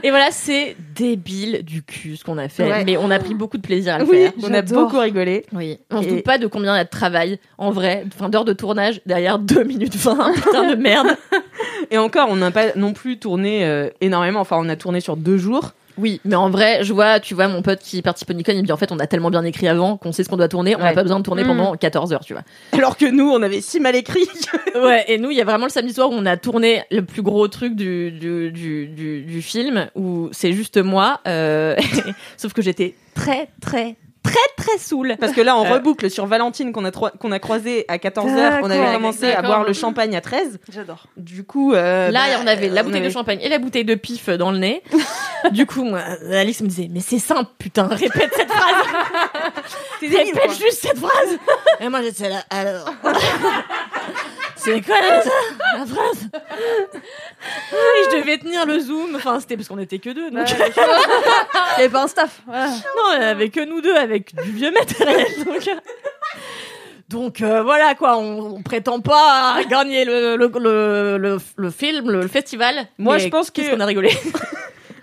[SPEAKER 1] Et voilà, c'est débile du cul ce qu'on a fait,
[SPEAKER 2] Ouais.
[SPEAKER 1] mais on a pris beaucoup de plaisir à le
[SPEAKER 2] Oui,
[SPEAKER 1] faire.
[SPEAKER 2] on a
[SPEAKER 4] J'adore.
[SPEAKER 2] beaucoup rigolé.
[SPEAKER 1] Oui. On se
[SPEAKER 2] Et-
[SPEAKER 1] doute pas de combien il y a de travail, en vrai, enfin, d'heures de tournage derrière 2 minutes 20, putain de merde.
[SPEAKER 2] Et encore, on n'a pas non plus tourné euh, énormément. Enfin, on a tourné sur deux jours.
[SPEAKER 1] Oui, mais en vrai, je vois, tu vois, mon pote qui participe au Nikon, il me dit en fait, on a tellement bien écrit avant qu'on sait ce qu'on doit tourner, on n'a
[SPEAKER 2] Ouais.
[SPEAKER 1] pas besoin de tourner
[SPEAKER 3] Mm.
[SPEAKER 1] pendant 14 heures, tu vois.
[SPEAKER 2] Alors que nous, on avait si mal écrit.
[SPEAKER 1] Ouais, et nous, il y a vraiment le samedi soir où on a tourné le plus gros truc du, du, du, du, du film, où c'est juste moi, euh, sauf que j'étais très, très, très, très saoule.
[SPEAKER 2] Parce que là, on
[SPEAKER 1] Euh.
[SPEAKER 2] reboucle sur Valentine qu'on a, troi- qu'on a croisé à 14h. On avait
[SPEAKER 4] D'accord.
[SPEAKER 2] commencé à
[SPEAKER 3] D'accord.
[SPEAKER 2] boire le champagne à 13.
[SPEAKER 4] J'adore.
[SPEAKER 2] Du coup, euh,
[SPEAKER 1] Là,
[SPEAKER 2] bah,
[SPEAKER 1] on avait la
[SPEAKER 2] on
[SPEAKER 1] bouteille de
[SPEAKER 2] avait-
[SPEAKER 1] champagne et la bouteille de pif dans le nez. du coup, moi, Alice me disait, mais c'est simple, putain, répète cette phrase, répète juste cette phrase. Et moi, j'étais là, alors. C'est quoi ça, la phrase Et je devais tenir le zoom, enfin, c'était parce qu'on était que deux. Donc...
[SPEAKER 4] Il y avait pas un staff. voilà.
[SPEAKER 1] Non, il n'y avait que nous deux avec du vieux matériel. Donc, euh. donc euh, voilà quoi, on, on prétend pas à gagner le, le, le, le, le film, le, le festival.
[SPEAKER 2] Moi,
[SPEAKER 1] mais
[SPEAKER 2] je pense
[SPEAKER 1] qu'est-ce
[SPEAKER 2] que-
[SPEAKER 1] qu'on a rigolé.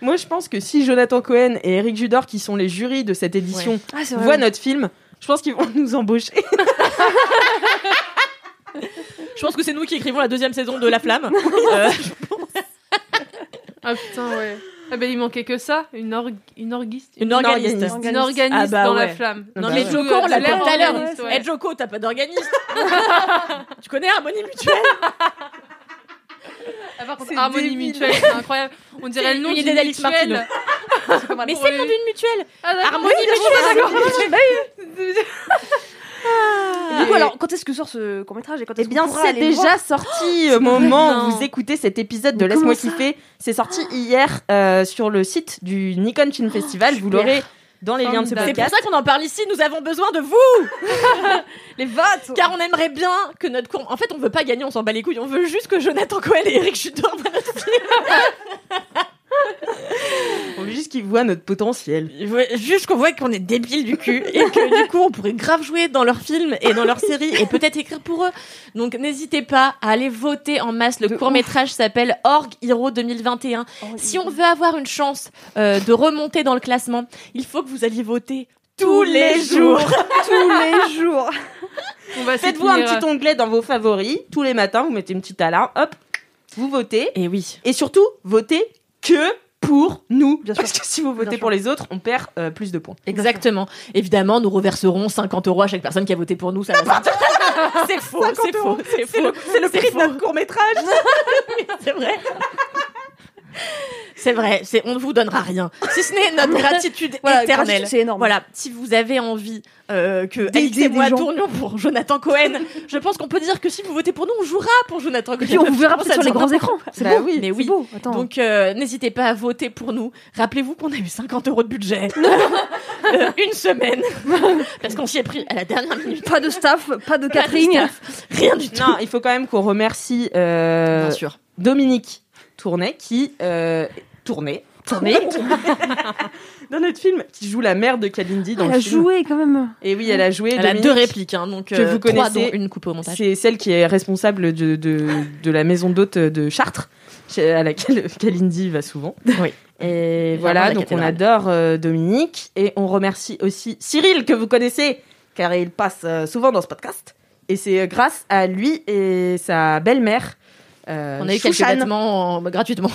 [SPEAKER 2] Moi, je pense que si Jonathan Cohen et Eric Judor, qui sont les jurys de cette édition,
[SPEAKER 4] Ah, c'est
[SPEAKER 2] voient notre film, je pense qu'ils vont nous embaucher.
[SPEAKER 1] Je pense que c'est nous qui écrivons la deuxième saison de La Flamme. Euh,
[SPEAKER 3] Ah putain, ouais. Ah ben il manquait que ça, une, org- une orguiste.
[SPEAKER 1] une organiste.
[SPEAKER 2] Organiste.
[SPEAKER 3] Une organiste
[SPEAKER 1] Ah bah
[SPEAKER 3] dans
[SPEAKER 1] ouais.
[SPEAKER 3] la flamme.
[SPEAKER 2] Non,
[SPEAKER 1] Non
[SPEAKER 2] Bah
[SPEAKER 1] mais
[SPEAKER 2] ouais.
[SPEAKER 1] Joko, on euh, l'a
[SPEAKER 3] l'appelle
[SPEAKER 1] fait tout à l'heure.
[SPEAKER 3] Ouais.
[SPEAKER 1] Eh Joko, t'as pas d'organiste. tu connais Harmonie Mutuelle
[SPEAKER 3] Ah, par contre,
[SPEAKER 2] C'est
[SPEAKER 3] harmonie
[SPEAKER 2] débile.
[SPEAKER 3] mutuelle, c'est incroyable. On dirait
[SPEAKER 1] C'est
[SPEAKER 3] le nom
[SPEAKER 1] une idée
[SPEAKER 3] d'une
[SPEAKER 1] d'Alex
[SPEAKER 3] mutuelle.
[SPEAKER 1] Mais c'est le nom d'une mutuelle.
[SPEAKER 3] Ah, d'accord.
[SPEAKER 1] Harmonie Mutuelle.
[SPEAKER 4] Et Du coup, alors, quand est-ce que sort ce court-métrage et quand
[SPEAKER 2] Eh
[SPEAKER 4] est-ce
[SPEAKER 2] bien,
[SPEAKER 4] qu'on pourra
[SPEAKER 2] c'est
[SPEAKER 4] aller le voir
[SPEAKER 2] déjà sorti au moment où
[SPEAKER 3] non.
[SPEAKER 2] vous écoutez cet épisode de
[SPEAKER 4] Mais
[SPEAKER 2] Laisse-moi
[SPEAKER 4] comment ça
[SPEAKER 2] kiffer. C'est sorti hier euh, sur le site du Nikon Chin Festival. Vous l'aurez dans les liens de ce
[SPEAKER 3] Formidable.
[SPEAKER 1] C'est pour
[SPEAKER 2] podcast.
[SPEAKER 1] ça qu'on en parle ici. Nous avons besoin de vous.
[SPEAKER 4] les votes
[SPEAKER 1] Car on aimerait bien que notre cours. En fait, on veut pas gagner, on s'en bat les couilles. On veut juste que Jonathan Cohen et Eric Judor voient notre
[SPEAKER 2] On veut juste qu'ils voient notre potentiel.
[SPEAKER 1] film. Juste qu'on voit qu'on est débile du cul. Et que du coup, on pourrait grave jouer dans leurs films et dans leurs séries et peut-être écrire pour eux. Donc, n'hésitez pas à aller voter en masse. Le court-métrage s'appelle Org Hero 2021. si on veut avoir une chance euh, de remonter dans le classement, il faut que vous alliez voter tous les jours.
[SPEAKER 4] tous les jours.
[SPEAKER 3] On va
[SPEAKER 2] Faites-vous un petit onglet dans vos favoris. Tous les matins, vous mettez une petite alarme. Hop, vous votez.
[SPEAKER 1] Et oui.
[SPEAKER 2] Et surtout, votez que pour nous. Parce que si vous
[SPEAKER 4] Bien
[SPEAKER 2] votez
[SPEAKER 4] sûr.
[SPEAKER 2] pour les autres, on perd euh, plus de points.
[SPEAKER 1] Exactement. Évidemment, nous reverserons 50 euros à chaque personne qui a voté pour nous. Ça va c'est faux, c'est faux, c'est faux. C'est le prix de notre court métrage. c'est vrai. C'est vrai. C'est on ne vous donnera rien, si ce n'est notre gratitude
[SPEAKER 4] Voilà,
[SPEAKER 1] éternelle.
[SPEAKER 4] gratitude, c'est énorme.
[SPEAKER 1] Voilà, si vous avez envie euh, que
[SPEAKER 4] D'aider
[SPEAKER 1] Alix
[SPEAKER 4] des
[SPEAKER 1] et moi
[SPEAKER 4] gens.
[SPEAKER 1] tournions pour Jonathan Cohen, je pense qu'on peut dire que si vous votez pour nous, on jouera pour Jonathan Cohen.
[SPEAKER 4] Et puis on vous verra
[SPEAKER 1] Je pense
[SPEAKER 4] peut-être sur
[SPEAKER 1] que
[SPEAKER 4] les
[SPEAKER 1] ça
[SPEAKER 4] grands
[SPEAKER 1] sera
[SPEAKER 4] écrans. C'est
[SPEAKER 1] Bah
[SPEAKER 4] beau.
[SPEAKER 1] oui, mais
[SPEAKER 4] C'est
[SPEAKER 1] oui.
[SPEAKER 4] beau. Attends.
[SPEAKER 1] Donc euh, n'hésitez pas à voter pour nous. Rappelez-vous qu'on a eu 50 euros de budget Euh, une semaine parce qu'on s'y est pris à la dernière minute.
[SPEAKER 4] pas de staff, pas de
[SPEAKER 1] Pas de
[SPEAKER 4] catering.
[SPEAKER 1] staff, rien du tout.
[SPEAKER 2] Non, il faut quand même qu'on remercie euh,
[SPEAKER 1] Bien sûr.
[SPEAKER 2] Dominique Tournet qui euh, tournait. Tournait Dans notre film, qui joue la mère de Kalindi dans
[SPEAKER 4] Elle
[SPEAKER 2] le
[SPEAKER 4] a
[SPEAKER 2] film.
[SPEAKER 4] joué quand même.
[SPEAKER 2] Et oui, elle a joué.
[SPEAKER 1] Elle a
[SPEAKER 2] Dominique,
[SPEAKER 1] deux répliques, hein, donc
[SPEAKER 2] que
[SPEAKER 1] euh,
[SPEAKER 2] vous
[SPEAKER 1] trois
[SPEAKER 2] connaissez.
[SPEAKER 1] dont une coupée au montage.
[SPEAKER 2] C'est celle qui est responsable de, de, de la maison d'hôte de Chartres, chez- à laquelle Kalindi va souvent.
[SPEAKER 1] Oui.
[SPEAKER 2] Et
[SPEAKER 1] Vraiment
[SPEAKER 2] voilà,
[SPEAKER 1] la
[SPEAKER 2] donc on
[SPEAKER 1] cathédrale.
[SPEAKER 2] adore euh, Dominique et on remercie aussi Cyril que vous connaissez car il passe euh, souvent dans ce podcast. Et c'est euh, grâce à lui et sa belle-mère. euh,
[SPEAKER 1] On a eu quelques
[SPEAKER 2] Chouchane,
[SPEAKER 1] vêtements en- gratuitement.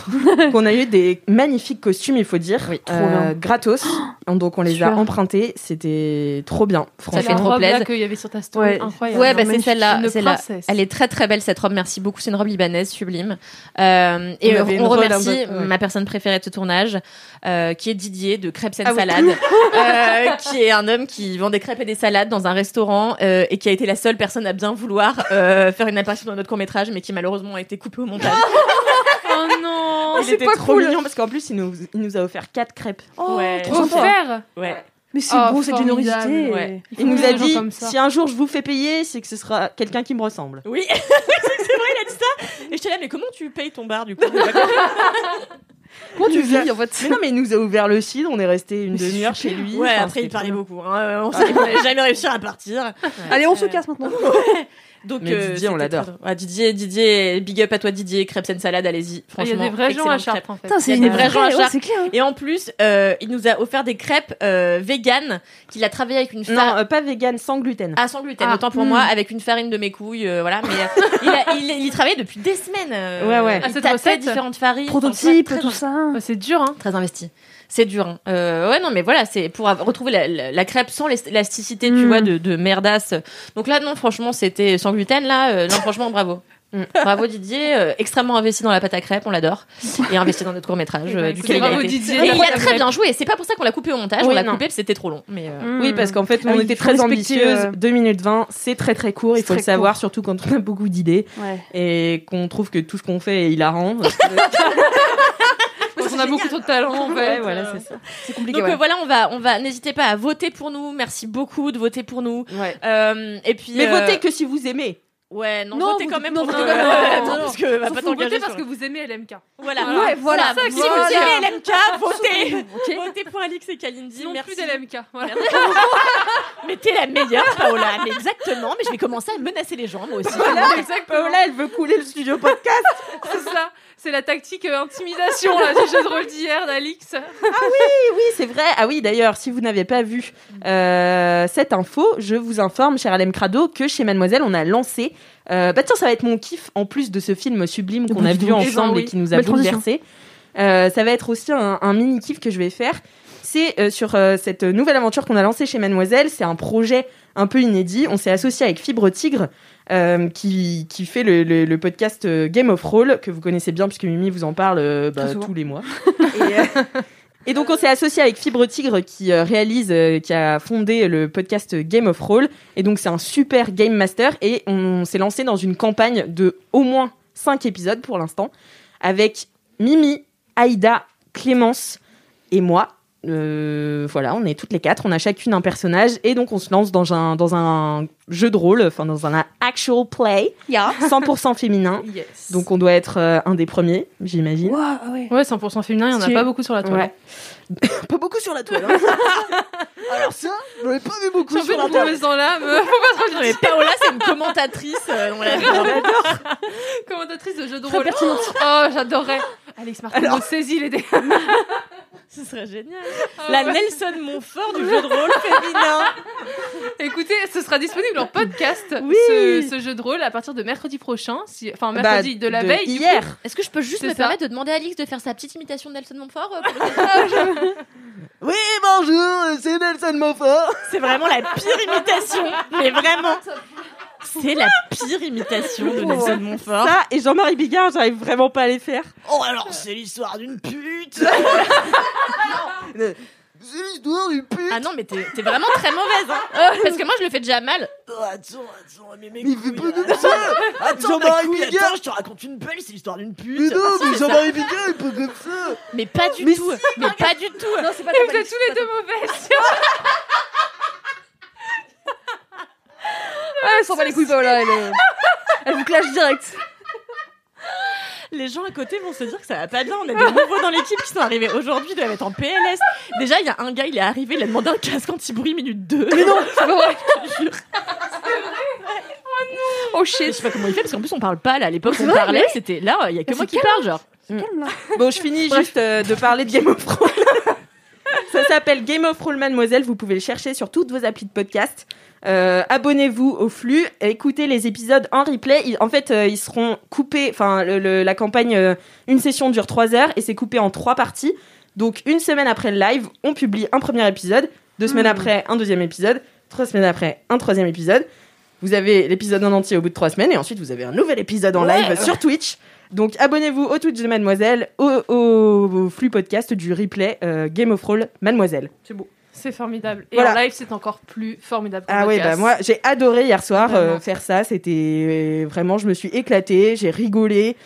[SPEAKER 2] qu'on a eu des magnifiques costumes, il faut dire, Euh,
[SPEAKER 1] Oui,
[SPEAKER 4] trop bien.
[SPEAKER 2] gratos. Donc on les a
[SPEAKER 4] Super.
[SPEAKER 2] empruntés, c'était trop bien,
[SPEAKER 1] Ça fait
[SPEAKER 2] franchement.
[SPEAKER 1] trop plaisir.
[SPEAKER 3] qu'il y avait sur ta story,
[SPEAKER 4] Ouais.
[SPEAKER 3] incroyable.
[SPEAKER 1] Ouais, bah, c'est
[SPEAKER 3] Magnifique.
[SPEAKER 1] celle-là,
[SPEAKER 3] Une
[SPEAKER 1] celle-là.
[SPEAKER 3] princesse.
[SPEAKER 1] Elle est très très belle cette robe, merci beaucoup. C'est une robe libanaise sublime. Euh, et
[SPEAKER 2] On
[SPEAKER 1] on,
[SPEAKER 2] avait une robe un
[SPEAKER 1] remercie
[SPEAKER 2] peu- ouais.
[SPEAKER 1] ma personne préférée de ce tournage, euh, qui est Didier de Crêpes and
[SPEAKER 2] Ah oui.
[SPEAKER 1] Salades, euh, qui est un homme qui vend des crêpes et des salades dans un restaurant euh, et qui a été la seule personne à bien vouloir euh, faire une apparition dans notre court métrage, mais qui malheureusement a été coupée au montage.
[SPEAKER 3] Oh non
[SPEAKER 2] il était trop mignon parce qu'en plus il nous, il nous a offert quatre crêpes.
[SPEAKER 4] Oh,
[SPEAKER 1] Ouais.
[SPEAKER 4] trop sympa.
[SPEAKER 3] Offert
[SPEAKER 1] Ouais.
[SPEAKER 4] Mais c'est
[SPEAKER 3] Oh,
[SPEAKER 4] beau cette
[SPEAKER 3] formidable,
[SPEAKER 4] générosité.
[SPEAKER 1] ouais.
[SPEAKER 3] Il faut
[SPEAKER 2] Il nous
[SPEAKER 3] des
[SPEAKER 2] a
[SPEAKER 3] gens
[SPEAKER 2] dit
[SPEAKER 3] comme ça.
[SPEAKER 2] si un jour je vous fais payer, c'est que ce sera quelqu'un qui me ressemble.
[SPEAKER 1] Oui, c'est vrai, il a dit ça. Et j'étais là, mais comment tu payes ton bar du coup
[SPEAKER 4] Comment tu
[SPEAKER 2] Il nous a-
[SPEAKER 4] vis en fait
[SPEAKER 2] Mais non, mais il nous a ouvert le site, on est resté une
[SPEAKER 4] Mais c'est
[SPEAKER 2] demi-heure chez
[SPEAKER 4] super.
[SPEAKER 2] lui.
[SPEAKER 1] Ouais,
[SPEAKER 2] Enfin,
[SPEAKER 1] après
[SPEAKER 2] c'était
[SPEAKER 1] il parlait
[SPEAKER 2] trop
[SPEAKER 4] Euh,
[SPEAKER 1] beaucoup. hein. On savait qu'on allait jamais réussir à partir.
[SPEAKER 4] Allez, on se casse maintenant.
[SPEAKER 1] Ouais. Donc, euh,
[SPEAKER 2] Mais Didier, on
[SPEAKER 1] c'était
[SPEAKER 2] l'adore.
[SPEAKER 1] très drôle. Ouais, Didier, Didier, big up à toi Didier, crêpes and salade, allez-y.
[SPEAKER 3] Ah, Il
[SPEAKER 1] Franchement,
[SPEAKER 3] y a des vrais gens à
[SPEAKER 1] excellente crêpe.
[SPEAKER 3] Chartres, en fait.
[SPEAKER 4] Putain, c'est
[SPEAKER 1] Il y a
[SPEAKER 4] une
[SPEAKER 1] des vrais gens à
[SPEAKER 4] vraie, ouais,
[SPEAKER 1] Chartres.
[SPEAKER 4] c'est clair. hein.
[SPEAKER 1] Et en plus, euh, il nous a offert des crêpes euh, véganes qu'il a travaillé avec une farine.
[SPEAKER 2] Non, euh, pas vegan, sans gluten.
[SPEAKER 1] Ah, sans gluten,
[SPEAKER 3] Ah.
[SPEAKER 1] autant pour
[SPEAKER 3] Mm.
[SPEAKER 1] moi, avec une farine de mes couilles, euh, voilà. Mais euh, il, a, il, il y travaillait depuis des semaines. euh,
[SPEAKER 2] Ouais, ouais.
[SPEAKER 1] Il
[SPEAKER 3] Ah, cette
[SPEAKER 1] tâtait
[SPEAKER 3] recette
[SPEAKER 1] différentes farines.
[SPEAKER 4] Prototype,
[SPEAKER 1] Enfin,
[SPEAKER 4] tout ça.
[SPEAKER 3] Bah, C'est dur, hein.
[SPEAKER 1] très investi. C'est dur. hein. Euh, ouais, non, mais voilà, c'est pour avoir- retrouver la, la- la crêpe sans l'est- l'élasticité, tu
[SPEAKER 4] Mm.
[SPEAKER 1] vois, de, de merdasse. Donc là, non, franchement, c'était sans gluten. Là, euh, non, franchement, bravo.
[SPEAKER 2] Mm.
[SPEAKER 1] Bravo Didier, euh, extrêmement investi dans la pâte à crêpes, on l'adore, et investi dans notre court métrage.
[SPEAKER 3] Eh ben,
[SPEAKER 1] duquel il a
[SPEAKER 3] bravo
[SPEAKER 1] été-
[SPEAKER 3] Didier.
[SPEAKER 1] Et
[SPEAKER 3] la
[SPEAKER 1] il a
[SPEAKER 3] bonne
[SPEAKER 1] très
[SPEAKER 3] adresse.
[SPEAKER 1] bien joué. C'est pas pour ça qu'on l'a coupé au montage,
[SPEAKER 2] Oui,
[SPEAKER 1] on l'a
[SPEAKER 2] non.
[SPEAKER 1] coupé parce que c'était trop long. Mais euh,
[SPEAKER 2] Oui, parce qu'en fait,
[SPEAKER 4] Ah
[SPEAKER 2] on
[SPEAKER 4] oui,
[SPEAKER 2] était
[SPEAKER 4] faut
[SPEAKER 2] très
[SPEAKER 4] respecter,
[SPEAKER 2] ambitieuse.
[SPEAKER 4] euh,
[SPEAKER 2] 2 minutes 20, c'est très très court, il
[SPEAKER 4] C'est
[SPEAKER 2] faut le
[SPEAKER 4] très court.
[SPEAKER 2] savoir, surtout quand on a beaucoup d'idées
[SPEAKER 4] Ouais.
[SPEAKER 2] et qu'on trouve que tout ce qu'on fait est hilarant.
[SPEAKER 3] Parce qu'on a beaucoup trop de talent, en fait.
[SPEAKER 2] ouais, voilà, c'est ça.
[SPEAKER 4] C'est compliqué.
[SPEAKER 1] donc
[SPEAKER 4] ouais.
[SPEAKER 1] euh, voilà, on va, on va. N'hésitez pas à voter pour nous. Merci beaucoup de voter pour nous.
[SPEAKER 2] Ouais.
[SPEAKER 1] Euh, et puis
[SPEAKER 2] Mais
[SPEAKER 1] euh,
[SPEAKER 2] votez que si vous aimez.
[SPEAKER 1] Ouais, non,
[SPEAKER 4] Non,
[SPEAKER 1] votez
[SPEAKER 4] vous-
[SPEAKER 1] quand même
[SPEAKER 4] non,
[SPEAKER 1] pour
[SPEAKER 4] votez
[SPEAKER 1] nous.
[SPEAKER 4] quand même.
[SPEAKER 1] Euh,
[SPEAKER 4] Non,
[SPEAKER 1] attends,
[SPEAKER 4] non.
[SPEAKER 1] parce que va
[SPEAKER 3] S'en
[SPEAKER 1] pas
[SPEAKER 3] fout, votez
[SPEAKER 1] t'engager.
[SPEAKER 3] parce
[SPEAKER 1] sur-
[SPEAKER 3] que vous aimez LMK.
[SPEAKER 1] Voilà.
[SPEAKER 4] Ouais, voilà.
[SPEAKER 1] Si vous
[SPEAKER 4] Voilà.
[SPEAKER 1] aimez LMK, votez.
[SPEAKER 4] Ok.
[SPEAKER 1] Votez pour Alix et Kalindi.
[SPEAKER 3] Ils n'ont
[SPEAKER 1] Merci.
[SPEAKER 3] plus d'LMK. Voilà.
[SPEAKER 1] Mais t'es la meilleure, Paola. Mais exactement. Mais je vais commencer à menacer les gens, moi aussi.
[SPEAKER 2] Voilà, Paola, elle veut couler le studio podcast.
[SPEAKER 3] C'est ça. C'est la tactique euh, intimidation, là, du jeu de rôle d'hier d'Alix.
[SPEAKER 2] Oui, c'est vrai. Ah oui, d'ailleurs, si vous n'avez pas vu euh, cette info, je vous informe, cher Alem Crado, que chez Mademoiselle, on a lancé. euh, bah tiens, ça va être mon kiff en plus de ce film sublime
[SPEAKER 4] Bah,
[SPEAKER 2] qu'on a vu ensemble
[SPEAKER 3] oui.
[SPEAKER 2] et qui nous a
[SPEAKER 4] Belle transition.
[SPEAKER 2] bouleversé. Euh, ça va être aussi un, un mini kiff que je vais faire. C'est euh, sur euh, cette nouvelle aventure qu'on a lancée chez Mademoiselle. C'est un projet un peu inédit. On s'est associé avec Fibre Tigre, euh, qui, qui fait le, le- le podcast euh, Game of Roll, que vous connaissez bien, puisque Mimi vous en parle euh, bah,
[SPEAKER 4] Très souvent.
[SPEAKER 2] tous les mois. et, euh, et donc, on s'est associé avec Fibre Tigre, qui euh, réalise, euh, qui a fondé le podcast Game of Roll. Et donc, c'est un super game master. Et on s'est lancé dans une campagne de au moins 5 épisodes pour l'instant, avec Mimi, Aïda, Clémence et moi. Euh, voilà, on est toutes les quatre, on a chacune un personnage et donc on se lance dans un, dans un jeu de rôle, enfin dans un actual play, 100% féminin.
[SPEAKER 3] Yes.
[SPEAKER 2] Donc on doit être euh, un des premiers, j'imagine.
[SPEAKER 4] Ouah, ah ouais.
[SPEAKER 3] Ouais, 100% féminin, il n'y en a
[SPEAKER 2] Si.
[SPEAKER 3] pas beaucoup sur la toile.
[SPEAKER 2] Ouais. pas beaucoup sur la toile. hein. Alors ça, j'en ai pas vu beaucoup
[SPEAKER 3] J'ai un peu de mauvaise dans l'âme. Faut pas trop
[SPEAKER 1] Mais Paola, c'est une commentatrice. euh, on la-
[SPEAKER 3] Commentatrice de jeux de rôle. Oh, j'adorerais. Alix Martin, on saisit les dés.
[SPEAKER 1] Ce serait génial.
[SPEAKER 3] Ah
[SPEAKER 1] La
[SPEAKER 3] ouais.
[SPEAKER 1] Nelson Montfort du jeu de rôle féminin.
[SPEAKER 3] Écoutez, ce sera disponible en podcast,
[SPEAKER 2] Oui.
[SPEAKER 3] ce, ce jeu de rôle, à partir de mercredi prochain. si- Enfin,
[SPEAKER 4] Bah,
[SPEAKER 3] mercredi
[SPEAKER 1] Bah,
[SPEAKER 3] de la veille. du coup.
[SPEAKER 2] Hier.
[SPEAKER 1] Est-ce que je peux juste
[SPEAKER 3] C'est
[SPEAKER 1] me
[SPEAKER 3] ça.
[SPEAKER 1] permettre de demander à Alix de faire sa petite imitation de Nelson Montfort euh, pour le-
[SPEAKER 2] Oui, bonjour, c'est Nelson Moffat.
[SPEAKER 1] C'est vraiment la pire imitation. Mais vraiment. C'est la pire imitation de Nelson Montfort.
[SPEAKER 2] Ça et Jean-Marie Bigard, j'arrive vraiment pas à les faire.
[SPEAKER 7] Oh alors c'est l'histoire d'une pute C'est l'histoire d'une pute
[SPEAKER 1] Ah non, mais t'es t'es vraiment très mauvaise. hein.
[SPEAKER 4] Ah.
[SPEAKER 1] Parce que moi, je le fais déjà mal.
[SPEAKER 7] Oh, Attends, attends, mais mes
[SPEAKER 8] Mais il
[SPEAKER 7] couilles,
[SPEAKER 8] fait pas
[SPEAKER 7] là.
[SPEAKER 8] comme ça Attends,
[SPEAKER 7] Attends, ma
[SPEAKER 8] Jean-Marie
[SPEAKER 7] couille,
[SPEAKER 8] Bigard
[SPEAKER 7] attends, je te raconte une belle, c'est l'histoire d'une pute
[SPEAKER 8] Mais non,
[SPEAKER 1] si,
[SPEAKER 8] mais
[SPEAKER 1] Ah, c'est ça.
[SPEAKER 8] Jean-Marie Bigard, il est pas comme ça
[SPEAKER 1] Mais pas du tout. mais pas du tout.
[SPEAKER 4] Non, c'est pas
[SPEAKER 3] Et vous êtes tous les deux mauvaises.
[SPEAKER 1] Ah,
[SPEAKER 4] Ah, Elle s'en bat les couilles, Paola. Elle, euh, elle vous clash direct.
[SPEAKER 1] Les gens à côté vont se dire que ça va pas bien. On a des nouveaux dans l'équipe qui sont arrivés aujourd'hui, ils doivent être en PLS. Déjà, il y a un gars, il est arrivé, il a demandé un casque anti-bruit minute 2. Mais non,
[SPEAKER 4] Oh
[SPEAKER 1] Je
[SPEAKER 4] shit.
[SPEAKER 1] sais pas comment il fait parce qu'en plus, on parle pas là. À l'époque, on parlait, c'était là, il y a que
[SPEAKER 4] Mais
[SPEAKER 1] moi
[SPEAKER 4] c'est
[SPEAKER 1] qui parle, genre.
[SPEAKER 4] Calme là.
[SPEAKER 2] Bon, je finis juste euh, de parler de Game of Thrones. Ça s'appelle Game of Thrones Mademoiselle, vous pouvez le chercher sur toutes vos applis de podcast. Euh, Abonnez-vous au flux, écoutez les épisodes en replay. Ils- en fait, euh, ils seront coupés, enfin, le- le- la campagne, euh, une session dure 3 heures et c'est coupé en 3 parties. Donc, une semaine après le live, on publie un premier épisode, deux semaines après, un deuxième épisode, trois semaines après, un troisième épisode. Vous avez l'épisode en entier au bout de 3 semaines et ensuite, vous avez un nouvel épisode en
[SPEAKER 1] Ouais.
[SPEAKER 2] live sur Twitch. Donc abonnez-vous au Twitch de Mademoiselle, au, au- au flux podcast du replay euh, Game of Roll Mademoiselle. C'est beau.
[SPEAKER 3] C'est formidable. Et
[SPEAKER 2] Voilà.
[SPEAKER 3] en live, c'est encore plus formidable. qu'en
[SPEAKER 2] Ah oui, bah
[SPEAKER 3] podcast.
[SPEAKER 2] moi j'ai adoré hier soir euh,
[SPEAKER 3] Vraiment.
[SPEAKER 2] faire ça. C'était euh, vraiment, je me suis éclatée, j'ai rigolé.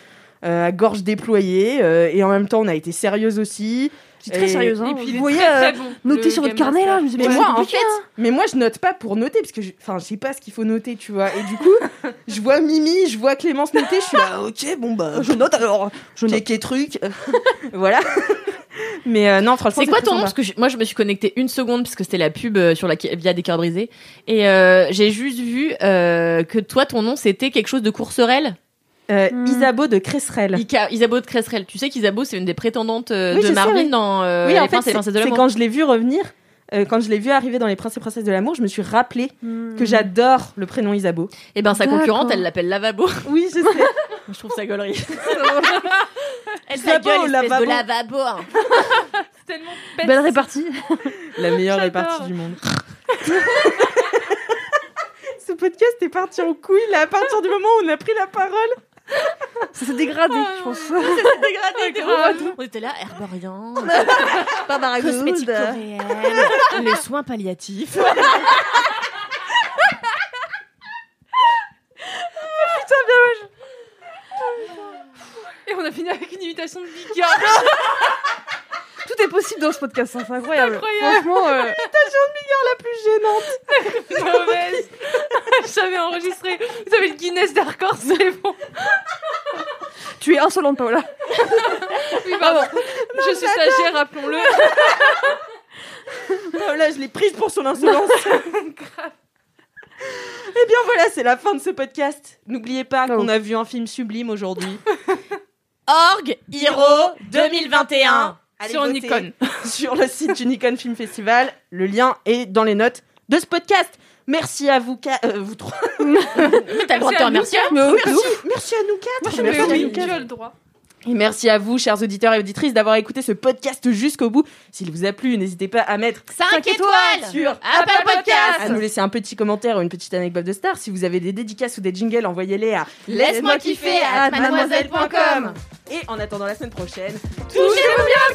[SPEAKER 2] euh, à gorge déployée euh, et en même temps on a été sérieuse aussi
[SPEAKER 4] Je suis très
[SPEAKER 2] Et-
[SPEAKER 4] sérieuse. Hein.
[SPEAKER 3] Et puis, il est
[SPEAKER 4] vous voyez,
[SPEAKER 3] très,
[SPEAKER 4] euh,
[SPEAKER 3] très bon,
[SPEAKER 4] notez
[SPEAKER 3] le
[SPEAKER 4] sur votre
[SPEAKER 3] Game
[SPEAKER 4] carnet là.
[SPEAKER 3] Master.
[SPEAKER 4] Je me dis,
[SPEAKER 2] mais
[SPEAKER 4] bah,
[SPEAKER 2] moi
[SPEAKER 4] c'est
[SPEAKER 2] en
[SPEAKER 4] compliqué,
[SPEAKER 2] fait
[SPEAKER 4] hein.
[SPEAKER 2] mais moi je note pas pour noter parce que je- enfin je sais pas ce qu'il faut noter tu vois et du coup je vois Mimi je vois Clémence noter je suis là
[SPEAKER 8] Bah ok, bon bah je note alors
[SPEAKER 2] je note
[SPEAKER 8] Quelques trucs
[SPEAKER 2] voilà. Mais euh, non, franchement,
[SPEAKER 1] C'est quoi
[SPEAKER 2] très
[SPEAKER 1] ton nom
[SPEAKER 2] sympa.
[SPEAKER 1] Parce que je- moi, je me suis connectée une seconde parce que c'était la pub euh, sur la via des cœurs brisés et euh, j'ai juste vu euh, que toi, ton nom, c'était quelque chose de Courcerelle.
[SPEAKER 2] Euh, Isabeau de Cresserelle.
[SPEAKER 1] Ica- Isabeau de Cresserelle. Tu sais qu'Isabeau, c'est une des prétendantes euh,
[SPEAKER 2] Oui, je
[SPEAKER 1] de
[SPEAKER 2] sais,
[SPEAKER 1] Marvin
[SPEAKER 2] oui.
[SPEAKER 1] dans euh,
[SPEAKER 2] oui,
[SPEAKER 1] Les
[SPEAKER 2] en fait,
[SPEAKER 1] Princes et
[SPEAKER 2] c'est
[SPEAKER 1] Princesses de
[SPEAKER 2] c'est
[SPEAKER 1] l'amour.
[SPEAKER 2] quand je l'ai vu revenir, euh, quand je l'ai vu arriver dans Les Princes et Princesses de l'amour, je me suis rappelé que j'adore le prénom Isabeau.
[SPEAKER 1] Et ben, sa
[SPEAKER 2] D'accord.
[SPEAKER 1] concurrente, elle l'appelle Lavabo.
[SPEAKER 2] Oui, je sais.
[SPEAKER 1] je trouve ça gaulerie. elle
[SPEAKER 2] Isabeau,
[SPEAKER 1] s'appelle
[SPEAKER 2] Lavabo.
[SPEAKER 1] de Lavabo. hein.
[SPEAKER 4] Belle répartie.
[SPEAKER 2] La meilleure répartie du monde. Ce podcast est parti en couille là, à partir du moment où on a pris la parole.
[SPEAKER 4] Ça s'est dégradé, je pense.
[SPEAKER 1] Dégradé, de ouf. On était là, herbarian, Barbara
[SPEAKER 2] Good.
[SPEAKER 1] cosmétique coréenne, les soins palliatifs.
[SPEAKER 3] Et on a fini avec une imitation de Bigard.
[SPEAKER 4] Tout est possible dans ce podcast, hein, c'est incroyable.
[SPEAKER 3] Incroyable.
[SPEAKER 4] Franchement, euh,
[SPEAKER 3] Mauvaise. J'avais enregistré. Vous avez le Guinness des records, c'est bon.
[SPEAKER 4] tu es insolente, Paola. Ah
[SPEAKER 3] Oui, pardon. je suis stagiaire, rappelons-le.
[SPEAKER 2] Oh là, je l'ai prise pour son insolence. Eh bien voilà, c'est la fin de ce podcast. N'oubliez pas qu'on a vu un film sublime aujourd'hui.
[SPEAKER 1] Org Hero 2021.
[SPEAKER 2] Allez
[SPEAKER 3] Sur une
[SPEAKER 2] voter
[SPEAKER 3] icône.
[SPEAKER 2] Sur le site du Nikon Film Festival. Le lien est dans les notes de ce podcast. Merci à vous, ca- euh, vous trois.
[SPEAKER 1] Mais t'as le droit de te remercier.
[SPEAKER 2] Merci, merci à nous quatre. Euh,
[SPEAKER 3] Mais
[SPEAKER 2] Merci à
[SPEAKER 3] oui,
[SPEAKER 2] nous
[SPEAKER 3] tu
[SPEAKER 2] quatre.
[SPEAKER 3] as le droit.
[SPEAKER 2] Et merci à vous, chers auditeurs et auditrices, d'avoir écouté ce podcast jusqu'au bout. S'il vous a plu, n'hésitez pas à mettre
[SPEAKER 1] 5 étoiles
[SPEAKER 2] sur
[SPEAKER 1] Apple Podcast.
[SPEAKER 2] à nous laisser un petit commentaire ou une petite anecdote de star. Si vous avez des dédicaces ou des jingles, envoyez-les à
[SPEAKER 1] Laisse-moi kiffer at mademoiselle.com.
[SPEAKER 2] Et en attendant la semaine prochaine,
[SPEAKER 1] Touchez-vous bien au